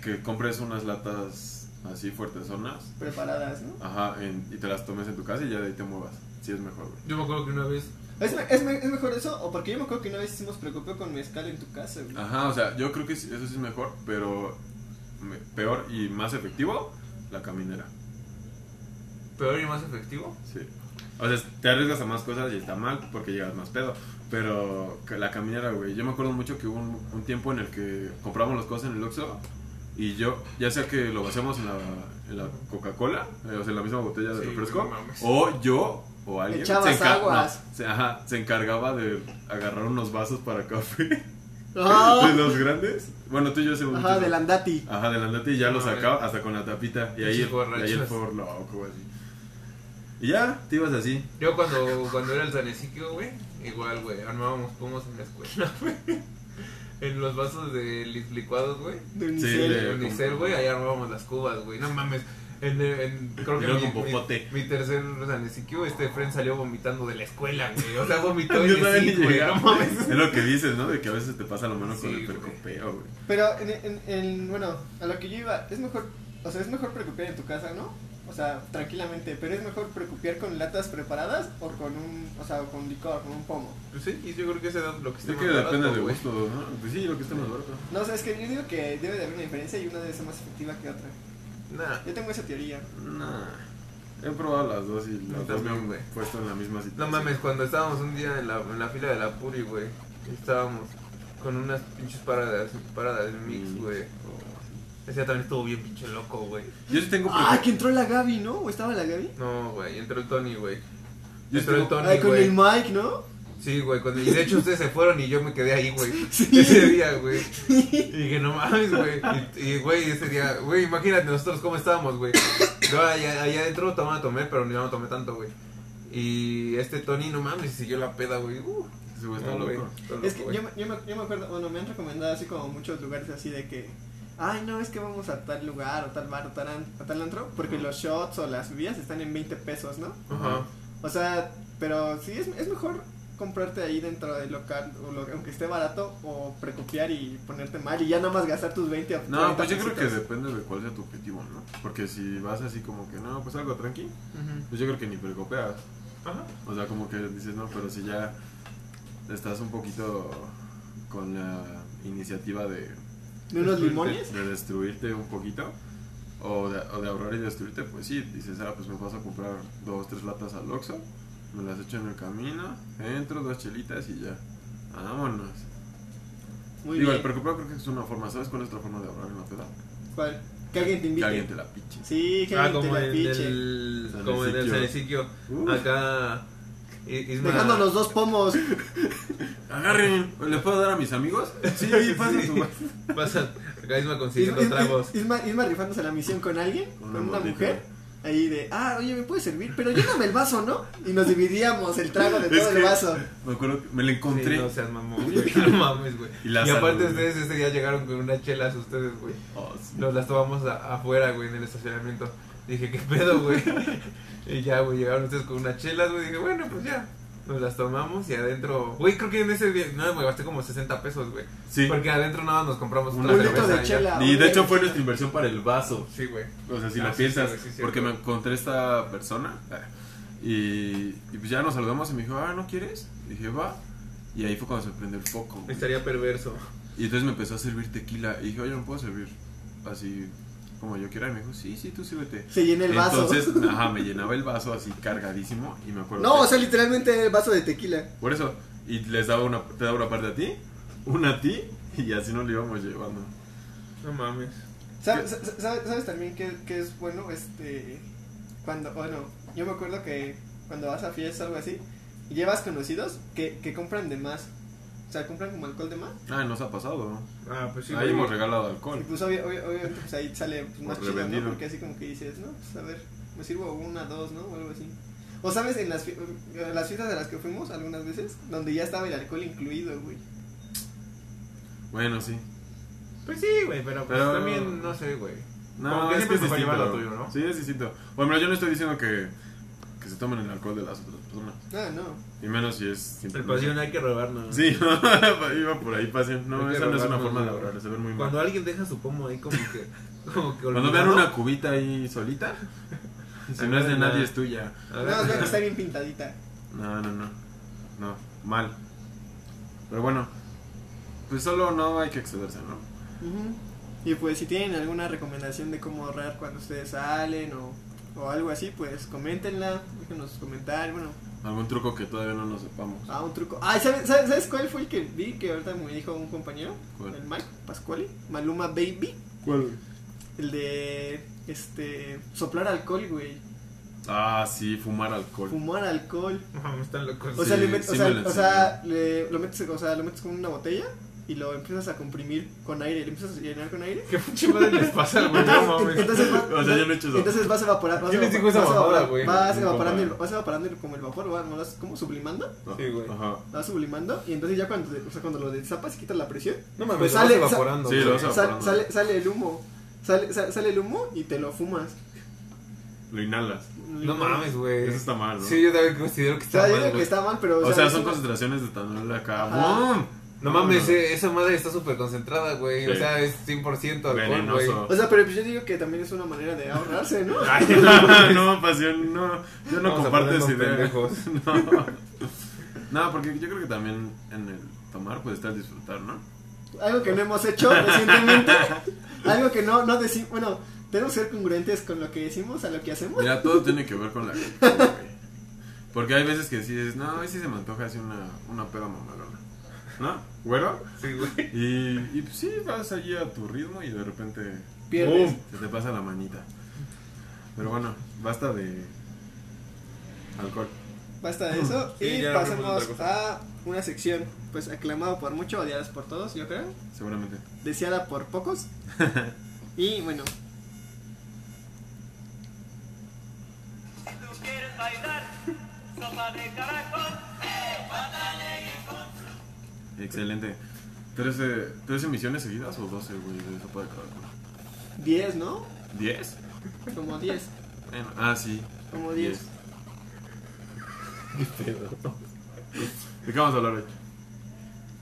[SPEAKER 2] que compres unas latas así fuertezonas.
[SPEAKER 1] Preparadas, ¿no?
[SPEAKER 2] Ajá, en- y te las tomes en tu casa y ya de ahí te muevas. Sí es mejor, güey.
[SPEAKER 3] Yo me acuerdo que una vez
[SPEAKER 1] ¿Es, me- es, me- es mejor eso? ¿O porque yo me acuerdo que una vez hicimos precopeo con mezcal en tu casa, güey?
[SPEAKER 2] Ajá, o sea, yo creo que sí- eso sí es mejor, pero me- peor y más efectivo, la caminera.
[SPEAKER 3] peor y más efectivo.
[SPEAKER 2] Sí. O sea, te arriesgas a más cosas y está mal porque llegas más pedo. Pero que la caminera, güey. Yo me acuerdo mucho que hubo un, un tiempo en el que comprábamos las cosas en el Oxxo y yo, ya sea que lo vaciamos en la, en la Coca-Cola, eh, o sea, en la misma botella de
[SPEAKER 3] Sí,
[SPEAKER 2] refresco, Oh.
[SPEAKER 3] güey, no mames.
[SPEAKER 2] o yo o alguien
[SPEAKER 1] Echabas
[SPEAKER 2] enca-
[SPEAKER 1] aguas.
[SPEAKER 2] no, se, ajá, se encargaba de agarrar unos vasos para café [laughs] de
[SPEAKER 1] ¡Ah!
[SPEAKER 2] los grandes. Bueno, tú y yo hacemos
[SPEAKER 1] Ajá,
[SPEAKER 2] mucho
[SPEAKER 1] del
[SPEAKER 2] eso.
[SPEAKER 1] andati.
[SPEAKER 2] Ajá, adelante y ya lo
[SPEAKER 3] No,
[SPEAKER 2] sacaba hasta con la tapita. Y ahí,
[SPEAKER 3] Ah, Pinches
[SPEAKER 2] el- y ahí el
[SPEAKER 3] borrachos.
[SPEAKER 2] por loco, así. Y ya, te ibas así.
[SPEAKER 3] Yo cuando, cuando era el taneciquio, güey, igual, güey, armábamos pomos en la escuela, [laughs] güey. En los vasos de lis- licuados, güey.
[SPEAKER 1] De
[SPEAKER 2] Sí,
[SPEAKER 1] unicel.
[SPEAKER 2] de-
[SPEAKER 3] En Unicel, güey, ahí armábamos las cubas, güey. No mames. En, en, creo
[SPEAKER 2] Y
[SPEAKER 3] que
[SPEAKER 2] luego
[SPEAKER 3] mi,
[SPEAKER 2] con popote.
[SPEAKER 3] mi, mi tercer taneciquio, este friend salió vomitando de la escuela, güey. O sea, vomitó
[SPEAKER 2] [laughs] Yo "Ah,
[SPEAKER 3] en el
[SPEAKER 2] todavía ni
[SPEAKER 3] zinc, güey. No
[SPEAKER 2] llegaba. [laughs]
[SPEAKER 3] mames.
[SPEAKER 2] Es lo que dices, ¿no? De que a veces te pasa la mano con
[SPEAKER 3] Sí,
[SPEAKER 2] el
[SPEAKER 3] güey.
[SPEAKER 2] percopeo, güey.
[SPEAKER 1] Pero, en, en, en- bueno, a lo que yo iba, es mejor, o sea, es mejor precopear en tu casa, ¿no? O sea, tranquilamente, pero es mejor precopear con latas preparadas o con un, o sea, con licor, con un pomo.
[SPEAKER 3] Pues sí, y yo creo que ese es lo que está
[SPEAKER 2] Es
[SPEAKER 3] más
[SPEAKER 2] que depende
[SPEAKER 3] barato,
[SPEAKER 2] de
[SPEAKER 3] güey.
[SPEAKER 2] gusto, ¿no? Pues sí, lo que está más barato.
[SPEAKER 1] No, o sea, es que yo digo que debe de haber una diferencia y una debe ser más efectiva que otra.
[SPEAKER 3] Nah.
[SPEAKER 1] Yo tengo esa teoría.
[SPEAKER 2] Nah. He probado las dos y las dos me
[SPEAKER 3] también,
[SPEAKER 2] han
[SPEAKER 3] güey.
[SPEAKER 2] puesto en la misma
[SPEAKER 3] No
[SPEAKER 2] situación.
[SPEAKER 3] mames, cuando estábamos un día en la, en la fila de la Puri, güey, estábamos con unas pinches paradas, paradas
[SPEAKER 2] Mm.
[SPEAKER 3] mix, güey. Ese día también estuvo bien pinche loco, güey.
[SPEAKER 2] Yo sí tengo
[SPEAKER 1] Ah,
[SPEAKER 2] preco-
[SPEAKER 1] que entró la Gaby, ¿no? ¿O estaba la Gaby?
[SPEAKER 3] No, güey, entró el Tony, güey.
[SPEAKER 2] Yo
[SPEAKER 3] entró el
[SPEAKER 2] tengo-
[SPEAKER 3] Tony,
[SPEAKER 1] Ay, con el
[SPEAKER 3] güey.
[SPEAKER 1] Mike, ¿no?
[SPEAKER 3] Sí, güey, con el- y de hecho ustedes se fueron y yo me quedé ahí, güey.
[SPEAKER 1] [laughs] Sí.
[SPEAKER 3] Ese día, güey. Y dije, no mames, güey. Y- Y, güey, ese día, güey, imagínate nosotros cómo estábamos, güey. Yo allá, allá adentro tomaba, tomé, pero no, no tomé tanto, güey. Y este Tony, no mames, siguió la peda, güey. Uh,
[SPEAKER 2] Ese güey está
[SPEAKER 3] no, güey,
[SPEAKER 2] loco.
[SPEAKER 3] está
[SPEAKER 1] Es
[SPEAKER 3] loco,
[SPEAKER 1] que
[SPEAKER 3] güey.
[SPEAKER 1] yo, me- yo, me, yo me acuerdo, bueno, me han recomendado así como muchos lugares así de que, ay, no, es que vamos a tal lugar o tal bar o tal, an- o tal antro, porque los shots o las bebidas están en 20 pesos, ¿no?
[SPEAKER 3] Ajá.
[SPEAKER 1] O sea, pero sí, es, es mejor comprarte ahí dentro del local, o lo- aunque esté barato, o precopiar y ponerte mal y ya nada más gastar tus 20 o
[SPEAKER 2] No,
[SPEAKER 1] 30
[SPEAKER 2] pues yo creo que
[SPEAKER 1] pesitos.
[SPEAKER 2] depende de cuál sea tu objetivo, ¿no? Porque si vas así como que, no, pues algo tranqui, pues yo creo que ni precopeas.
[SPEAKER 3] Ajá.
[SPEAKER 2] O sea, como que dices, no, pero si ya estás un poquito con la iniciativa de,
[SPEAKER 1] ¿De unos
[SPEAKER 2] destruirte-
[SPEAKER 1] limones?
[SPEAKER 2] De destruirte un poquito. O de, o de ahorrar y destruirte, pues sí, dices, ah, pues me vas a comprar dos, tres latas al Oxxo, me las echo en el camino, entro, dos chelitas y ya. Vámonos.
[SPEAKER 1] Muy
[SPEAKER 2] Digo, el
[SPEAKER 1] bien.
[SPEAKER 2] preocupado creo que es una forma, ¿sabes cuál es otra forma de ahorrar en la peda?
[SPEAKER 1] ¿Cuál? Que alguien te
[SPEAKER 2] Que
[SPEAKER 1] invite.
[SPEAKER 2] alguien te la piche.
[SPEAKER 1] Sí, que
[SPEAKER 3] Ah,
[SPEAKER 1] alguien te
[SPEAKER 3] como
[SPEAKER 1] la
[SPEAKER 3] en
[SPEAKER 1] piche.
[SPEAKER 3] el. Como en el Saneciquio.
[SPEAKER 2] Uf.
[SPEAKER 3] Acá. I- Isma-
[SPEAKER 1] Dejando los dos pomos.
[SPEAKER 2] Agarren, ¿les puedo dar a mis amigos? Sí, pasa
[SPEAKER 3] Sí.
[SPEAKER 2] tu
[SPEAKER 3] Pasa. Acá Isma
[SPEAKER 1] Isma,
[SPEAKER 3] consiguiendo
[SPEAKER 1] Isma-
[SPEAKER 3] tragos.
[SPEAKER 1] Isma- Isma rifándose la misión con alguien, con
[SPEAKER 2] Una
[SPEAKER 1] una
[SPEAKER 2] mordita.
[SPEAKER 1] mujer. Ahí de, ah, oye, me puede servir, pero lléname el vaso, ¿no? Y nos dividíamos el trago de
[SPEAKER 2] [laughs] Es
[SPEAKER 1] todo
[SPEAKER 2] que-
[SPEAKER 1] el vaso.
[SPEAKER 2] Me acuerdo que me la encontré.
[SPEAKER 3] Sí, no seas mamón, güey. [laughs] No mames, güey.
[SPEAKER 2] Y
[SPEAKER 3] Y,
[SPEAKER 2] la
[SPEAKER 3] aparte
[SPEAKER 2] salud.
[SPEAKER 3] ustedes ese día llegaron con unas chelas ustedes, güey.
[SPEAKER 2] Oh, sí.
[SPEAKER 3] Nos las tomamos a- afuera, güey, en el estacionamiento. Dije, ¿qué pedo, güey? [laughs] y ya, güey, llegaron ustedes con unas chelas, güey. Dije, bueno, pues ya. Nos las tomamos y adentro. Güey, creo que en ese día. No, me gasté como 60 pesos, güey.
[SPEAKER 2] Sí.
[SPEAKER 3] Porque adentro nada más nos compramos
[SPEAKER 2] Un
[SPEAKER 3] otra
[SPEAKER 2] litro
[SPEAKER 3] cerveza
[SPEAKER 1] de
[SPEAKER 3] y ya.
[SPEAKER 1] chela.
[SPEAKER 2] Y de hecho fue nuestra inversión para el vaso.
[SPEAKER 3] Sí, güey.
[SPEAKER 2] O sea, si
[SPEAKER 3] Ah,
[SPEAKER 2] lo
[SPEAKER 3] sí,
[SPEAKER 2] piensas,
[SPEAKER 3] sí, sí, sí,
[SPEAKER 2] porque me
[SPEAKER 3] cierto.
[SPEAKER 2] encontré esta persona y, y pues ya nos saludamos y me dijo, ah, ¿no quieres? Y dije, va. Y ahí fue cuando se prendió el foco. güey.
[SPEAKER 3] Estaría perverso.
[SPEAKER 2] Y entonces me empezó a servir tequila. Y dije, oye, ¿me puedo servir así como yo quiera? Y me dijo, sí, sí, tú sírvete.
[SPEAKER 1] Se llena el vaso.
[SPEAKER 2] Entonces, ajá, me llenaba el vaso así cargadísimo y me acuerdo.
[SPEAKER 1] no,
[SPEAKER 2] que-
[SPEAKER 1] o sea, literalmente el vaso de tequila.
[SPEAKER 2] Por eso, y les daba una, te daba una parte a ti, una a ti, y así nos lo íbamos llevando.
[SPEAKER 3] No mames.
[SPEAKER 1] ¿Sabes, sabes, sabes también que, que es bueno? Este. Cuando. Bueno, yo me acuerdo que cuando vas a fiestas o algo así, y llevas conocidos que, que compran de más. O sea, compran como alcohol de más.
[SPEAKER 2] Ah, nos ha pasado, ¿no?
[SPEAKER 3] Ah, pues sí.
[SPEAKER 2] Ahí
[SPEAKER 3] güey.
[SPEAKER 2] hemos regalado
[SPEAKER 1] Y
[SPEAKER 2] alcohol.
[SPEAKER 1] pues obvio- obvio- obviamente pues, ahí sale pues, más
[SPEAKER 2] Por
[SPEAKER 1] chido,
[SPEAKER 2] revendido.
[SPEAKER 1] ¿no? Porque así como que dices, no, pues a ver, me sirvo una, dos, ¿no? O algo así. O sabes, en las, fie- eh, las fiestas a las que fuimos algunas veces, donde ya estaba el alcohol incluido, güey.
[SPEAKER 2] Bueno, sí.
[SPEAKER 3] Pues sí, güey, pero, pues
[SPEAKER 2] Pero-
[SPEAKER 3] también no sé, güey. Como
[SPEAKER 2] No,
[SPEAKER 3] que
[SPEAKER 2] es que
[SPEAKER 3] siempre
[SPEAKER 2] es
[SPEAKER 3] se va a
[SPEAKER 2] distinto.
[SPEAKER 3] llevar lo tuyo, ¿no?
[SPEAKER 2] Sí, es distinto. Bueno, yo no estoy diciendo que, que se tomen el alcohol de las otras personas.
[SPEAKER 1] Ah, no.
[SPEAKER 2] Y menos si es.
[SPEAKER 3] El
[SPEAKER 2] [laughs]
[SPEAKER 3] pasión hay que robarnos.
[SPEAKER 2] Sí, iba por ahí pasión.
[SPEAKER 3] Hay
[SPEAKER 2] No,
[SPEAKER 3] que
[SPEAKER 2] esa no es una
[SPEAKER 3] robarnos
[SPEAKER 2] forma de
[SPEAKER 3] la-
[SPEAKER 2] ahorrar, se ven muy mal.
[SPEAKER 3] Cuando alguien deja su pomo ahí como que... Como que
[SPEAKER 2] Cuando vean
[SPEAKER 3] olvidado.
[SPEAKER 2] una cubita ahí solita, si no es de nadie es tuya.
[SPEAKER 3] A ver,
[SPEAKER 1] No, es que está bien pintadita.
[SPEAKER 2] No, no, no. No, mal. Pero bueno, pues solo no hay que excederse, ¿no?
[SPEAKER 1] Ujú. Y pues si tienen alguna recomendación de cómo ahorrar cuando ustedes salen o, o algo así, pues coméntenla, déjenos sus comentarios, bueno,
[SPEAKER 2] Algún truco que todavía no nos sepamos.
[SPEAKER 1] ah, un truco. Ah, ¿sabes, sabes, sabes cuál fue el que vi que ahorita me dijo un compañero?
[SPEAKER 2] ¿Cuál?
[SPEAKER 1] El Mike Pascuali, Maluma Baby,
[SPEAKER 2] ¿Cuál?
[SPEAKER 1] el de este soplar alcohol, güey,
[SPEAKER 2] Ah, sí, fumar alcohol.
[SPEAKER 1] fumar alcohol.
[SPEAKER 3] No, mames, están locos.
[SPEAKER 1] O sea,
[SPEAKER 2] Sí,
[SPEAKER 1] le met- o
[SPEAKER 2] sí
[SPEAKER 1] sea,
[SPEAKER 2] me lo
[SPEAKER 1] o sea, le- lo metes, o sea, lo metes con una botella y lo empiezas a comprimir con aire, le empiezas a llenar con aire.
[SPEAKER 3] [laughs] ¿Qué pinche madre les pasa, güey? No
[SPEAKER 1] [laughs]
[SPEAKER 3] mames.
[SPEAKER 1] Entonces, va-
[SPEAKER 2] [laughs] O sea, yo no he hecho eso.
[SPEAKER 1] entonces vas evaporando. Vas
[SPEAKER 3] ¿Quién les dijo esa
[SPEAKER 1] vas evapor-
[SPEAKER 3] mamada, güey?
[SPEAKER 1] Vas
[SPEAKER 2] Un
[SPEAKER 1] evaporando, el,
[SPEAKER 2] compa.
[SPEAKER 1] vas evaporando el- como el vapor, vas, vas como sublimando.
[SPEAKER 3] Sí, güey.
[SPEAKER 2] Ajá.
[SPEAKER 1] Vas sublimando y entonces ya cuando, te- o sea, cuando lo destapas y quitas la presión,
[SPEAKER 3] No mames,
[SPEAKER 1] Pues
[SPEAKER 3] lo vas
[SPEAKER 1] sale-
[SPEAKER 3] evaporando.
[SPEAKER 2] Sí,
[SPEAKER 3] güey.
[SPEAKER 2] lo vas a-
[SPEAKER 1] sal-
[SPEAKER 2] evaporando.
[SPEAKER 1] sale, sale el humo. Sale, sal- sale el humo y te lo fumas.
[SPEAKER 2] Lo inhalas.
[SPEAKER 3] No mames, güey.
[SPEAKER 2] Eso está mal, ¿no?
[SPEAKER 3] Sí, yo también considero que
[SPEAKER 1] O
[SPEAKER 3] está
[SPEAKER 1] sea, yo
[SPEAKER 3] mal,
[SPEAKER 1] digo que
[SPEAKER 3] güey.
[SPEAKER 1] está mal, pero.
[SPEAKER 3] Pues
[SPEAKER 2] O sea,
[SPEAKER 1] es
[SPEAKER 2] son
[SPEAKER 1] una-
[SPEAKER 2] concentraciones de etanol acá.
[SPEAKER 1] Ajá.
[SPEAKER 2] ¡Bum!
[SPEAKER 3] No mames,
[SPEAKER 2] no.
[SPEAKER 3] eh, esa madre está súper concentrada, güey. O
[SPEAKER 2] Sí.
[SPEAKER 3] sea, es 100% alcohol, güey.
[SPEAKER 2] Venenoso.
[SPEAKER 1] O sea, pero pues yo digo que también es una manera de ahorrarse,
[SPEAKER 3] [laughs]
[SPEAKER 1] ¿no?
[SPEAKER 2] Ay, no, [laughs] no, pasión, no. Yo no
[SPEAKER 3] Vamos a
[SPEAKER 2] comparto
[SPEAKER 3] ponernos
[SPEAKER 2] esa idea.
[SPEAKER 3] pendejos.
[SPEAKER 2] [laughs] No. no, porque yo creo que también en el tomar puede estar el disfrutar, ¿no?
[SPEAKER 1] Algo que no hemos hecho recientemente. algo que no, no decimos. Bueno, tenemos que ser congruentes con lo que decimos a lo que
[SPEAKER 3] Pues
[SPEAKER 1] hacemos.
[SPEAKER 2] Mira, todo tiene que ver con la actitud, güey. Porque hay veces que sí dices, no, hoy sí se me antoja así una, una peda mamalona. ¿No? ¿Güero?
[SPEAKER 3] Sí, güey.
[SPEAKER 2] Y, y pues sí, vas allí a tu ritmo y de repente
[SPEAKER 1] Pierdes.
[SPEAKER 2] ¡pum! se te pasa la manita. Pero bueno, basta de alcohol.
[SPEAKER 1] Basta de eso.
[SPEAKER 3] Sí,
[SPEAKER 1] y
[SPEAKER 3] ya hablamos de
[SPEAKER 1] pasemos
[SPEAKER 3] otra
[SPEAKER 1] a una sección, pues aclamado por muchos, odiadas por todos, yo creo.
[SPEAKER 2] Seguramente.
[SPEAKER 1] Deseada por
[SPEAKER 3] [laughs]
[SPEAKER 1] pocos. y bueno,
[SPEAKER 4] tú quieres bailar, sopa de caracol,
[SPEAKER 2] Excelente. 13, 13 misiones seguidas o 12, güey, de sopa de caracol.
[SPEAKER 1] 10, ¿no?
[SPEAKER 2] ¿10?
[SPEAKER 1] Como 10.
[SPEAKER 2] Bueno, ah, sí.
[SPEAKER 1] Como 10.
[SPEAKER 2] ¿De qué vamos a hablar hoy?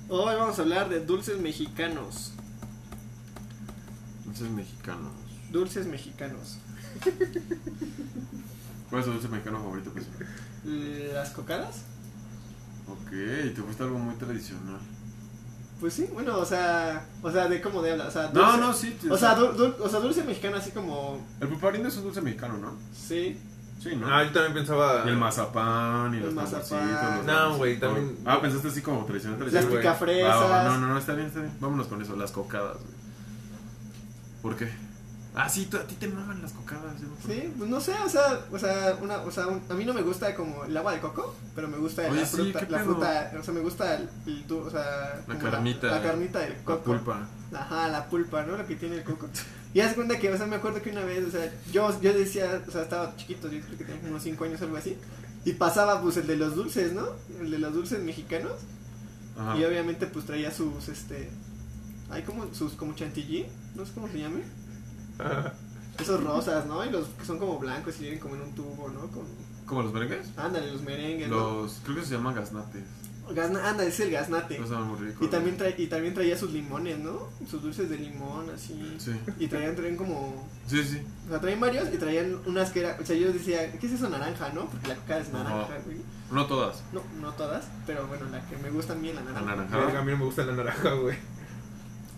[SPEAKER 1] Hoy vamos a hablar de dulces mexicanos.
[SPEAKER 2] Dulces mexicanos.
[SPEAKER 1] Dulces mexicanos.
[SPEAKER 2] ¿Cuál es tu dulce mexicano favorito, pues?
[SPEAKER 1] ¿Las cocadas?
[SPEAKER 2] Ok, te gusta algo muy tradicional.
[SPEAKER 1] Pues sí, bueno, o sea, o sea, de cómo de habla, o sea,
[SPEAKER 2] No,
[SPEAKER 1] dulce-
[SPEAKER 2] no, sí. te-
[SPEAKER 1] O sea, dul- dul- o sea, dulce mexicano así como,
[SPEAKER 2] el pulparindo es un dulce mexicano, ¿no?
[SPEAKER 1] sí,
[SPEAKER 2] Sí, ¿no?
[SPEAKER 3] Ah, yo también pensaba.
[SPEAKER 2] y el mazapán y
[SPEAKER 1] El
[SPEAKER 2] los
[SPEAKER 1] mazapán.
[SPEAKER 2] tamborcitos, los
[SPEAKER 3] No,
[SPEAKER 2] tamborcitos.
[SPEAKER 3] güey, también-
[SPEAKER 2] Ah, pensaste así como tradicional,
[SPEAKER 1] las
[SPEAKER 2] tradicional.
[SPEAKER 3] güey.
[SPEAKER 1] picafresas.
[SPEAKER 2] Va, va, no, no, no, está bien, está bien. Vámonos con eso, las cocadas, güey. ¿Por qué? Ah, sí, tú- a ti te maman las cocadas. yo me acuerdo.
[SPEAKER 1] Sí, pues no sé, o sea, o sea, una, o sea, un- a mí no me gusta como el agua de coco, pero me gusta
[SPEAKER 2] Oye,
[SPEAKER 1] la
[SPEAKER 2] sí,
[SPEAKER 1] fruta,
[SPEAKER 2] ¿qué
[SPEAKER 1] la
[SPEAKER 2] pedo?
[SPEAKER 1] fruta, o sea, me gusta el, el du- o sea,
[SPEAKER 2] La
[SPEAKER 1] como
[SPEAKER 2] carnita.
[SPEAKER 1] la, carnita del
[SPEAKER 2] La
[SPEAKER 1] coco.
[SPEAKER 2] pulpa.
[SPEAKER 1] Ajá, la pulpa, ¿no? Lo que tiene el coco. Y haz cuenta que, o sea, me acuerdo que una vez, o sea, yo, yo decía, o sea, estaba chiquito, yo creo que tenía como unos 5 años o algo así, y pasaba pues el de los dulces, ¿no? El de los dulces mexicanos,
[SPEAKER 2] Ajá.
[SPEAKER 1] y obviamente pues traía
[SPEAKER 2] [laughs]
[SPEAKER 1] sus, este, hay como sus, como chantilly, no sé cómo se llame. esos rosas, ¿no? Y los que son como blancos y vienen como en un tubo, ¿no? Con,
[SPEAKER 2] ¿Como los merengues?
[SPEAKER 1] ándale, los merengues, ¿no?
[SPEAKER 2] Los, creo que se llaman gaznates.
[SPEAKER 1] Gasna- ándale, ese es el gaznate.
[SPEAKER 2] No saben muy rico.
[SPEAKER 1] Y también, trae- y también traía sus limones, ¿no? Sus dulces de limón, así.
[SPEAKER 2] Sí,
[SPEAKER 1] Y traían, traían como...
[SPEAKER 2] sí, sí.
[SPEAKER 1] O sea, traían varios y traían unas que era... O sea, yo decía, ¿qué es eso naranja, no? Porque la coca es naranja,
[SPEAKER 2] Ajá.
[SPEAKER 1] güey.
[SPEAKER 2] No todas.
[SPEAKER 1] No, no todas, pero bueno, la que me gusta a mí es la naranja.
[SPEAKER 2] Anaranjada.
[SPEAKER 3] Verga, a mí no me gusta la naranja, güey.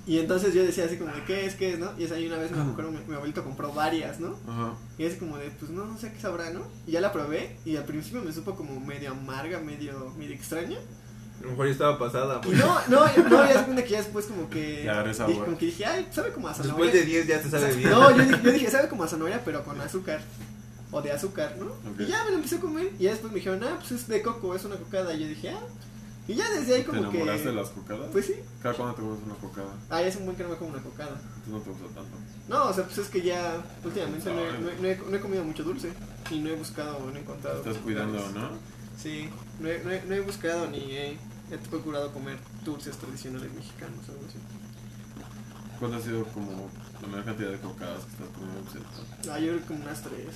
[SPEAKER 1] Y entonces yo decía así como de, ¿qué es? ¿Qué es? ¿No? Y esa ahí una vez me acuerdo, mi, mi abuelito compró varias, ¿no?
[SPEAKER 2] Ajá.
[SPEAKER 1] Y es como de, pues no, no sé qué sabrá, ¿no? Y ya la probé y al principio me supo como medio amarga, medio, medio extraña.
[SPEAKER 3] A lo mejor yo estaba pasada,
[SPEAKER 1] Y
[SPEAKER 3] güey.
[SPEAKER 1] no, no, no, ya segunda que ya después como que...
[SPEAKER 2] Le agarré sabor.
[SPEAKER 1] dije- como que dije, ay, sabe como a
[SPEAKER 3] Después
[SPEAKER 1] zanahoria.
[SPEAKER 3] de 10 ya se
[SPEAKER 1] [laughs]
[SPEAKER 3] sabe bien.
[SPEAKER 1] No, yo dije, yo dije, sabe como a zanahoria, pero con azúcar. O de azúcar, ¿no?
[SPEAKER 2] Ok.
[SPEAKER 1] Y ya me lo empecé a comer. Y ya después me dijeron, ah, pues es de coco, es una cocada. Y yo dije, ah. Y ya desde ahí
[SPEAKER 2] ¿Te
[SPEAKER 1] como que.
[SPEAKER 2] enamoraste de las cocadas?
[SPEAKER 1] Pues sí.
[SPEAKER 2] Cada cuando te comes una cocada.
[SPEAKER 1] Ah, ya es un buen que no me como una cocada.
[SPEAKER 2] Entonces no te gusta tanto.
[SPEAKER 1] No, o sea, pues es que ya últimamente no he, no he- no he- no he comido mucho dulce. Y no he buscado, no he encontrado.
[SPEAKER 2] Estás
[SPEAKER 1] muchos
[SPEAKER 2] cuidando,
[SPEAKER 1] lugares.
[SPEAKER 2] ¿no?
[SPEAKER 1] Sí, no he, no he- no he buscado ni he, he procurado comer dulces tradicionales mexicanos o algo así.
[SPEAKER 2] ¿Cuánto ha sido como la mayor cantidad de cocadas que estás comiendo? etcétera?
[SPEAKER 1] Ah, yo creo que como unas tres.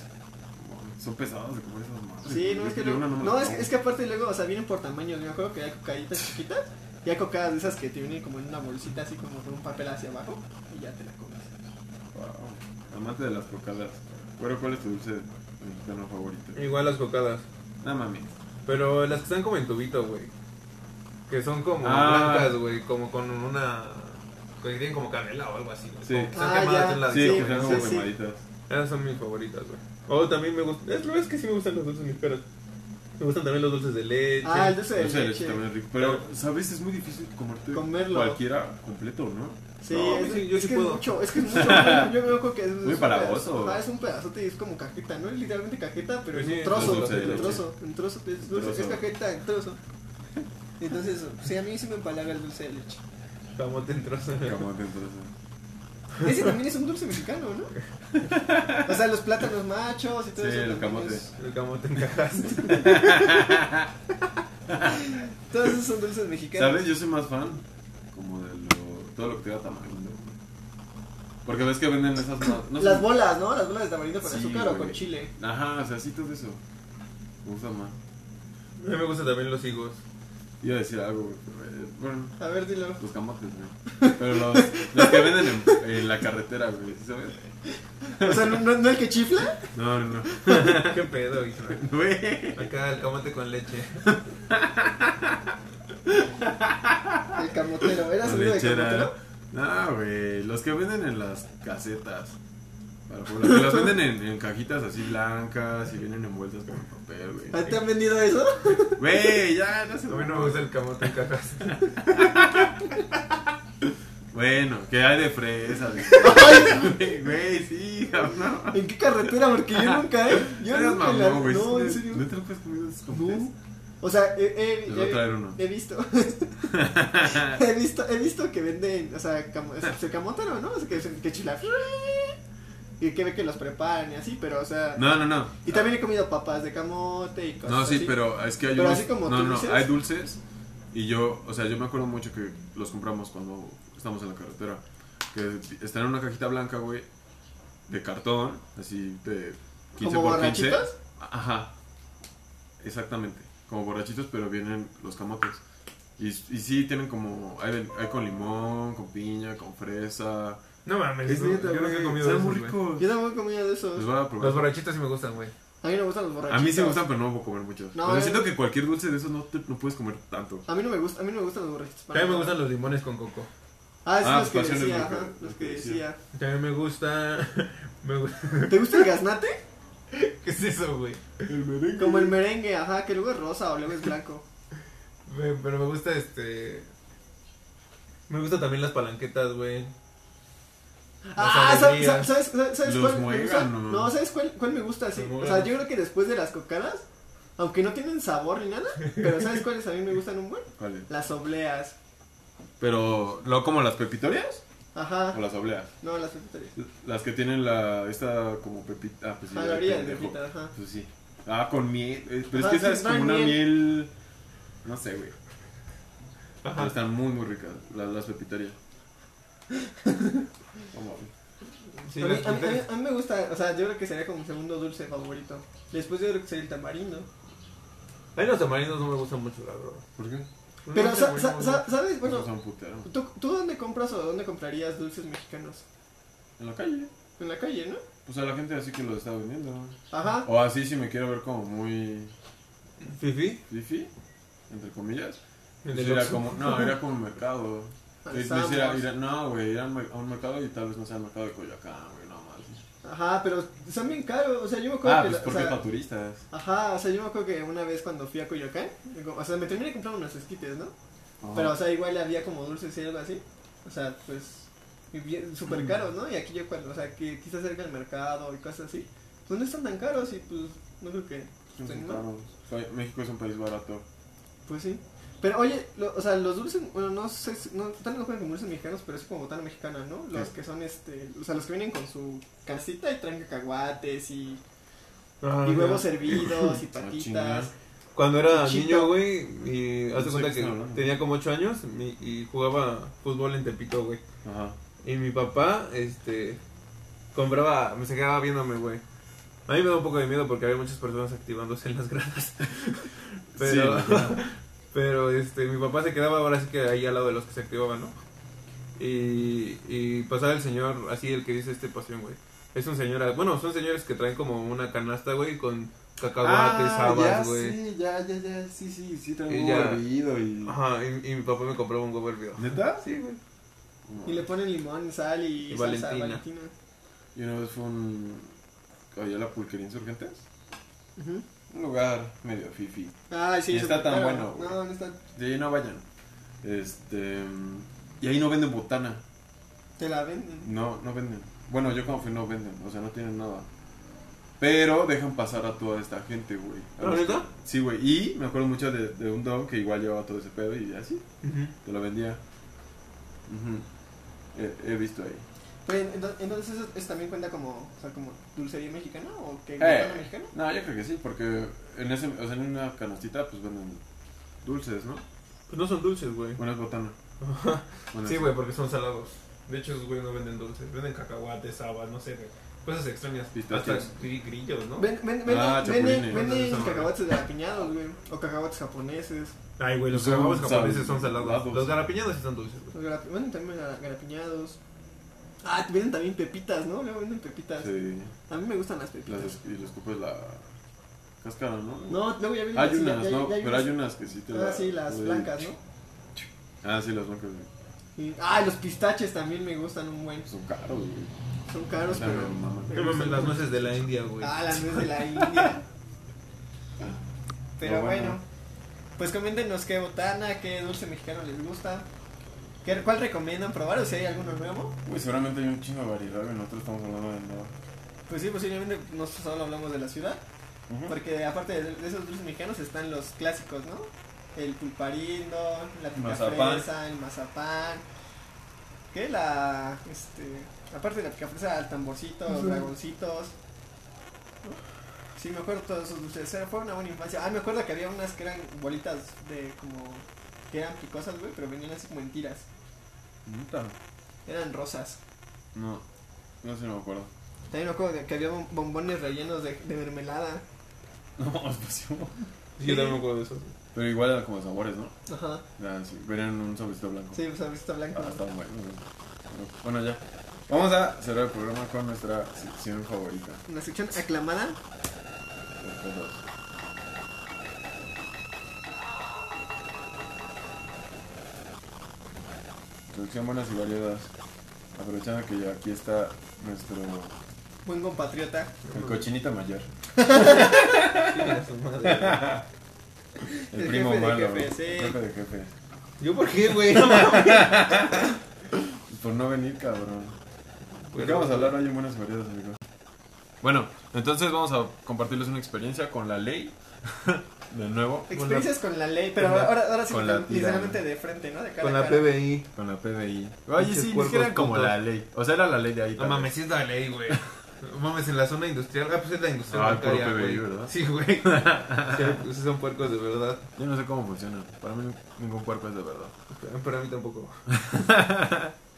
[SPEAKER 2] Son pesadas de comer esas madres.
[SPEAKER 1] Sí, no,
[SPEAKER 2] Yo-
[SPEAKER 1] es que,
[SPEAKER 2] yo
[SPEAKER 1] no,
[SPEAKER 2] una me
[SPEAKER 1] no, es,
[SPEAKER 2] como.
[SPEAKER 1] es que aparte luego, o sea, vienen por tamaños. Yo me acuerdo que hay cocaditas chiquitas y hay cocadas de esas que te vienen como en una bolsita, así como con un papel hacia abajo y ya te la comes.
[SPEAKER 2] Wow. Amante de las cocadas. Bueno, ¿cuál es tu dulce mexicano favorito?
[SPEAKER 3] Igual las cocadas.
[SPEAKER 2] Nada mami.
[SPEAKER 3] Pero las que están como en tubito, güey. Que son como
[SPEAKER 2] Ah.
[SPEAKER 3] blancas, güey. Como con una. Que tienen como canela o algo así, güey.
[SPEAKER 2] Sí.
[SPEAKER 3] Como que Están
[SPEAKER 1] Ah,
[SPEAKER 3] quemadas
[SPEAKER 1] ya.
[SPEAKER 3] en la
[SPEAKER 2] Sí,
[SPEAKER 1] sí,
[SPEAKER 2] que sean como
[SPEAKER 1] sí, sí.
[SPEAKER 2] quemaditas.
[SPEAKER 3] Esas son mis favoritas, güey. O Oh, también me gustan. Es, lo es que sí me gustan los dulces mexicanos. Me gustan también los dulces de leche.
[SPEAKER 1] Ah, el dulce de
[SPEAKER 2] Dulce de leche
[SPEAKER 1] leche.
[SPEAKER 2] también es rico. Pero, ¿sabes? Es muy difícil comerte
[SPEAKER 1] Comerlo.
[SPEAKER 2] cualquiera completo, ¿no?
[SPEAKER 1] Sí,
[SPEAKER 3] No,
[SPEAKER 1] es,
[SPEAKER 3] sí, yo
[SPEAKER 1] es
[SPEAKER 3] sí
[SPEAKER 1] que
[SPEAKER 3] puedo.
[SPEAKER 1] es mucho, es que es mucho. Yo yo me acuerdo que es
[SPEAKER 2] Muy
[SPEAKER 1] es un
[SPEAKER 2] empalagoso.
[SPEAKER 1] pedazo, ajá, es un pedazote y es como cajeta, ¿no? Es literalmente cajeta, pero
[SPEAKER 3] Sí,
[SPEAKER 1] en
[SPEAKER 3] sí,
[SPEAKER 1] un
[SPEAKER 3] es
[SPEAKER 1] trozo,
[SPEAKER 2] dulce de
[SPEAKER 1] en
[SPEAKER 2] leche.
[SPEAKER 1] trozo, en trozo, pues, es dulce,
[SPEAKER 2] Trozo.
[SPEAKER 1] es cajeta, en trozo. Entonces, sí, a mí sí me empalaga el dulce de leche.
[SPEAKER 3] Camote en trozo.
[SPEAKER 2] Camote, entonces.
[SPEAKER 1] Ese también es un dulce mexicano, ¿no? O sea, los plátanos machos y todo
[SPEAKER 2] Sí,
[SPEAKER 1] eso.
[SPEAKER 2] los
[SPEAKER 1] también
[SPEAKER 2] camotes.
[SPEAKER 1] es-
[SPEAKER 3] [laughs] El camote en cajas.
[SPEAKER 1] Todos esos son dulces mexicanos.
[SPEAKER 2] ¿Sabes? Yo soy más fan como de lo, todo lo que tenga tamarindo. güey. Porque ves que venden esas... ma- No
[SPEAKER 1] Las
[SPEAKER 2] sé-
[SPEAKER 1] bolas, ¿no? Las bolas de tamarindo con
[SPEAKER 2] Sí,
[SPEAKER 1] azúcar o
[SPEAKER 2] güey.
[SPEAKER 1] con chile.
[SPEAKER 2] Ajá, o sea, sí, todo eso. Me gusta más.
[SPEAKER 3] A mí me gustan también los higos.
[SPEAKER 2] Iba a decir algo, güey, pero, eh, bueno,
[SPEAKER 1] A ver, dilo.
[SPEAKER 2] [laughs] los camotes, güey. Pero los, los que venden en, en la carretera, güey, ¿sí sabes?
[SPEAKER 1] O sea, ¿no, no- no el que chifla?
[SPEAKER 2] No, no, no.
[SPEAKER 3] [laughs] ¿Qué pedo, Israel?
[SPEAKER 2] Güey.
[SPEAKER 3] Acá el camote con leche.
[SPEAKER 1] El camotero. ¿Era
[SPEAKER 2] La
[SPEAKER 1] seguro de
[SPEAKER 2] lechera.
[SPEAKER 1] camotero?
[SPEAKER 2] No, güey, los que venden en las casetas. Para poblar, que los venden en, en cajitas así blancas y vienen envueltas con papel, güey.
[SPEAKER 1] ¿A ti ¿Te han vendido eso?
[SPEAKER 2] Güey, ya, no se
[SPEAKER 3] A mí no me gusta el camote en cajas.
[SPEAKER 2] Bueno, que hay de fresa. de- Güey, Güey, sí, cabrón.
[SPEAKER 1] ¿En qué carretera? Porque yo nunca, ¿eh? Yo
[SPEAKER 2] Eres
[SPEAKER 1] nunca la...
[SPEAKER 2] mamón, güey.
[SPEAKER 1] No, en
[SPEAKER 2] ¿No-
[SPEAKER 1] serio.
[SPEAKER 2] ¿No te lo has comido esos
[SPEAKER 1] No.
[SPEAKER 2] completos?
[SPEAKER 1] O sea, he, he-
[SPEAKER 2] Les voy a
[SPEAKER 1] he-
[SPEAKER 2] traer uno.
[SPEAKER 1] he
[SPEAKER 2] [laughs]
[SPEAKER 1] visto. [laughs] he visto. He visto que venden, o sea, camo, es- es el camotero, ¿no? O sea, que, que chila. Y que ve que los preparan y así, pero, o sea.
[SPEAKER 2] No, no, no.
[SPEAKER 1] Y también he comido papas de camote y cosas
[SPEAKER 2] No, sí,
[SPEAKER 1] así.
[SPEAKER 2] pero es que hay
[SPEAKER 1] Pero
[SPEAKER 2] unos-
[SPEAKER 1] así como
[SPEAKER 2] no,
[SPEAKER 1] tú
[SPEAKER 2] no,
[SPEAKER 1] dices.
[SPEAKER 2] hay dulces y yo, o sea, yo me acuerdo mucho que los compramos cuando estamos en la carretera, que están en una cajita blanca, güey, de cartón, así de 15
[SPEAKER 1] ¿Como
[SPEAKER 2] por 15.
[SPEAKER 1] borrachitos?
[SPEAKER 2] Ajá. Exactamente, como borrachitos, pero vienen los camotes. Y, y sí tienen como hay, de- hay con limón, con piña, con fresa.
[SPEAKER 3] No mames,
[SPEAKER 1] Es
[SPEAKER 3] no,
[SPEAKER 1] neta,
[SPEAKER 3] yo nunca he
[SPEAKER 1] güey.
[SPEAKER 3] comido de
[SPEAKER 2] Están
[SPEAKER 3] esos,
[SPEAKER 2] muy
[SPEAKER 3] güey.
[SPEAKER 2] ricos.
[SPEAKER 1] Yo tampoco he comido de
[SPEAKER 2] Los
[SPEAKER 1] esos.
[SPEAKER 2] voy a
[SPEAKER 3] Los
[SPEAKER 2] probar.
[SPEAKER 3] borrachitos sí me gustan, güey.
[SPEAKER 1] A mí no me gustan los borrachitos.
[SPEAKER 2] A mí sí me gustan, pero no voy a comer muchos.
[SPEAKER 1] No,
[SPEAKER 2] o sea,
[SPEAKER 1] eh.
[SPEAKER 2] siento que cualquier dulce de esos no, te- no puedes comer tanto.
[SPEAKER 1] A mí no me gusta, a mí no me gustan los borrachitos. para
[SPEAKER 3] También me
[SPEAKER 1] nada.
[SPEAKER 3] gustan los limones con coco.
[SPEAKER 1] Ah, es
[SPEAKER 2] Ah,
[SPEAKER 1] los que
[SPEAKER 2] pasiones
[SPEAKER 1] decía,
[SPEAKER 2] locas,
[SPEAKER 1] ajá, los
[SPEAKER 2] lo
[SPEAKER 1] que
[SPEAKER 2] que
[SPEAKER 1] decía.
[SPEAKER 2] decía.
[SPEAKER 3] También me
[SPEAKER 5] [laughs]
[SPEAKER 3] gusta. Me gusta.
[SPEAKER 1] ¿Te gusta el gaznate?
[SPEAKER 3] ¿Qué es eso, güey?
[SPEAKER 2] El merengue.
[SPEAKER 1] Como el merengue, ajá, que luego es rosa o luego es blanco.
[SPEAKER 3] Me- Pero me gusta este. Me gustan también las palanquetas, güey.
[SPEAKER 1] Ah, ¿sabes,
[SPEAKER 3] alegrías.
[SPEAKER 1] sabes, sabes, sabes
[SPEAKER 2] Los
[SPEAKER 1] cuál me gusta?
[SPEAKER 2] muéganos.
[SPEAKER 1] No, ¿sabes cuál, cuál me gusta? Sí.
[SPEAKER 3] Los
[SPEAKER 1] O sea,
[SPEAKER 3] muéganos.
[SPEAKER 1] yo creo que después de las cocadas, aunque no tienen sabor ni nada, pero ¿sabes cuáles a mí me gustan un buen?
[SPEAKER 2] ¿Cuál es?
[SPEAKER 1] Las obleas.
[SPEAKER 2] Pero, ¿lo como las pepitorias
[SPEAKER 1] Ajá.
[SPEAKER 2] o las obleas?
[SPEAKER 1] No, las pepitorias.
[SPEAKER 2] Las que tienen la, esta como pepita. Ah, pues sí.
[SPEAKER 1] Ah,
[SPEAKER 2] de
[SPEAKER 1] la orilla de
[SPEAKER 2] pendejo.
[SPEAKER 1] pepita, ajá.
[SPEAKER 2] Pues sí. Ah, con miel. eh, Pero
[SPEAKER 1] Ajá,
[SPEAKER 2] es que
[SPEAKER 1] sí,
[SPEAKER 2] esa es
[SPEAKER 1] no
[SPEAKER 2] como
[SPEAKER 1] hay
[SPEAKER 2] una
[SPEAKER 1] miel.
[SPEAKER 2] miel. No sé, güey. Pero
[SPEAKER 1] [laughs]
[SPEAKER 3] Ajá.
[SPEAKER 2] Están muy, muy ricas las, las pepitorias. Vamos a ver.
[SPEAKER 3] Sí,
[SPEAKER 1] a, mí,
[SPEAKER 3] las
[SPEAKER 1] a mí- a mí-
[SPEAKER 3] pinteras.
[SPEAKER 1] a mí me gusta, o sea, yo creo que sería como mi segundo dulce favorito. Después yo creo que sería el tamarindo.
[SPEAKER 5] A mí los tamarindos no me gustan mucho, la verdad.
[SPEAKER 2] ¿Por qué?
[SPEAKER 1] Pero,
[SPEAKER 5] No sé,
[SPEAKER 1] sa-
[SPEAKER 5] güey,
[SPEAKER 1] sa-
[SPEAKER 5] no,
[SPEAKER 1] sa- ¿sabes?
[SPEAKER 2] Bueno.
[SPEAKER 1] Bueno,
[SPEAKER 2] Son putero.
[SPEAKER 1] ¿tú, ¿tú dónde compras o dónde comprarías dulces mexicanos?
[SPEAKER 2] En la calle.
[SPEAKER 1] En la calle, ¿no?
[SPEAKER 2] Pues a la gente así que lo está vendiendo.
[SPEAKER 1] Ajá.
[SPEAKER 2] O así si me quiero ver como muy
[SPEAKER 5] no. Fifi.
[SPEAKER 2] fifi, entre comillas.
[SPEAKER 5] el
[SPEAKER 2] Pues
[SPEAKER 5] del
[SPEAKER 2] era
[SPEAKER 5] Oxxo.
[SPEAKER 2] como, no, era como un mercado.
[SPEAKER 1] al
[SPEAKER 2] Pues
[SPEAKER 1] Sambors.
[SPEAKER 2] era- era- no, güey, ir a un mer- a un mercado y tal vez no sea el mercado de Coyoacán, güey, no más.
[SPEAKER 1] Ajá, pero son bien caros. O sea, yo me acuerdo
[SPEAKER 2] Ah,
[SPEAKER 1] que.
[SPEAKER 2] pues
[SPEAKER 1] la-
[SPEAKER 2] porque
[SPEAKER 1] o
[SPEAKER 2] es
[SPEAKER 1] sea,
[SPEAKER 2] para turistas.
[SPEAKER 1] Ajá, o sea, yo me acuerdo que una vez cuando fui a Coyoacán, o sea, me terminé de comprar unos esquites, ¿no?
[SPEAKER 2] Ajá.
[SPEAKER 1] Pero, o sea, igual había como dulces y algo así. O sea, pues, y bien-
[SPEAKER 2] Mm.
[SPEAKER 1] súper caros, ¿no? Y aquí yo cuando, o sea, que quise cerca del mercado y cosas así, pues no están tan caros y pues, no creo que...
[SPEAKER 2] Son
[SPEAKER 1] se animan.
[SPEAKER 2] caros. Soy- México es un país barato.
[SPEAKER 1] Pues sí. Pero oye, lo- o sea, los dulces, bueno, no sé, si- no, tal vez no juegan como dulces mexicanos, pero es como botana mexicana, ¿no? Los
[SPEAKER 2] Sí.
[SPEAKER 1] que son, este, o sea, los que vienen con su casita y traen cacahuates y,
[SPEAKER 5] Ah,
[SPEAKER 1] y huevos
[SPEAKER 5] ya.
[SPEAKER 2] [laughs]
[SPEAKER 1] hervidos y
[SPEAKER 2] Ah,
[SPEAKER 1] patitas.
[SPEAKER 2] chinga.
[SPEAKER 5] Cuando era
[SPEAKER 1] Chito.
[SPEAKER 5] niño, güey, y hazte
[SPEAKER 2] sé
[SPEAKER 5] cuenta
[SPEAKER 2] qué
[SPEAKER 5] que
[SPEAKER 2] están hablando.
[SPEAKER 5] tenía como 8 años mi- y jugaba fútbol en Tepito, güey.
[SPEAKER 2] Ajá.
[SPEAKER 5] Y mi papá, este, compraba, me se quedaba viéndome, güey. A mí me da un poco de miedo porque había muchas personas activándose en las gradas. [laughs] Pero,
[SPEAKER 2] Sí, ajá.
[SPEAKER 5] pero, este, mi papá se quedaba ahora sí que ahí al lado de los que se activaban, ¿no? Y, y pasaba el señor, así el que dice este pasión, güey. Es un señor, bueno, son señores que traen como una canasta, güey, con cacahuates,
[SPEAKER 2] Ah, ya,
[SPEAKER 5] habas, Ah, güey.
[SPEAKER 2] sí, ya, ya, ya, sí, sí, sí,
[SPEAKER 5] Y
[SPEAKER 2] traigo
[SPEAKER 5] ya.
[SPEAKER 2] hervido y...
[SPEAKER 5] Ajá, y, y mi papá me compró un huevo hervido.
[SPEAKER 2] ¿Neta?
[SPEAKER 5] Sí, güey.
[SPEAKER 1] Y le ponen limón, sal y,
[SPEAKER 5] Y
[SPEAKER 1] salsa
[SPEAKER 5] Valentina.
[SPEAKER 1] Valentina.
[SPEAKER 2] Y una vez fue un... Allá la pulquería Insurgentes.
[SPEAKER 1] Ujú.
[SPEAKER 2] Un lugar medio fifi.
[SPEAKER 1] Ay, sí,
[SPEAKER 2] Ni está
[SPEAKER 1] súper
[SPEAKER 2] tan
[SPEAKER 1] caro.
[SPEAKER 2] bueno, güey.
[SPEAKER 1] No, no está.
[SPEAKER 2] De ahí no vayan. Este... Y ahí no venden botana.
[SPEAKER 1] Te la venden.
[SPEAKER 2] No, no venden. Bueno, yo como fui no venden, o sea, no tienen nada. Pero dejan pasar a toda esta gente, güey. A
[SPEAKER 5] ¿Pero
[SPEAKER 2] los-
[SPEAKER 5] neta?
[SPEAKER 2] Sí, güey. Y me acuerdo mucho de, de un don que igual llevaba todo ese pedo y así,
[SPEAKER 5] Pues,
[SPEAKER 2] te lo vendía. Ujú. he, he visto ahí.
[SPEAKER 1] Pero, ento- entonces, ¿eso, eso también cuenta como, o sea, como dulcería mexicana o que
[SPEAKER 2] Eh,
[SPEAKER 1] mexicana?
[SPEAKER 2] No, yo creo que sí, porque en, ese, o sea, en una canastita pues venden dulces, ¿no?
[SPEAKER 5] Pues no son dulces, güey.
[SPEAKER 2] Bueno, es botana.
[SPEAKER 5] [laughs]
[SPEAKER 2] Bueno,
[SPEAKER 5] Sí, güey, porque son salados.
[SPEAKER 3] De hecho, esos güey no venden dulces, venden cacahuates, habas, no sé, güey. Cosas extrañas.
[SPEAKER 2] Pistachios.
[SPEAKER 3] Hasta gri- grillos, ¿no?
[SPEAKER 1] Ven, ven, ven,
[SPEAKER 2] Ah,
[SPEAKER 1] ven-
[SPEAKER 2] chapulines.
[SPEAKER 1] venden
[SPEAKER 3] Esa madre.
[SPEAKER 1] cacahuates de apiñados, güey. O cacahuates japoneses.
[SPEAKER 5] Ay, güey, los
[SPEAKER 2] Son
[SPEAKER 5] cacahuates japoneses
[SPEAKER 2] sal-
[SPEAKER 5] son salados.
[SPEAKER 2] salados.
[SPEAKER 5] Los garapiñados sí son dulces, [laughs] güey.
[SPEAKER 1] Los garap- venden también gara- garapiñados. Ah, venden también pepitas, ¿no? Luego venden pepitas.
[SPEAKER 2] Sí.
[SPEAKER 1] A mí me gustan las pepitas.
[SPEAKER 2] Las, y les escupo la cáscara, ¿no?
[SPEAKER 1] No, luego ya vienen
[SPEAKER 2] Hay
[SPEAKER 1] así, ya-
[SPEAKER 2] unas,
[SPEAKER 1] ya-
[SPEAKER 2] ¿no?
[SPEAKER 1] ya hay
[SPEAKER 2] Pero hay
[SPEAKER 1] unas-
[SPEAKER 2] unas que sí te
[SPEAKER 1] Ah, sí, las
[SPEAKER 2] güey.
[SPEAKER 1] blancas, ¿no?
[SPEAKER 2] Ah, sí, las blancas, güey.
[SPEAKER 1] Y- ah, los pistaches también me gustan un buen.
[SPEAKER 2] Son caros, güey.
[SPEAKER 1] Son caros,
[SPEAKER 2] Dame,
[SPEAKER 1] pero.
[SPEAKER 2] mamá.
[SPEAKER 1] me
[SPEAKER 5] No mames,
[SPEAKER 1] gustan
[SPEAKER 5] las
[SPEAKER 1] mucho.
[SPEAKER 5] nueces de la India, güey.
[SPEAKER 1] Ah, la nuez de la
[SPEAKER 2] [laughs]
[SPEAKER 1] India. Pero
[SPEAKER 2] No,
[SPEAKER 1] bueno.
[SPEAKER 2] bueno.
[SPEAKER 1] pues coméntenos qué botana, qué dulce mexicano les gusta. ¿Qué, ¿Cuál recomiendan probar o si hay alguno nuevo?
[SPEAKER 2] Güey, seguramente hay un chingo de variedad, güey. Nosotros estamos hablando de nada.
[SPEAKER 1] Pues sí, posiblemente nosotros solo hablamos de la ciudad. Porque aparte de, de esos dulces mexicanos están los clásicos, ¿no? El pulparindo, la pica
[SPEAKER 2] Mazapán.
[SPEAKER 1] fresa, el mazapán. ¿Qué? La. Este. Aparte de la pica fresa, el tamborcito, los dragoncitos. ¿no? Sí, me acuerdo todos esos dulces. Era- Fue una buena infancia. Ah, me acuerdo que había unas que eran bolitas de como. que eran picosas, güey, pero venían así como en tiras.
[SPEAKER 2] Neta.
[SPEAKER 1] Eran rosas.
[SPEAKER 2] No, no sé, no me acuerdo.
[SPEAKER 1] También me acuerdo de que había bom- bombones rellenos de, de mermelada.
[SPEAKER 2] [laughs] No, es pasivo.
[SPEAKER 5] Sí, yo también me acuerdo de eso.
[SPEAKER 2] Pero igual eran como sabores, ¿no?
[SPEAKER 1] Ajá.
[SPEAKER 2] Ah, sí. Pero eran un sobrecito blanco.
[SPEAKER 1] Sí, pues a está blanco.
[SPEAKER 2] Ah, está bueno, güey. Bueno, ya. Vamos a cerrar el programa con nuestra sección favorita.
[SPEAKER 1] Una sección aclamada
[SPEAKER 2] Los pedos. Producción buenas y variadas. Aprovechando que ya aquí está nuestro.
[SPEAKER 1] Buen compatriota.
[SPEAKER 2] El cochinita mayor.
[SPEAKER 5] Chinga su madre, güey.
[SPEAKER 2] El,
[SPEAKER 1] El
[SPEAKER 2] primo
[SPEAKER 1] jefe de
[SPEAKER 2] malo.
[SPEAKER 1] jefes,
[SPEAKER 2] güey. El
[SPEAKER 1] sí.
[SPEAKER 2] jefe de jefes.
[SPEAKER 5] [laughs] ¿Yo por qué, [laughs] güey? No mames.
[SPEAKER 2] Por no venir, cabrón. ¿De qué vamos a hablar hoy en buenas y variadas, amigos? Bueno, entonces vamos a compartirles una experiencia con la ley. [laughs] de nuevo.
[SPEAKER 1] Experiencias con la ley, pero
[SPEAKER 5] con la-
[SPEAKER 1] ahora, ahora sí
[SPEAKER 2] con
[SPEAKER 1] que
[SPEAKER 2] la
[SPEAKER 1] li-
[SPEAKER 2] tira,
[SPEAKER 1] literalmente de frente, ¿no? De cara
[SPEAKER 5] Con
[SPEAKER 1] a
[SPEAKER 5] la
[SPEAKER 1] cara.
[SPEAKER 5] PBI.
[SPEAKER 2] Con la PBI. Oye,
[SPEAKER 5] Pinches
[SPEAKER 2] sí, ni
[SPEAKER 5] puercos
[SPEAKER 2] siquiera era como
[SPEAKER 5] putos.
[SPEAKER 2] la ley. O sea, era la ley de ahí.
[SPEAKER 3] No
[SPEAKER 2] tal vez.
[SPEAKER 3] mames, sí es la ley, güey.
[SPEAKER 5] No mames, en la zona industrial. Ah, pues es la industrial
[SPEAKER 2] Ah, el
[SPEAKER 5] bancaria,
[SPEAKER 2] puro PBI,
[SPEAKER 5] güey.
[SPEAKER 2] ¿verdad?
[SPEAKER 5] Sí,
[SPEAKER 2] [laughs]
[SPEAKER 5] güey. Sí, esos son puercos de verdad.
[SPEAKER 2] Yo no sé cómo funciona. Para mí ningún cuerpo es de verdad.
[SPEAKER 5] Para mí tampoco.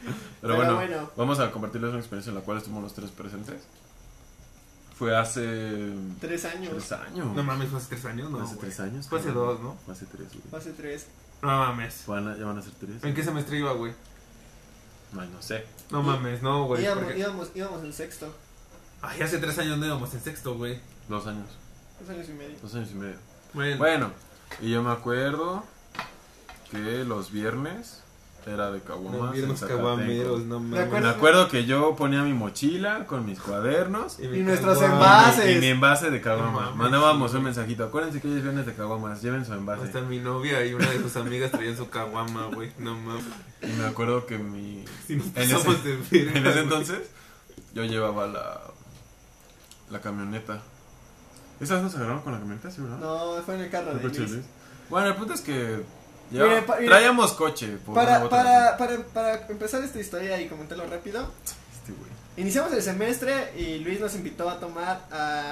[SPEAKER 2] Pero,
[SPEAKER 1] Pero
[SPEAKER 2] bueno,
[SPEAKER 1] bueno.
[SPEAKER 2] vamos a compartirles una experiencia en la cual estuvimos los tres presentes. Fue hace
[SPEAKER 1] Tres años.
[SPEAKER 2] tres años.
[SPEAKER 5] No mames, fue hace tres años, ¿no?
[SPEAKER 2] Fue hace
[SPEAKER 5] güey?
[SPEAKER 2] tres años.
[SPEAKER 5] Fue hace
[SPEAKER 2] cabrón.
[SPEAKER 5] dos, ¿no?
[SPEAKER 2] Fue hace tres, güey.
[SPEAKER 1] Fase tres.
[SPEAKER 5] No mames.
[SPEAKER 2] Van a- ya van a ser tres.
[SPEAKER 5] ¿En qué semestre iba, güey?
[SPEAKER 2] Ay, no sé.
[SPEAKER 5] No mames, no, güey.
[SPEAKER 1] íbamos,
[SPEAKER 5] porque-
[SPEAKER 1] íbamos, íbamos en sexto.
[SPEAKER 5] Ay, hace tres años no íbamos en sexto, güey.
[SPEAKER 2] Dos años.
[SPEAKER 1] Dos años y medio.
[SPEAKER 2] Dos años y medio.
[SPEAKER 5] Bueno,
[SPEAKER 2] Bueno, y yo me acuerdo que los viernes era de caguamas.
[SPEAKER 5] no,
[SPEAKER 2] en
[SPEAKER 5] viernes
[SPEAKER 2] Zacatenco.
[SPEAKER 5] caguameros, no mames.
[SPEAKER 2] Me acuerdo que yo ponía mi mochila con mis cuadernos
[SPEAKER 5] mi
[SPEAKER 1] Y nuestros
[SPEAKER 5] caguama,
[SPEAKER 1] envases.
[SPEAKER 2] y mi envase de
[SPEAKER 5] No
[SPEAKER 2] caguama.
[SPEAKER 5] mames,
[SPEAKER 2] Mandábamos
[SPEAKER 5] sí,
[SPEAKER 2] un
[SPEAKER 5] güey.
[SPEAKER 2] mensajito. Acuérdense que hoy es viernes de caguamas. Lleven su envase.
[SPEAKER 5] Hasta mi novia y una de sus amigas traían su caguama, güey. No mames.
[SPEAKER 2] Y me acuerdo que
[SPEAKER 1] [laughs]
[SPEAKER 2] mi.
[SPEAKER 5] Si nos
[SPEAKER 2] En ese-
[SPEAKER 5] pasamos de verga,
[SPEAKER 2] En ese
[SPEAKER 5] güey.
[SPEAKER 2] entonces, yo llevaba la. La camioneta. ¿Esas no se agarraron con la camioneta, sí, verdad?
[SPEAKER 1] No, fue en el carro
[SPEAKER 2] El
[SPEAKER 1] de
[SPEAKER 2] coche de
[SPEAKER 1] Luis.
[SPEAKER 2] Luis. Bueno, el punto es que. ya-
[SPEAKER 1] Mire, pa- mire.
[SPEAKER 2] traíamos coche. Por una u
[SPEAKER 1] Para,
[SPEAKER 2] otra
[SPEAKER 1] para,
[SPEAKER 2] razón.
[SPEAKER 1] para, para empezar esta historia y comentarlo rápido,
[SPEAKER 2] Este güey.
[SPEAKER 1] iniciamos el semestre y Luis nos invitó a tomar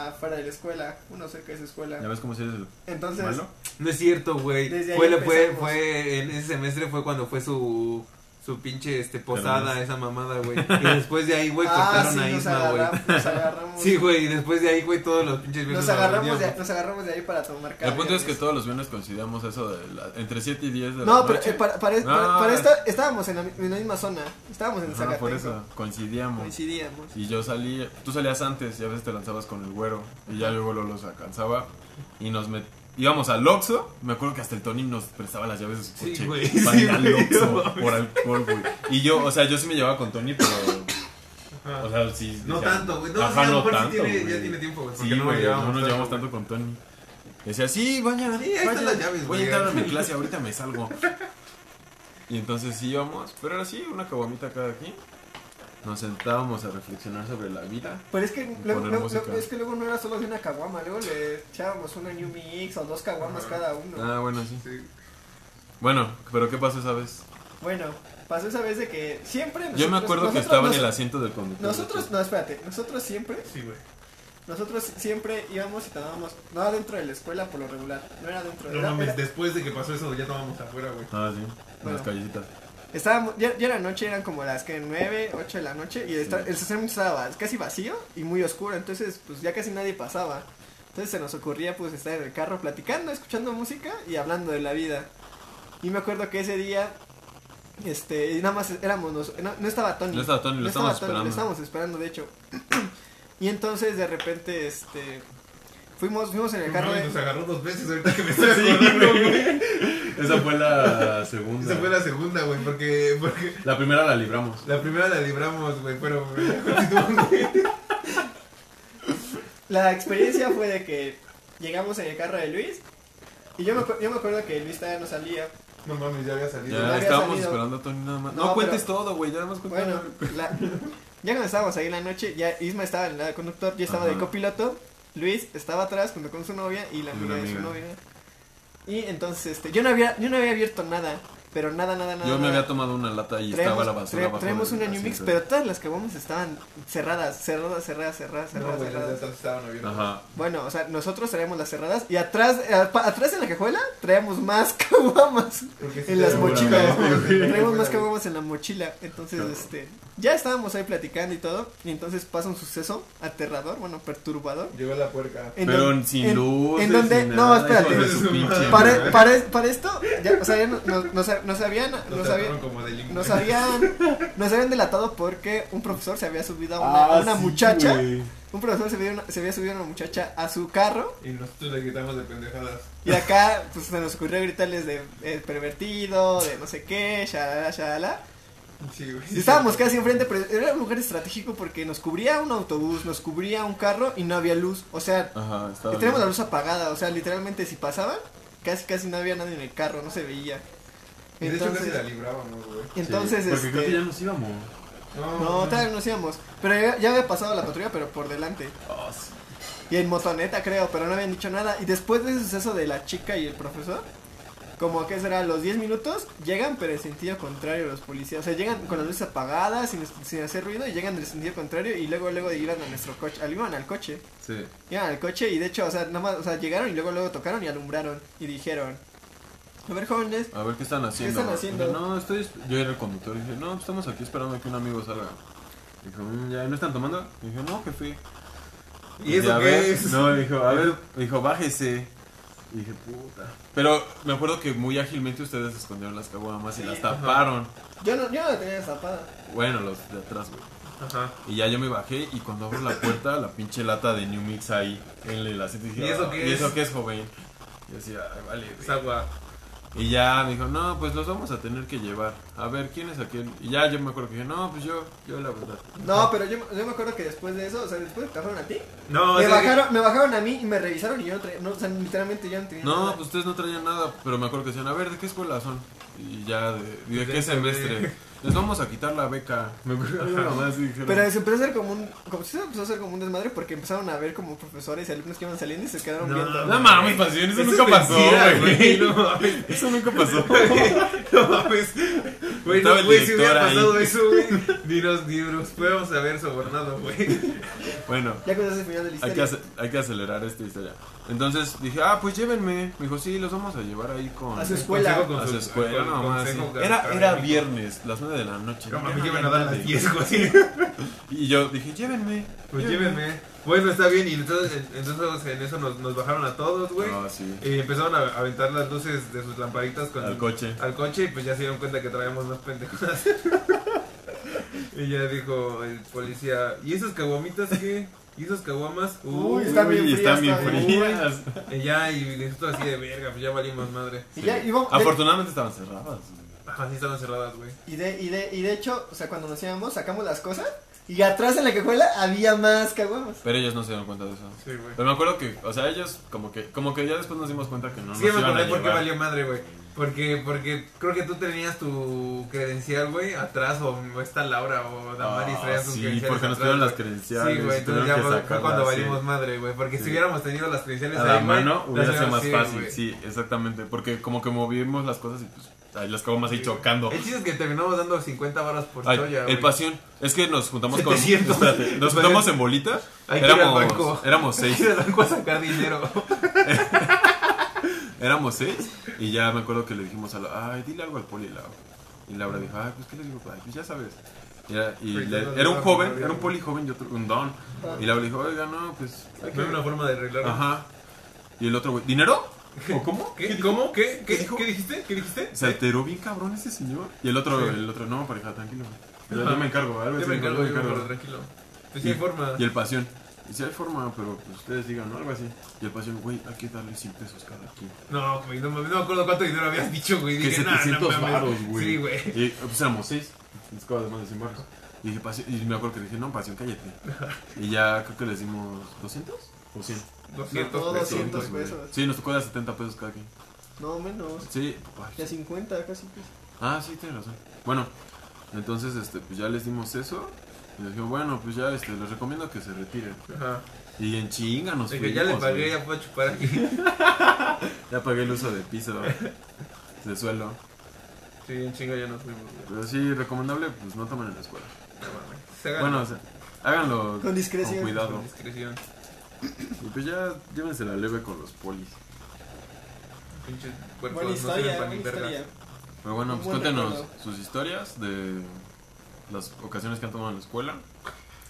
[SPEAKER 1] afuera de la escuela, uno cerca de su
[SPEAKER 2] Ya
[SPEAKER 1] escuela.
[SPEAKER 2] ves cómo si eres el
[SPEAKER 1] Entonces, ah,
[SPEAKER 2] malo.
[SPEAKER 5] No es cierto, güey.
[SPEAKER 1] Desde ahí
[SPEAKER 5] Fue, fue,
[SPEAKER 1] empezamos.
[SPEAKER 5] fue, en ese semestre fue cuando fue su, su pinche este, posada, esa mamada,
[SPEAKER 2] [laughs]
[SPEAKER 5] güey. Y después de ahí, güey,
[SPEAKER 1] ah,
[SPEAKER 5] cortaron
[SPEAKER 1] sí,
[SPEAKER 5] a
[SPEAKER 1] nos,
[SPEAKER 5] Isma, güey.
[SPEAKER 1] agarra- nos agarramos.
[SPEAKER 5] Sí, güey, y después de ahí, güey, todos los pinches viernes
[SPEAKER 1] Nos
[SPEAKER 5] nos
[SPEAKER 1] agarramos, de,
[SPEAKER 5] reuníamos.
[SPEAKER 1] nos agarramos de ahí para tomar
[SPEAKER 2] El punto es que
[SPEAKER 1] cárdenas.
[SPEAKER 2] todos los viernes coincidíamos eso de la- entre 7 y 10 de la
[SPEAKER 1] No, pero
[SPEAKER 2] noche.
[SPEAKER 1] eh, para, para,
[SPEAKER 2] No,
[SPEAKER 1] para-
[SPEAKER 2] no,
[SPEAKER 1] para
[SPEAKER 2] no.
[SPEAKER 1] esta estábamos en la, mi- en la misma zona. Estábamos en el
[SPEAKER 2] Ajá,
[SPEAKER 1] Zacateco.
[SPEAKER 2] por eso coincidíamos.
[SPEAKER 1] Coincidíamos.
[SPEAKER 2] Y yo salí, tú salías antes y a veces te lanzabas con el güero y ya luego lo los alcanzaba y nos met- íbamos al Oxxo, me acuerdo que hasta el Tony nos prestaba las llaves de su
[SPEAKER 5] Sí,
[SPEAKER 2] coche
[SPEAKER 5] güey,
[SPEAKER 2] para
[SPEAKER 5] sí,
[SPEAKER 2] ir al
[SPEAKER 5] güey,
[SPEAKER 2] Oxxo
[SPEAKER 5] no mames.
[SPEAKER 2] por alcohol, güey. Y yo, o sea, yo sí me llevaba con Tony, pero o sea, sí
[SPEAKER 3] No
[SPEAKER 2] decía,
[SPEAKER 3] tanto, güey. No,
[SPEAKER 2] ajá,
[SPEAKER 3] sí, a lo mejor sí
[SPEAKER 2] tanto,
[SPEAKER 3] tiene,
[SPEAKER 2] güey.
[SPEAKER 3] ya tiene tiempo, güey.
[SPEAKER 2] Sí,
[SPEAKER 5] porque no nos
[SPEAKER 2] güey,
[SPEAKER 5] llevamos
[SPEAKER 2] no nos
[SPEAKER 5] tanto,
[SPEAKER 2] llevamos
[SPEAKER 5] güey.
[SPEAKER 2] tanto con Tony. Decía, sí, vaya,
[SPEAKER 5] Sí, ahí están
[SPEAKER 2] vaya,
[SPEAKER 5] las llaves,
[SPEAKER 2] Voy a
[SPEAKER 5] güey.
[SPEAKER 2] entrar a mi clase, ahorita me salgo. Y entonces íbamos, pero era así, una caguamita cada quien. Nos sentábamos a reflexionar sobre la vida.
[SPEAKER 1] Pero es que, luego-
[SPEAKER 2] poner
[SPEAKER 1] luego-
[SPEAKER 2] música.
[SPEAKER 1] es que luego no era solo de una caguama, luego le echábamos una New Mix o dos caguamas cada uno.
[SPEAKER 2] Ah, bueno, sí.
[SPEAKER 3] Sí.
[SPEAKER 2] Bueno, pero ¿qué pasó esa vez?
[SPEAKER 1] Bueno, pasó esa vez de que siempre...
[SPEAKER 2] Yo me
[SPEAKER 1] nosotros-
[SPEAKER 2] acuerdo que
[SPEAKER 1] nosotros-
[SPEAKER 2] estaba en
[SPEAKER 1] nos-
[SPEAKER 2] el asiento del conductor.
[SPEAKER 1] Nosotros, no, espérate, nosotros siempre,
[SPEAKER 3] Sí, güey.
[SPEAKER 1] nosotros siempre íbamos y tomábamos, no adentro de la escuela por lo regular, no era dentro,
[SPEAKER 3] No
[SPEAKER 1] era-
[SPEAKER 3] mames,
[SPEAKER 1] era-
[SPEAKER 3] después de que pasó eso, ya estábamos afuera, güey.
[SPEAKER 2] Ah, sí, en las
[SPEAKER 1] Bueno.
[SPEAKER 2] callecitas.
[SPEAKER 1] Estábamos, ya, ya era noche, eran como las que 9, 8 de la noche y esta- el sistema estaba casi vacío y muy oscuro, entonces pues ya casi nadie pasaba. Entonces se nos ocurría pues estar en el carro platicando, escuchando música y hablando de la vida. Y me acuerdo que ese día, este, y nada más éramos, nos- no, no estaba Tony.
[SPEAKER 2] No estaba Tony, lo
[SPEAKER 1] No
[SPEAKER 2] estábamos
[SPEAKER 1] estaba Tony,
[SPEAKER 2] esperando.
[SPEAKER 1] lo estábamos esperando de hecho. [clears throat] y entonces de repente, este, fuimos, fuimos en el
[SPEAKER 3] No
[SPEAKER 1] carro.
[SPEAKER 3] mames,
[SPEAKER 1] de-
[SPEAKER 3] nos agarró dos veces ahorita que me estoy acordando, güey.
[SPEAKER 2] Esa
[SPEAKER 1] [laughs]
[SPEAKER 2] fue la segunda.
[SPEAKER 3] Esa fue la segunda, güey, porque, porque
[SPEAKER 2] La primera la libramos.
[SPEAKER 3] la primera la libramos, güey, pero güey,
[SPEAKER 1] La experiencia fue de que llegamos en el carro de Luis y yo me, acu- yo me acuerdo que Luis todavía no salía.
[SPEAKER 3] no mames, ya había salido.
[SPEAKER 2] Ya
[SPEAKER 1] había
[SPEAKER 2] estábamos
[SPEAKER 1] salido.
[SPEAKER 2] esperando a Tony nada más. No,
[SPEAKER 1] No,
[SPEAKER 2] cuentes
[SPEAKER 1] pero-
[SPEAKER 2] todo, güey, ya nada más cuentes.
[SPEAKER 1] Bueno, la- ya cuando estábamos ahí en la noche, ya Isma estaba en la de conductor, yo estaba de
[SPEAKER 2] Ajá.
[SPEAKER 1] copiloto, Luis estaba atrás junto con su novia y la
[SPEAKER 2] Y
[SPEAKER 1] amiga
[SPEAKER 2] una
[SPEAKER 1] de su
[SPEAKER 2] amiga.
[SPEAKER 1] novia. Y entonces, este, yo no había, yo no había abierto nada, pero nada, nada, nada.
[SPEAKER 2] Yo me
[SPEAKER 1] nada.
[SPEAKER 2] había tomado una lata y estaba la basura
[SPEAKER 1] tra-
[SPEAKER 2] abajo
[SPEAKER 1] traemos
[SPEAKER 2] del
[SPEAKER 1] una New Mix,
[SPEAKER 2] asiento.
[SPEAKER 1] pero todas las que vamos estaban cerradas, cerradas, cerradas, cerradas,
[SPEAKER 3] No,
[SPEAKER 1] cerradas,
[SPEAKER 3] güey,
[SPEAKER 1] cerradas.
[SPEAKER 3] las otras estaban abiertas.
[SPEAKER 2] Ajá.
[SPEAKER 1] Bueno, o sea, nosotros traemos las cerradas y atrás, eh, pa- atrás en la cajuela traemos más [laughs] caguamas.
[SPEAKER 3] Porque sí
[SPEAKER 1] En las
[SPEAKER 3] traíamos
[SPEAKER 2] [laughs]
[SPEAKER 1] mochilas.
[SPEAKER 3] caguamas, güey.
[SPEAKER 1] Traemos más caguamas en la mochila. Entonces,
[SPEAKER 2] Claro.
[SPEAKER 1] este, ya estábamos ahí platicando y todo. Y entonces pasa un suceso aterrador, bueno, perturbador.
[SPEAKER 3] Llegó la puerca.
[SPEAKER 1] en
[SPEAKER 2] pero
[SPEAKER 1] don-
[SPEAKER 2] sin
[SPEAKER 1] en-
[SPEAKER 2] luz.
[SPEAKER 1] en donde- no, espérate. Para, para, para esto, ya, o sea, ya no- no- nos, nos habían,
[SPEAKER 3] Nos
[SPEAKER 1] nos
[SPEAKER 3] trataron
[SPEAKER 1] habían,
[SPEAKER 3] como delincuentes.
[SPEAKER 1] nos habían, nos habían delatado porque un profesor se había subido a una,
[SPEAKER 2] Ah,
[SPEAKER 1] a una muchacha. Un profesor se había, se había subido a una muchacha a su carro.
[SPEAKER 3] Y nosotros le gritamos de pendejadas.
[SPEAKER 1] Y acá, pues se nos ocurrió gritarles de eh, pervertido, de no sé qué, shalala, shalala.
[SPEAKER 3] Sí, güey.
[SPEAKER 1] Y estábamos casi enfrente, pero era un lugar estratégico porque nos cubría un autobús, nos cubría un carro y no había luz. O sea,
[SPEAKER 2] Ajá, estaba.
[SPEAKER 1] teníamos la luz apagada. O sea, literalmente si pasaban, casi casi no había nadie en el carro, no se veía.
[SPEAKER 3] Y de hecho casi la
[SPEAKER 1] Entonces,
[SPEAKER 3] librábamos, güey.
[SPEAKER 1] entonces
[SPEAKER 2] Porque creo que ya
[SPEAKER 1] este,
[SPEAKER 2] nos íbamos.
[SPEAKER 1] no, todavía no nos íbamos. Pero ya, ya había pasado la patrulla, pero por delante.
[SPEAKER 2] Ah, sí.
[SPEAKER 1] Y en motoneta, creo, pero no habían dicho nada. Y después de ese suceso de la chica y el profesor, Como que será, los 10 minutos llegan pero en sentido contrario los policías. O sea, llegan con las luces apagadas, sin, sin hacer ruido, y llegan en el sentido contrario y luego, luego iban a nuestro coche, al- iban al coche.
[SPEAKER 2] Sí.
[SPEAKER 1] Iban al coche y de hecho, o sea, nada más, o sea, llegaron y luego, luego tocaron y alumbraron y dijeron, a ver jóvenes,
[SPEAKER 2] A ver qué están haciendo.
[SPEAKER 1] están haciendo?
[SPEAKER 2] Dije, no, estoy. esp- Yo era el conductor. Dije, no, pues, estamos aquí esperando a que un amigo salga. Dijo, "Mm, ¿ya no están tomando? Dije, no, jefe.
[SPEAKER 6] ¿Y
[SPEAKER 2] Dije,
[SPEAKER 6] eso
[SPEAKER 2] "A
[SPEAKER 6] qué
[SPEAKER 2] ver".
[SPEAKER 6] es?
[SPEAKER 2] No, dijo, a ver, dijo, bájese. Y Dije, puta. Pero me acuerdo que muy ágilmente ustedes escondieron las caguamas y las taparon.
[SPEAKER 1] yo no, yo no la tenía destapada.
[SPEAKER 2] Bueno, los de atrás, güey.
[SPEAKER 3] Ajá.
[SPEAKER 2] Y ya yo me bajé y cuando abro la puerta, la pinche lata de New Mix ahí en el asiento. dije,
[SPEAKER 6] ¿Y eso
[SPEAKER 2] "Ah,
[SPEAKER 6] qué
[SPEAKER 2] ¿Y
[SPEAKER 6] es?"
[SPEAKER 2] eso qué es, joven? Y decía, "Ay, vale, güey".
[SPEAKER 3] Es agua.
[SPEAKER 2] Y ya me dijo, no, pues los vamos a tener que llevar. A ver, ¿quién es aquel? Y ya yo me acuerdo que dije, no, pues yo, yo la verdad.
[SPEAKER 1] No, pero yo, yo me acuerdo que después de eso, o sea, después de que bajaron a ti,
[SPEAKER 3] No,
[SPEAKER 1] me,
[SPEAKER 3] es agua.
[SPEAKER 1] bajaron, me bajaron a mí y me revisaron y yo no traía, no, o sea, literalmente yo no tenía
[SPEAKER 2] No,
[SPEAKER 1] nada.
[SPEAKER 2] pues ustedes no traían nada, pero me acuerdo que decían, a ver, ¿de qué escuela son? Y ya, ¿de, y de
[SPEAKER 3] Ya
[SPEAKER 2] qué
[SPEAKER 3] se ve.
[SPEAKER 2] semestre? [laughs] Les vamos a quitar la beca. Me acuerdo que nomás dijeron,
[SPEAKER 1] Pero se empezó a hacer como un, como, sí, se empezó a hacer como un desmadre porque empezaron a ver como profesores y alumnos que iban saliendo y se quedaron
[SPEAKER 3] No,
[SPEAKER 1] viendo.
[SPEAKER 2] no mames, pasión, eso,
[SPEAKER 3] Eso
[SPEAKER 2] nunca
[SPEAKER 3] es
[SPEAKER 2] pasó, [laughs]
[SPEAKER 3] mentira,
[SPEAKER 2] güey.
[SPEAKER 3] No mames.
[SPEAKER 2] Eso nunca pasó.
[SPEAKER 3] No mames. Güey,
[SPEAKER 2] Estaba
[SPEAKER 3] no,
[SPEAKER 2] el
[SPEAKER 3] güey, si hubiera
[SPEAKER 2] director ahí.
[SPEAKER 3] pasado eso, güey. Ni nos, ni nos podemos haber sobornado, güey.
[SPEAKER 2] bueno,
[SPEAKER 1] Ya conoces el final de la
[SPEAKER 2] hay
[SPEAKER 1] historia.
[SPEAKER 2] que, ace- hay que acelerar esta historia. Entonces dije, ah, pues llévenme. Me dijo, sí, los vamos a llevar ahí con...
[SPEAKER 1] A su escuela.
[SPEAKER 3] Consejo con
[SPEAKER 2] a su
[SPEAKER 3] su-
[SPEAKER 2] escuela,
[SPEAKER 3] con-
[SPEAKER 2] no, más,
[SPEAKER 3] consejo
[SPEAKER 2] sí. Era, era
[SPEAKER 3] académico.
[SPEAKER 2] viernes, las 9 de la noche.
[SPEAKER 3] No
[SPEAKER 2] Ya
[SPEAKER 3] mames,
[SPEAKER 2] no
[SPEAKER 3] yo me
[SPEAKER 2] había
[SPEAKER 3] lo dan las
[SPEAKER 2] nadie.
[SPEAKER 3] 10, güey. [laughs]
[SPEAKER 2] Y yo dije, llévenme.
[SPEAKER 3] Pues llévenme. Bueno, está bien. Y entonces, en- entonces en eso nos, nos bajaron a todos, güey.
[SPEAKER 2] No, sí.
[SPEAKER 3] Y empezaron a aventar las luces de sus lamparitas con
[SPEAKER 2] Al coche.
[SPEAKER 3] al coche y pues ya se dieron cuenta que traíamos más pendejadas. [laughs] y ya dijo el policía, ¿y esas caguamitas qué? ¿Y esas caguamas?
[SPEAKER 1] Uy,
[SPEAKER 3] Uy,
[SPEAKER 1] están bien frías
[SPEAKER 2] están bien
[SPEAKER 1] todavía.
[SPEAKER 2] frías.
[SPEAKER 3] Y ya, y nosotros así de verga, pues ya valimos madre.
[SPEAKER 1] Y ya,
[SPEAKER 2] Sí.
[SPEAKER 1] y vamos-
[SPEAKER 2] Afortunadamente estaban cerradas.
[SPEAKER 3] Ajá, sí estaban cerradas, güey.
[SPEAKER 1] Y de, y, de, y de hecho, o sea, cuando nos íbamos, sacamos las cosas y atrás en la cajuela había más caguamas.
[SPEAKER 2] Pero ellos no se dieron cuenta de eso.
[SPEAKER 3] Sí, güey.
[SPEAKER 2] Pero me acuerdo que, o sea, ellos como que, como que ya después nos dimos cuenta que no nos
[SPEAKER 3] Sí, ya me
[SPEAKER 2] iban a
[SPEAKER 3] acordé por qué
[SPEAKER 2] llevar.
[SPEAKER 3] valió madre, güey. Porque, porque creo que tú tenías tu credencial, güey, atrás, o esta Laura o Damaris
[SPEAKER 2] Ah,
[SPEAKER 3] traían sus
[SPEAKER 2] sí,
[SPEAKER 3] credenciales.
[SPEAKER 2] porque nos
[SPEAKER 3] atrás,
[SPEAKER 2] dieron las
[SPEAKER 3] güey.
[SPEAKER 2] credenciales.
[SPEAKER 3] Sí, güey, entonces
[SPEAKER 2] tuvieron
[SPEAKER 3] ya
[SPEAKER 2] que
[SPEAKER 3] fue, fue
[SPEAKER 2] sacarlas,
[SPEAKER 3] cuando
[SPEAKER 2] sí.
[SPEAKER 3] valimos madre, güey. Porque
[SPEAKER 2] Sí.
[SPEAKER 3] si hubiéramos tenido las credenciales
[SPEAKER 2] a la
[SPEAKER 3] ahí, güey,
[SPEAKER 2] mano
[SPEAKER 3] las
[SPEAKER 2] hubiera sido
[SPEAKER 3] hubiéramos-
[SPEAKER 2] más
[SPEAKER 3] sí,
[SPEAKER 2] fácil,
[SPEAKER 3] güey.
[SPEAKER 2] sí, exactamente. Porque como que movimos las cosas y pues ahí las acabamos ahí
[SPEAKER 3] Sí.
[SPEAKER 2] chocando.
[SPEAKER 3] El chiste es que terminamos dando 50 varas por
[SPEAKER 2] Ay,
[SPEAKER 3] soya,
[SPEAKER 2] el
[SPEAKER 3] güey. [laughs]
[SPEAKER 2] pasión. Es que nos juntamos con.
[SPEAKER 3] 700.
[SPEAKER 2] espérate,
[SPEAKER 3] [laughs]
[SPEAKER 2] nos juntamos en bolita.
[SPEAKER 3] Hay que ir al banco.
[SPEAKER 2] Éramos, éramos
[SPEAKER 3] [laughs] Hay que
[SPEAKER 2] seis.
[SPEAKER 3] ir al banco a sacar dinero.
[SPEAKER 2] Éramos seis. Y ya me acuerdo que le dijimos a la. Ay, dile algo al poli, Laura. Y Laura dijo, ay, pues qué le digo, Ay, pues ya sabes. Y Era, y
[SPEAKER 3] Pero
[SPEAKER 2] le-
[SPEAKER 3] yo no le
[SPEAKER 2] era un
[SPEAKER 3] daba
[SPEAKER 2] joven,
[SPEAKER 3] memoria,
[SPEAKER 2] era un
[SPEAKER 3] güey.
[SPEAKER 2] poli joven y otro, un don. Y Laura dijo, oiga, no, pues. hay que-
[SPEAKER 3] No hay una forma de arreglarlo.
[SPEAKER 2] Ajá. Y el otro güey,
[SPEAKER 3] [laughs]
[SPEAKER 2] ¿dinero? ¿O cómo?
[SPEAKER 3] ¿Qué? ¿Cómo? ¿Qué?
[SPEAKER 2] ¿Qué
[SPEAKER 3] ¿Qué,
[SPEAKER 2] dijo?
[SPEAKER 3] ¿Qué dijiste? ¿Qué dijiste?
[SPEAKER 2] Se alteró bien cabrón ese señor. Y el otro,
[SPEAKER 3] Sí.
[SPEAKER 2] el otro, no, pareja, tranquilo. Yo, yo me encargo, algo
[SPEAKER 3] Yo
[SPEAKER 2] así,
[SPEAKER 3] me
[SPEAKER 2] dijo,
[SPEAKER 3] encargo, yo me encargo, tranquilo. Pues sí hay forma.
[SPEAKER 2] Y el pasión. Y si hay forma, pero pues, ustedes digan, ¿no? Algo así. Y el pasión, güey, hay que darle 100 pesos cada quien.
[SPEAKER 3] No, güey, no, me- no me acuerdo cuánto dinero habías dicho, güey.
[SPEAKER 2] Que
[SPEAKER 3] Dije, nah,
[SPEAKER 2] 700
[SPEAKER 3] no, mames.
[SPEAKER 2] baros, güey.
[SPEAKER 3] Sí, güey.
[SPEAKER 2] Y eh, pues éramos 6. Les acabas más de 100 baros. Y, dije, pasión, y me acuerdo que le dije, no, pasión,
[SPEAKER 3] [laughs]
[SPEAKER 2] cállate. Y ya creo que les dimos 200 o 100.
[SPEAKER 3] 200
[SPEAKER 1] No,
[SPEAKER 3] pesos.
[SPEAKER 1] 200
[SPEAKER 2] güey.
[SPEAKER 1] pesos.
[SPEAKER 2] Sí, nos tocó dar 70 pesos cada quien.
[SPEAKER 1] No, menos.
[SPEAKER 2] Sí,
[SPEAKER 1] Ya
[SPEAKER 2] ay,
[SPEAKER 1] 50 casi. pues.
[SPEAKER 2] Ah, sí, tienes razón. Bueno, entonces este, pues ya les dimos eso. Y les dije, bueno, pues ya este, les recomiendo que se retiren.
[SPEAKER 3] Ajá.
[SPEAKER 2] Y en chinga nos
[SPEAKER 3] Dije, ya le
[SPEAKER 2] fuimos,
[SPEAKER 3] pagué,
[SPEAKER 2] güey.
[SPEAKER 3] ya puedo chupar aquí. [laughs]
[SPEAKER 2] Ya pagué el uso de piso, de suelo.
[SPEAKER 3] Sí, en chingo ya nos fuimos, güey.
[SPEAKER 2] Pero sí, recomendable, pues no tomen en la escuela.
[SPEAKER 3] No mames. Se hagan
[SPEAKER 2] Bueno, o sea, háganlo
[SPEAKER 1] Con discreción.
[SPEAKER 2] con
[SPEAKER 3] con
[SPEAKER 2] cuidado.
[SPEAKER 3] discreción.
[SPEAKER 2] Y pues ya llévense la leve con los polis.
[SPEAKER 3] Pinches cuerpos
[SPEAKER 1] Buena
[SPEAKER 3] pues, no sirven
[SPEAKER 1] historia,
[SPEAKER 3] para
[SPEAKER 1] buena
[SPEAKER 3] ni verga.
[SPEAKER 1] historia.
[SPEAKER 2] Pero bueno,
[SPEAKER 1] Un
[SPEAKER 2] pues
[SPEAKER 1] buen
[SPEAKER 2] cuéntenos
[SPEAKER 1] recuerdo.
[SPEAKER 2] sus historias de las ocasiones que han tomado en la escuela.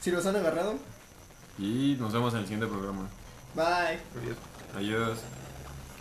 [SPEAKER 1] Si los han agarrado,
[SPEAKER 2] Y nos vemos en el siguiente programa.
[SPEAKER 1] bye.
[SPEAKER 3] Adiós.
[SPEAKER 2] Adiós.